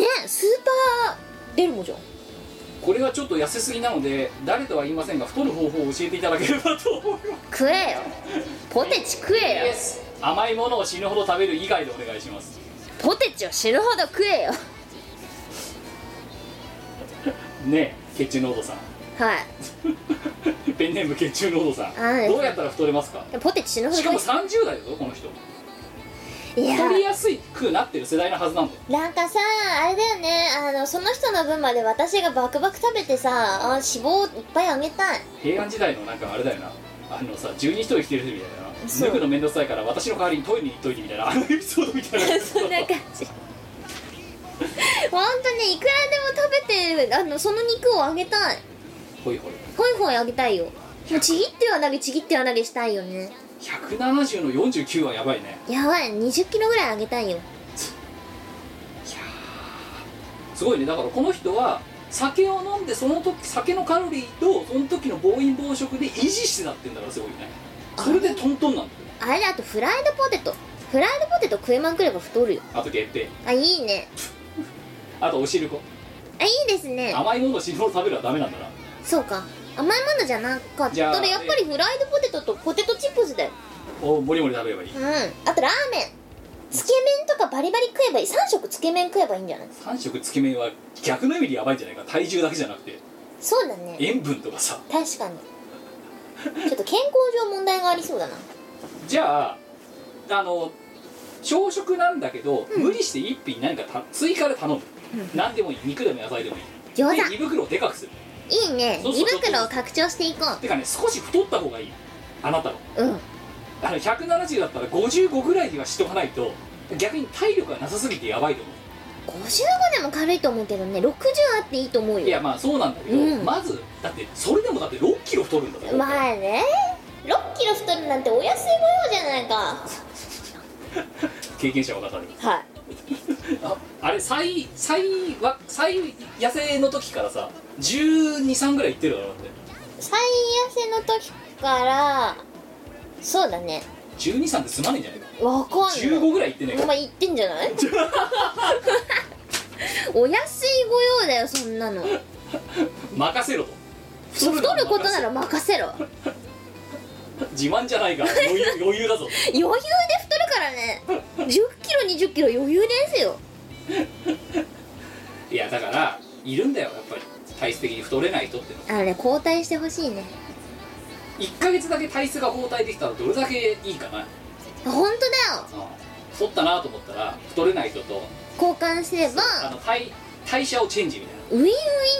パーデルモじゃんこれはちょっと痩せすぎなので誰とは言いませんが太る方法を教えていただければと思いま食えよポテチ食えよす甘いものを死ぬほど食べる以外でお願いしますポテチを知るほど食えよねえ血中濃度さんはいペンネーム血中濃度さはんいどうやったら太れますかでもポテチ死ぬほどしか食も30代だぞこの人えいや太りやすいくなってる世代のはずなんだよなんかさあれだよねあのその人の分まで私がバクバク食べてさあ脂肪いっぱいあげたい平安時代のなんかあれだよなあのさ十二人着てる人みたいなそう脱ぐの面倒くさいから私の代わりにトイレに行っといてみたいなあのエピソードみたいな そんな感じ本当ねいくらでも食べてあのその肉をあげたいほいほいほいほいあげたいよもうちぎっては投げちぎっては投げしたいよね170の49はやばいねやばい2 0キロぐらいあげたいよすごいねだからこの人は酒を飲んでその時酒のカロリーとその時の暴飲暴食で維持してたってんだからすごいねそれでトントンなんだよあれだあとフライドポテトフライドポテト食いまくれば太るよあと月餅あいいねあとおしるこあいいですね甘いものを死ぬほど食べるはダメなんだなそうか甘いものじゃなかったじゃあらやっぱりフライドポテトとポテトチップスだよおもりもり食べればいいうんあとラーメンつけ麺とかバリバリ食えばいい3食つけ麺食えばいいんじゃない3食つけ麺は逆の意味でやばいんじゃないか体重だけじゃなくてそうだね塩分とかさ確かにちょっと健康上問題がありそうだなじゃああの朝食なんだけど、無理して一品何かた追加で頼む、何でもいい肉でも野菜でもいい餃子で胃袋をでかくするいいねそうそ胃うちょっと袋を拡張していこてかね少し太った方がいいあなたのううんあの170だったら55ぐらいにはしとかないと逆に体力がなさすぎてやばいと思55でも軽いと思うけどね60あっていいと思うういやよまあそうなんだけど、うんまずだってそれでもだって6キロ太るんだぞ、まあね6キロ太るなんてお安い御用じゃないか経験者は分かるはいああれ最最わ最痩せの時からさ1 2 3ぐらいいってるだろだって最痩せの時からそうだね1 2 3ってすまねえんじゃないかわかんない15ぐらいいってねえおか前言ってんじゃない お安い御用だよそんなの任せろと太ることなら任せろ余自慢じゃないから余裕 余裕だぞ裕で太るからね1 0キロ2 0キロ余裕ですよいやだからいるんだよやっぱり体質的に太れない人ってのはあのね交代してほしいね1ヶ月だけ体質が交代できたらどれだけいいかな、うん本当だよ太ったなと思ったら太れない人と交換すれあばの代代謝をチェンジみたいな、ウィンウ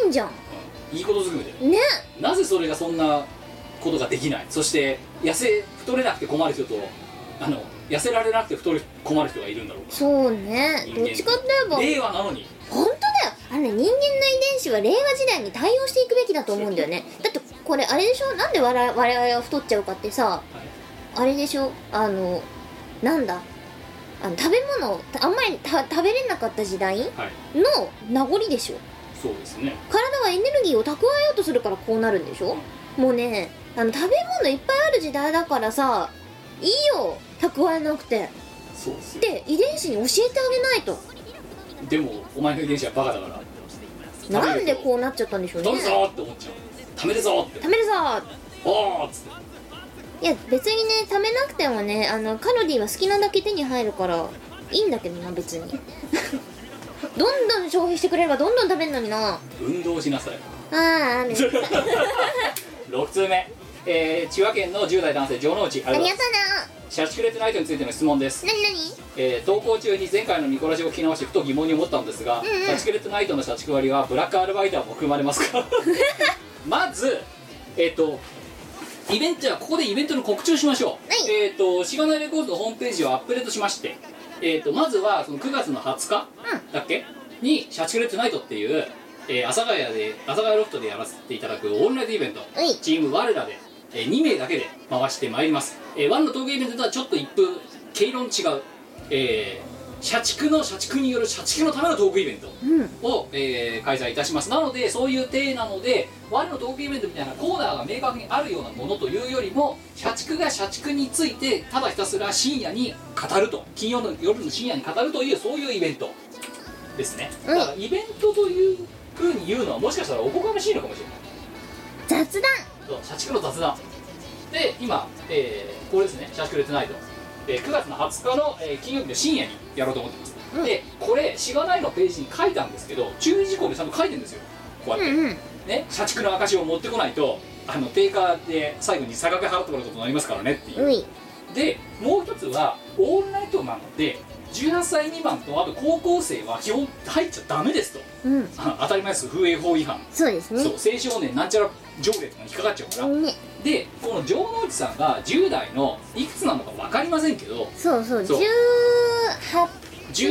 ィンじゃんうんいいことずくめだよねなぜそれがそんなことができないそして痩せ太れなくて困る人とあの痩せられなくて太る困る人がいるんだろうかそうねどっちかといえば令和なのに本当だよあれね人間の遺伝子は令和時代に対応していくべきだと思うんだよねだってこれあれでしょなんで我々我々は太っちゃうかってさあれでしょあのなんだあの食べ物をあんまりた食べれなかった時代のはい名残でしょそうですね体はエネルギーを蓄えようとするからこうなるんでしょもうねあの食べ物いっぱいある時代だからさいいよ蓄えなくてそうですよで遺伝子に教えてあげないとでもお前の遺伝子はバカだからなんでこうなっちゃったんでしょうね食べるぞって思っちゃう食べるぞって食べるぞおーっつっていや別にね食べなくてもねあのカロリーは好きなだけ手に入るからいいんだけどな別に どんどん消費してくれればどんどん食べるのになあ運動しなさいーありがとうな6通目、えー千葉県の10代男性城之内ありがとうございますシャチクレットナイトについての質問です、なになにえー投稿中に前回のニコラジを聞き直してふと疑問に思ったのですが、シャチクレットナイトの社畜割はブラックアルバイターも含まれますか まずえっ、とイベントじゃあここでイベントの告知をしましょう、はえっ、としがないレコードのホームページをアップデートしましてえっ、とまずはその9月の20日だっけ、にシャチクレットナイトっていう、えー、阿佐ヶ谷で阿佐ヶ谷ロフトでやらせていただくオールナイトイベント、いチーム我らで、えー、2名だけで回してまいります、えー、ワンの陶芸イベントとはちょっと一風毛色の違う、えー、社畜の社畜による社畜のためのトークイベント、うんを、えー開催いたしますなのでそういう体なので我のトークイベントみたいなコーナーが明確にあるようなものというよりも社畜が社畜についてただひたすら深夜に語ると金曜の夜の深夜に語るというそういうイベントですねうだんからイベントというふうに言うのはもしかしたらおこがましいのかもしれない雑談そう社畜の雑談で今、えーこれですね社畜レッドナイト、えー9月の20日の、えー金曜日の深夜にやろうと思ってます、うんでこれしがないのページに書いたんですけど注意事項でちゃんと書いてるんですよこうやって、うんうんね社畜の証を持ってこないとあの定価で最後に差額払ってもらうことになりますからねっていうう、いでもう一つはオールナイトなので18歳未満とあと高校生は基本入っちゃダメですとうんあ当たり前です風営法違反、そうですねそう青少年なんちゃら条例とかに引っかかっちゃうから、ねでこの城之内さんが10代のいくつなのか分かりませんけどそうそうそう18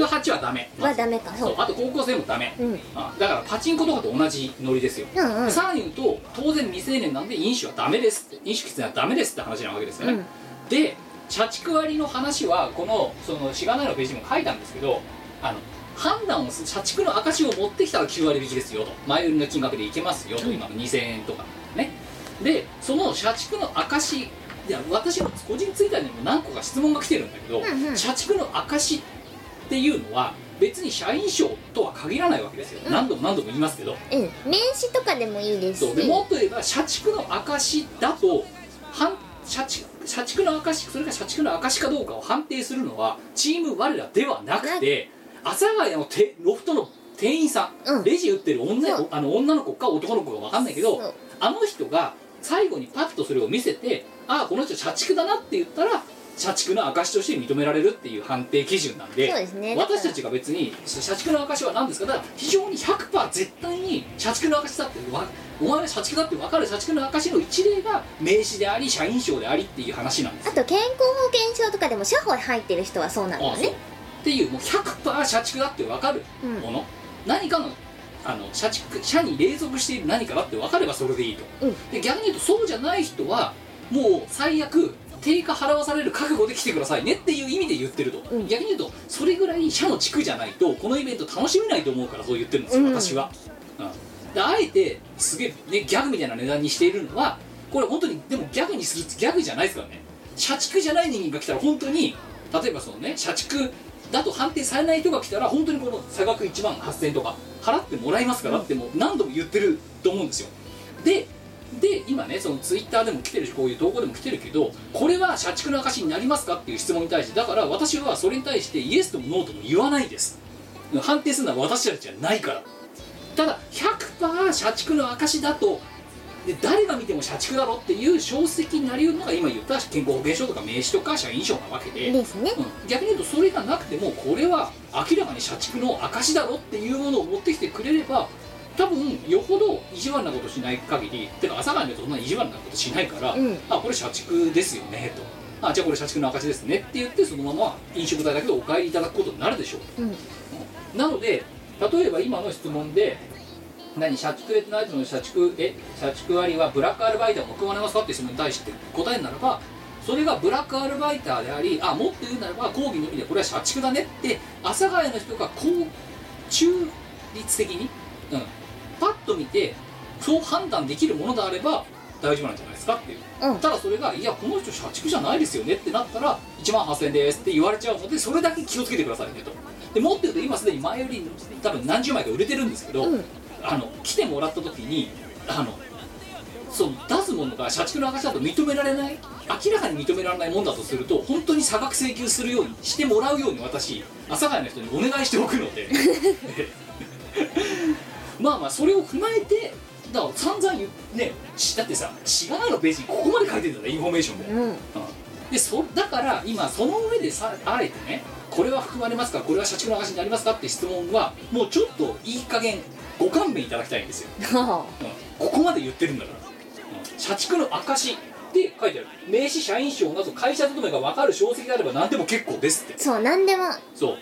18はダメ、まはずダメかそそううあと高校生もダメ、うんあだからパチンコとかと同じノリですよ、うんうんさらに言うと当然未成年なんで飲酒はダメですって飲酒喫煙はダメですって話なわけですよね、うんで社畜割の話はこのそのしがないのページにも書いたんですけどあの判断をす社畜の証を持ってきたら9割引きですよと前売りの金額でいけますよと今の2000円とかねでその社畜の証いや私の個人ツイッターにも何個か質問が来てるんだけど、んうん社畜の証っていうのは別に社員証とは限らないわけですよ、何度も何度も言いますけどうん名刺とかでもいいですそうでしもっと言えば社畜の証だと反社畜社畜の証それが社畜の証かどうかを判定するのはチーム我らではなくて阿佐ヶ谷のてロフトの店員さん、うんレジ打ってる女そうあの女の子か男の子か分かんないけそどうあの人が最後にパッとそれを見せてああこの人社畜だなって言ったら社畜の証として認められるっていう判定基準なんでそうですね私たちが別に社畜の証は何ですかだから非常に100%絶対に社畜の証だってわお前は社畜だって分かる社畜の証の一例が名刺であり社員証でありっていう話なんですあと健康保険証とかでも社保入ってる人はそうなんだよあそうっねていうもう100%社畜だって分かるうんもの、何かのあの社畜社に隷属している何かだって分かればそれでいいと、うんで逆に言うとそうじゃない人はもう最悪定価払わされる覚悟で来てくださいねっていう意味で言ってると、うん逆に言うとそれぐらい社の地区じゃないとこのイベント楽しめないと思うからそう言ってるんですよ、うん私は、うん、であえてすげえ、ね、ギャグみたいな値段にしているのはこれ本当にでもギャグにするギャグじゃないですからね社畜じゃない人間が来たら本当に例えばそのね社畜だと判定されない人が来たら本当にこの差額1万8000円とか払ってもらいますからってもう何度も言ってると思うんですよでで今ねそのツイッターでも来てるしこういう投稿でも来てるけどこれは社畜の証になりますかっていう質問に対してだから私はそれに対してイエスともノーとも言わないです判定するのは私たちじゃないからただ100%社畜の証だとで誰が見ても社畜だろっていう証跡になりうるのが今言った健康保険証とか名刺とか社員証なわけで、ですねうん逆に言うとそれがなくてもこれは明らかに社畜の証だろっていうものを持ってきてくれれば多分よほど意地悪なことしない限りてか朝から見るとそんなに意地悪なことしないから、うんあこれ社畜ですよねとあじゃあこれ社畜の証ですねって言ってそのまま飲食代だけでお帰りいただくことになるでしょう うんなので例えば今の質問で何社畜レッドナイトの社畜え社畜割はブラックアルバイターも含まれますかっていう質問に対して答えならばそれがブラックアルバイターでありあもっと言うならば講義の意味でこれは社畜だねって阿佐ヶ谷の人がこう中立的に、うん、パッと見てそう判断できるものであれば大丈夫なんじゃないですかっていううんただそれが「いやこの人社畜じゃないですよね」ってなったら「1万8000円です」って言われちゃうのでそれだけ気をつけてくださいねとでもっと言うと今すでに前より多分何十枚か売れてるんですけど、うんあの来てもらった時にあのそう出すものが社畜の証だと認められない明らかに認められないもんだとすると本当に差額請求するようにしてもらうように私阿佐ヶ谷の人にお願いしておくのでまあまあそれを踏まえてだから散々言うねしだってさ違うのページにここまで書いてるんだよインフォメーションで、うんでそだから今その上でさあえてねこれは含まれますかこれは社畜の証になりますかって質問はもうちょっといい加減ご勘弁いただきたいんですよ、はうんここまで言ってるんだから、うん社畜の証って書いてある名刺社員証など会社勤めが分かる証跡であれば何でも結構ですってあそう何でも分そうか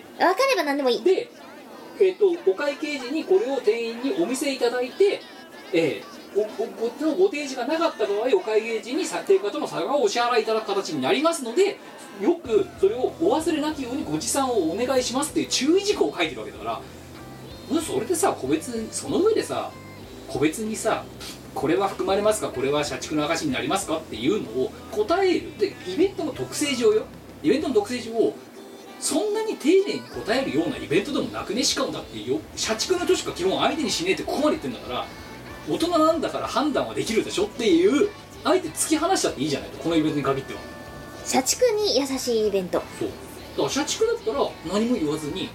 れば何でもいいで、えー、とお会計時にこれを店員にお見せいただいて、えーおおごのご提示がなかった場合お会計時にさ定価との差がお支払いいただく形になりますのでよくそれをお忘れなきようにご持参をお願いしますっていう注意事項を書いてるわけだからうんそれでさ個別その上でさ個別にさこれは含まれますかこれは社畜の証になりますかっていうのを答えるでイベントの特性上よイベントの特性上をそんなに丁寧に答えるようなイベントでもなくねしかもだってよ社畜の人しか基本相手にしねえってここまで言ってんだから大人なんだから判断はできるでしょっていうあえて突き放しちゃっていいじゃないとこのイベントに限っては社畜に優しいイベントそうだから社畜だったら何も言わずにいや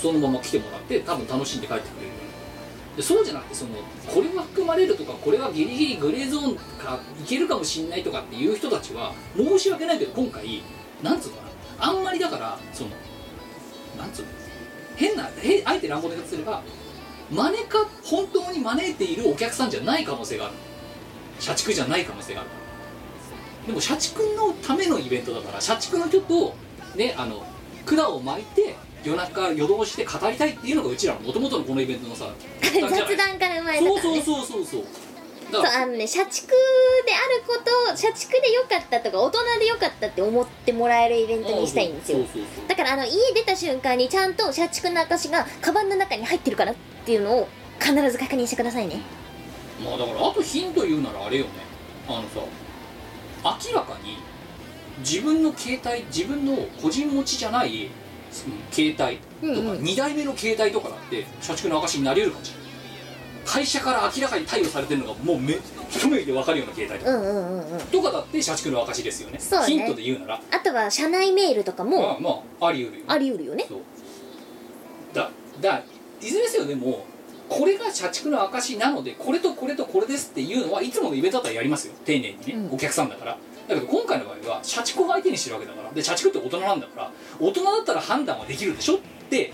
そのまま来てもらって多分楽しんで帰ってくれるでそうじゃなくてそのこれは含まれるとかこれはギリギリグレーゾーンかいけるかもしんないとかっていう人たちは申し訳ないけど今回なんつうのかなあんまりだからそのなんつうの変なへあえて乱暴な言い方すれば招か本当に招いているお客さんじゃない可能性がある社畜じゃない可能性があるでも社畜のためのイベントだから社畜の人とねあの管を巻いて夜中夜通しで語りたいっていうのがうちらのもともとのこのイベントのさ雑談から生まれたからそねうそうそうそうそうだそうからあのね社畜であること社畜でよかったとか大人でよかったって思ってもらえるイベントにしたいんですそうよそうそうだからあの家出た瞬間にちゃんと社畜の証がカバンの中に入ってるからっていうのを必ず確認してくださいねまあだからあとヒント言うならあれよねあのさ明らかに自分の携帯自分の個人持ちじゃないその携帯とうんか、うん二2代目の携帯とかだって社畜の証になり得るかもしれない会社から明らかに貸与されてるのがもうめ一目で分かるような携帯とうか,、んうんうんうんだって社畜の証ですよねそうねヒントで言うならあとは社内メールとかまもあまああり得るよねあり得るよねそうだだいずれにせよでもこれが社畜の証なのでこれとこれとこれですっていうのはいつものイベントだったらやりますよ丁寧にね、うんお客さんだからだけど今回の場合は社畜を相手にしてるわけだからで社畜って大人なんだから大人だったら判断はできるでしょって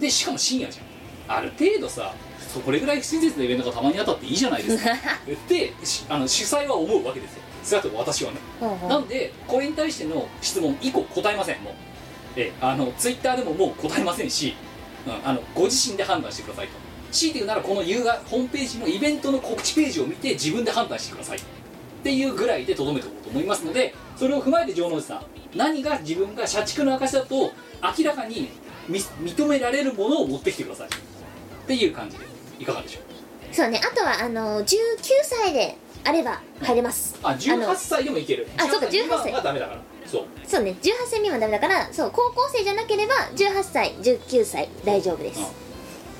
でしかも深夜じゃんある程度さそこれぐらい不親切なイベントがたまにあったっていいじゃないです かってしあの主催は思うわけですよ少なくとも私はねほうほうなんでこれに対しての質問以降答えませんもうええあのツイッターでももう答えませんし、うん、あのご自身で判断してくださいと強いて言うならこの夕方ホームページのイベントの告知ページを見て自分で判断してくださいっていうぐらいでとどめておこうと思いますのでそれを踏まえて城之内さん何が自分が社畜の証だと明らかにみ認められるものを持ってきてくださいっていう感じでいかがでしょう そうねあとはあの19歳であれば入れますあ18の歳でもいけるあそうか18歳未満はダメだからそうそうね18歳未満ダメだからそう高校生じゃなければ18歳19歳大丈夫です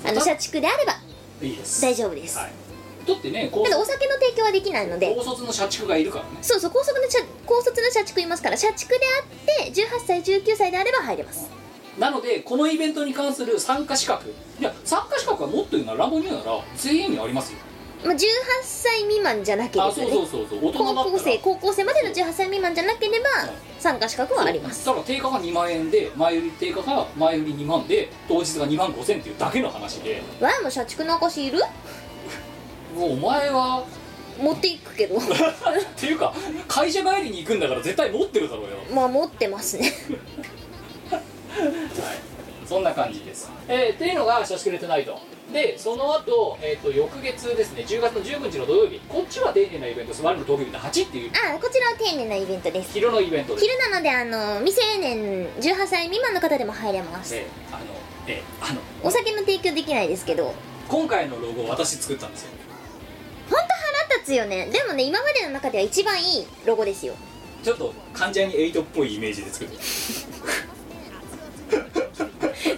あの社畜であればいいです大丈夫です、はい、だってね高ただ卒お酒の提供はできないので高卒の社畜がいるからねそうそう高速の社高卒の社畜いますから社畜であって18歳19歳であれば入れますなのでこのイベントに関する参加資格いや参加資格はもっと言うなら乱暴に言うなら全員にありますよまあ、18歳未満じゃなければあねそうそうそうそう大人だったら高校生高校生までの18歳未満じゃなければそう参加資格はありますそうだから定価が2万円で前売り定価が前売り2万で当日が2万5000っていうだけの話でわあもう社畜のお菓子いるもうお前 は持っていく けどっていうか会社帰りに行くんだから絶対持ってるだろうよまあ持ってま すねはい、そんな感じです。えー、っていうのが「社畜ネットナイト」でその後、えー、と翌月ですね10月の15日の土曜日こっちは丁寧なイベントスマイルの東京日の8っていうあこちらは丁寧なイベントです昼のイベントです、昼なのであの未成年18歳未満の方でも入れます、えーあのえーあのお酒の提供できないですけど今回のロゴを私作ったんですよ本当腹立つよねでもね今までの中では一番いいロゴですよちょっと関ジャニ8っぽいイメージで作ってる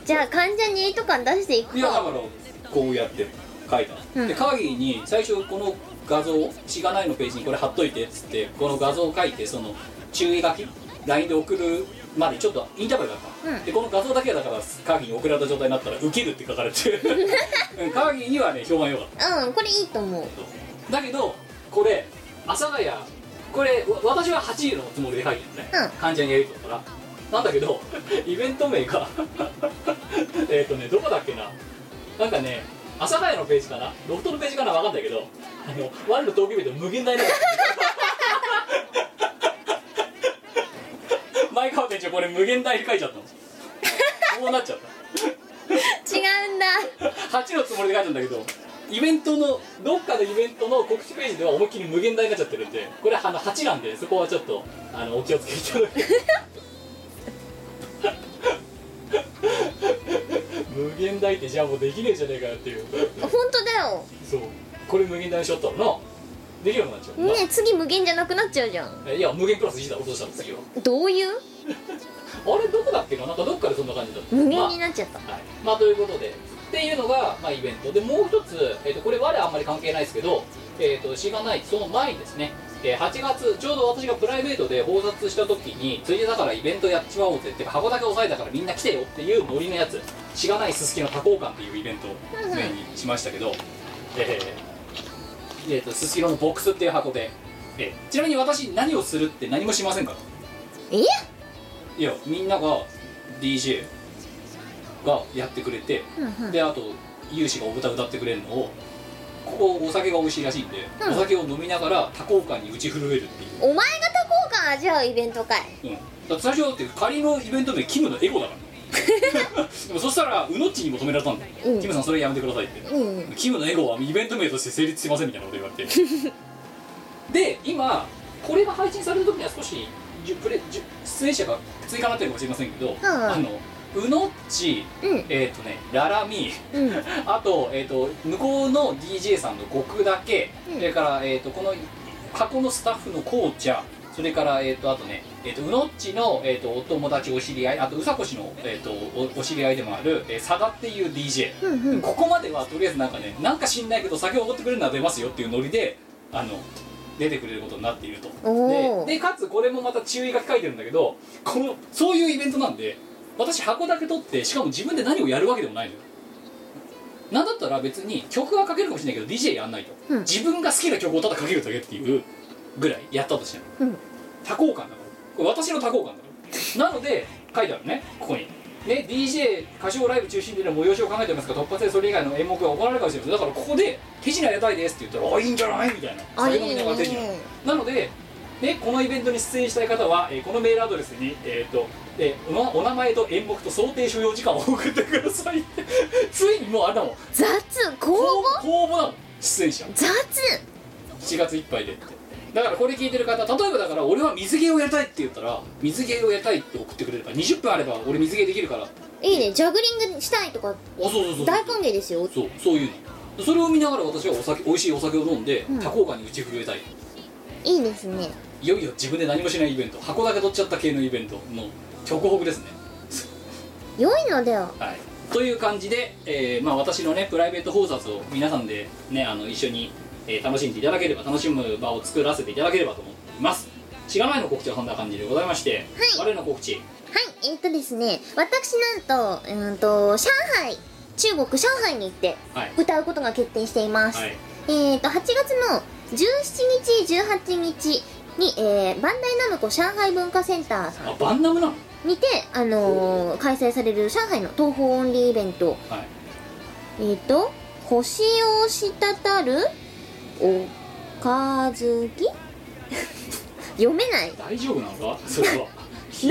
じゃあ患者に8感出していいくやだかからこうやって書いた、うんで会議に最初この画像しがないのページにこれ貼っといてっつってこの画像を書いてその注意書き LINE で送るまでちょっとインターバルだったの、うんでこの画像だけはだから会議に送られた状態になったら「ウケる」って書かれ てうん会議にはね評判良かったうんこれいいと思うだけどこれ阿佐ヶ谷これわ私は8位のつもりで入ってるのね、う患者にやるとからなんだけど イベント名が えっとねどこだっけななんかね阿佐ヶ谷のページかなロフトのページかなわかんないけどあの我の東京イベント無限大だから前川店長これ無限大に書いちゃったのこうなっちゃった違うんだ8のつもりで書いたんだけどイベントのどっかのイベントの告知ページでは思いっきり無限大になっちゃってるんでこれあの8なんでそこはちょっとあのお気をつけいただき無限大ってじゃあもうできねえじゃねえかよっていう本当だよそうこれ無限大にしちゃったらなできるようになっちゃうなねえ次無限じゃなくなっちゃうじゃんえいや無限クラス1だ落としたの次はどういうあれどこだっけななんかどっかでそんな感じだった無ま限あになっちゃった、はい、まあということでっていうのが、まあ、イベントでもう一つ、えー、とこれ我あんまり関係ないですけど、えー、とシガナイトその前にですね、えー8月ちょうど私がプライベートで放殺した時についでだからイベントやっちまおうぜってか箱だけ押さえたからみんな来てよっていうノリのやつシガナイススキの多幸感っていうイベントをうんうんメインにしましたけど、えーえーとススキロのボックスっていう箱で、えーちなみに私何をするって何もしませんからえいやみんなが DJ がやってくれて、うんうんであと有志がお歌歌ってくれるのをここお酒が美味しいらしいんで、うんお酒を飲みながら多幸感に打ち震えるってお前が多幸感味わうイベントかいいう、うん、だって最初だって仮のイベント名キムのエゴだ からでもそしたらうのっちにも止められたんだよ、うんキムさんそれやめてくださいって、うんキムのエゴはイベント名として成立しませんみたいなこと言われて で今これが配信される時には少しじゅプレじゅ出演者が追加になってるかもしれませんけど、んあのうのっちうんえっ、とねララミうん あと,、えー、と向こうの DJ さんの極だけ、うんそれから、えー、とこの箱のスタッフのこうちゃんそれから、えー、とあとね、えー、とうのっちの、えー、とお友達お知り合いあとうさこしの、えー、とおお知り合いでもある、えー、佐賀っていう DJ、うんうんここまではとりあえずなんかねなんか知んないけど酒をおごってくれるのは出ますよっていうノリであの出てくれることになっているとおーででかつこれもまた注意書き書いてるんだけどこのそういうイベントなんで私箱だけ取ってしかも自分で何をやるわけでもないのよなんだったら別に曲は書けるかもしれないけど DJ やんないと、うん自分が好きな曲をただ書けるだけっていうぐらいやったとしてもうん多幸感だからこれ私の多幸感だからなので書いてあるねここにね DJ 歌唱ライブ中心での催しを考えておりますが突発でそれ以外の演目が行われるかもしれませんだからここで「手品やりたいです」って言ったら「あいいんじゃない?」みたいなあいいみねな手品なのでねこのイベントに出演したい方は、えーこのメールアドレスに、えーとえーおお名前と演目と想定所要時間を送って くださいついにもうあれだもん雑公募公募だもん出演者雑7月いっぱいでってだからこれ聞いてる方例えばだから俺は水芸をやりたいって言ったら水芸をやりたいって送ってくれれば20分あれば俺水芸できるからあいいねジャグリングしたいとかそうそうそう大歓迎ですよそうそういうのそれを見ながら私はお酒美味しいお酒を飲んでうん多幸感に打ち震えたい、いいですねいよいよ自分で何もしないイベント箱だけ取っちゃった系のイベントの直北ですね良いのでははいという感じで、えーまあ、私のねプライベート考察を皆さんでねあの一緒に、えー楽しんでいただければ楽しむ場を作らせていただければと思っています知らないの告知はそんな感じでございまして、はい我の告知はいえっとですね私なんとうーんと上海中国上海に行ってはい歌うことが決定しています、はいえー、と8月の17日18日に、えーバンダイナムコ上海文化センターさあバンナムなのんにて、あのー開催される上海の東方オンリーイベントはいえー、と星を滴るおかずき 読めない大丈夫な のかそれは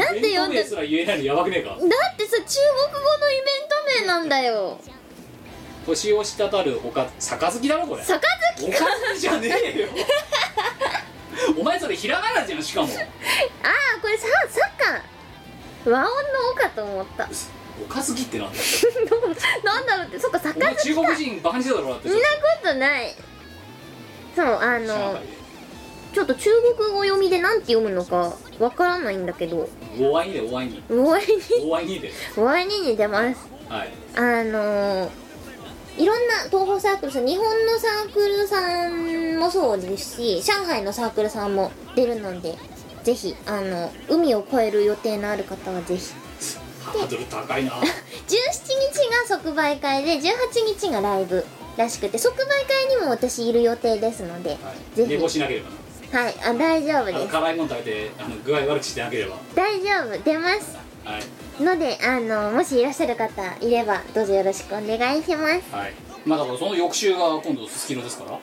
なイんて呼んだベント名すら言えないのやばくねえかだってさ中国語のイベント名なんだよ星を滴るおか杯だろこれ杯おかずじゃねえよ お前それひらがなじゃんしかもああこれさサッカー和音の「お」かと思った おかずきってなんだよなんだろうってそっかお杯前か中国人バカにしてただろだっそてんなことないそうあ上海のちょっと中国語読みでなんて読むのかわからないんだけどでおわいにでおわいに終わりにおわいにで終わりに出ますはいあのいろんな東宝サークルさん日本のサークルさんもそうですし上海のサークルさんも出るのでぜひあの海を越える予定のある方はぜひハードル高いな17日が即売会で18日がライブらしくて即売会にも私いる予定ですので、はいぜ寝ひ坊しなければなはいあ大丈夫あのです辛いもの食べてあの具合悪くしてなければ大丈夫出ますはいのであのもしいらっしゃる方いればどうぞよろしくお願いしますはいまあだからその翌週が今度すすきのですから、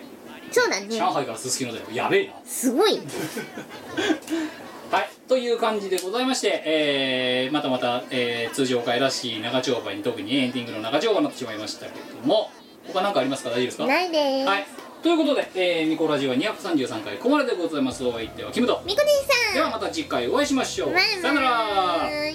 そうだね上海からすすきのだよやべえなすごいはい、という感じでございまして、えーまたまた、えー通常回らしい長丁場に特にエンディングの長丁場になってしまいましたけれども他何かありますか大丈夫ですかないでーす、はいということで、えーミコラジオは233回ここまででございますお相手はキムトみこででんはさんまた次回お会いしましょうバイさよならバイ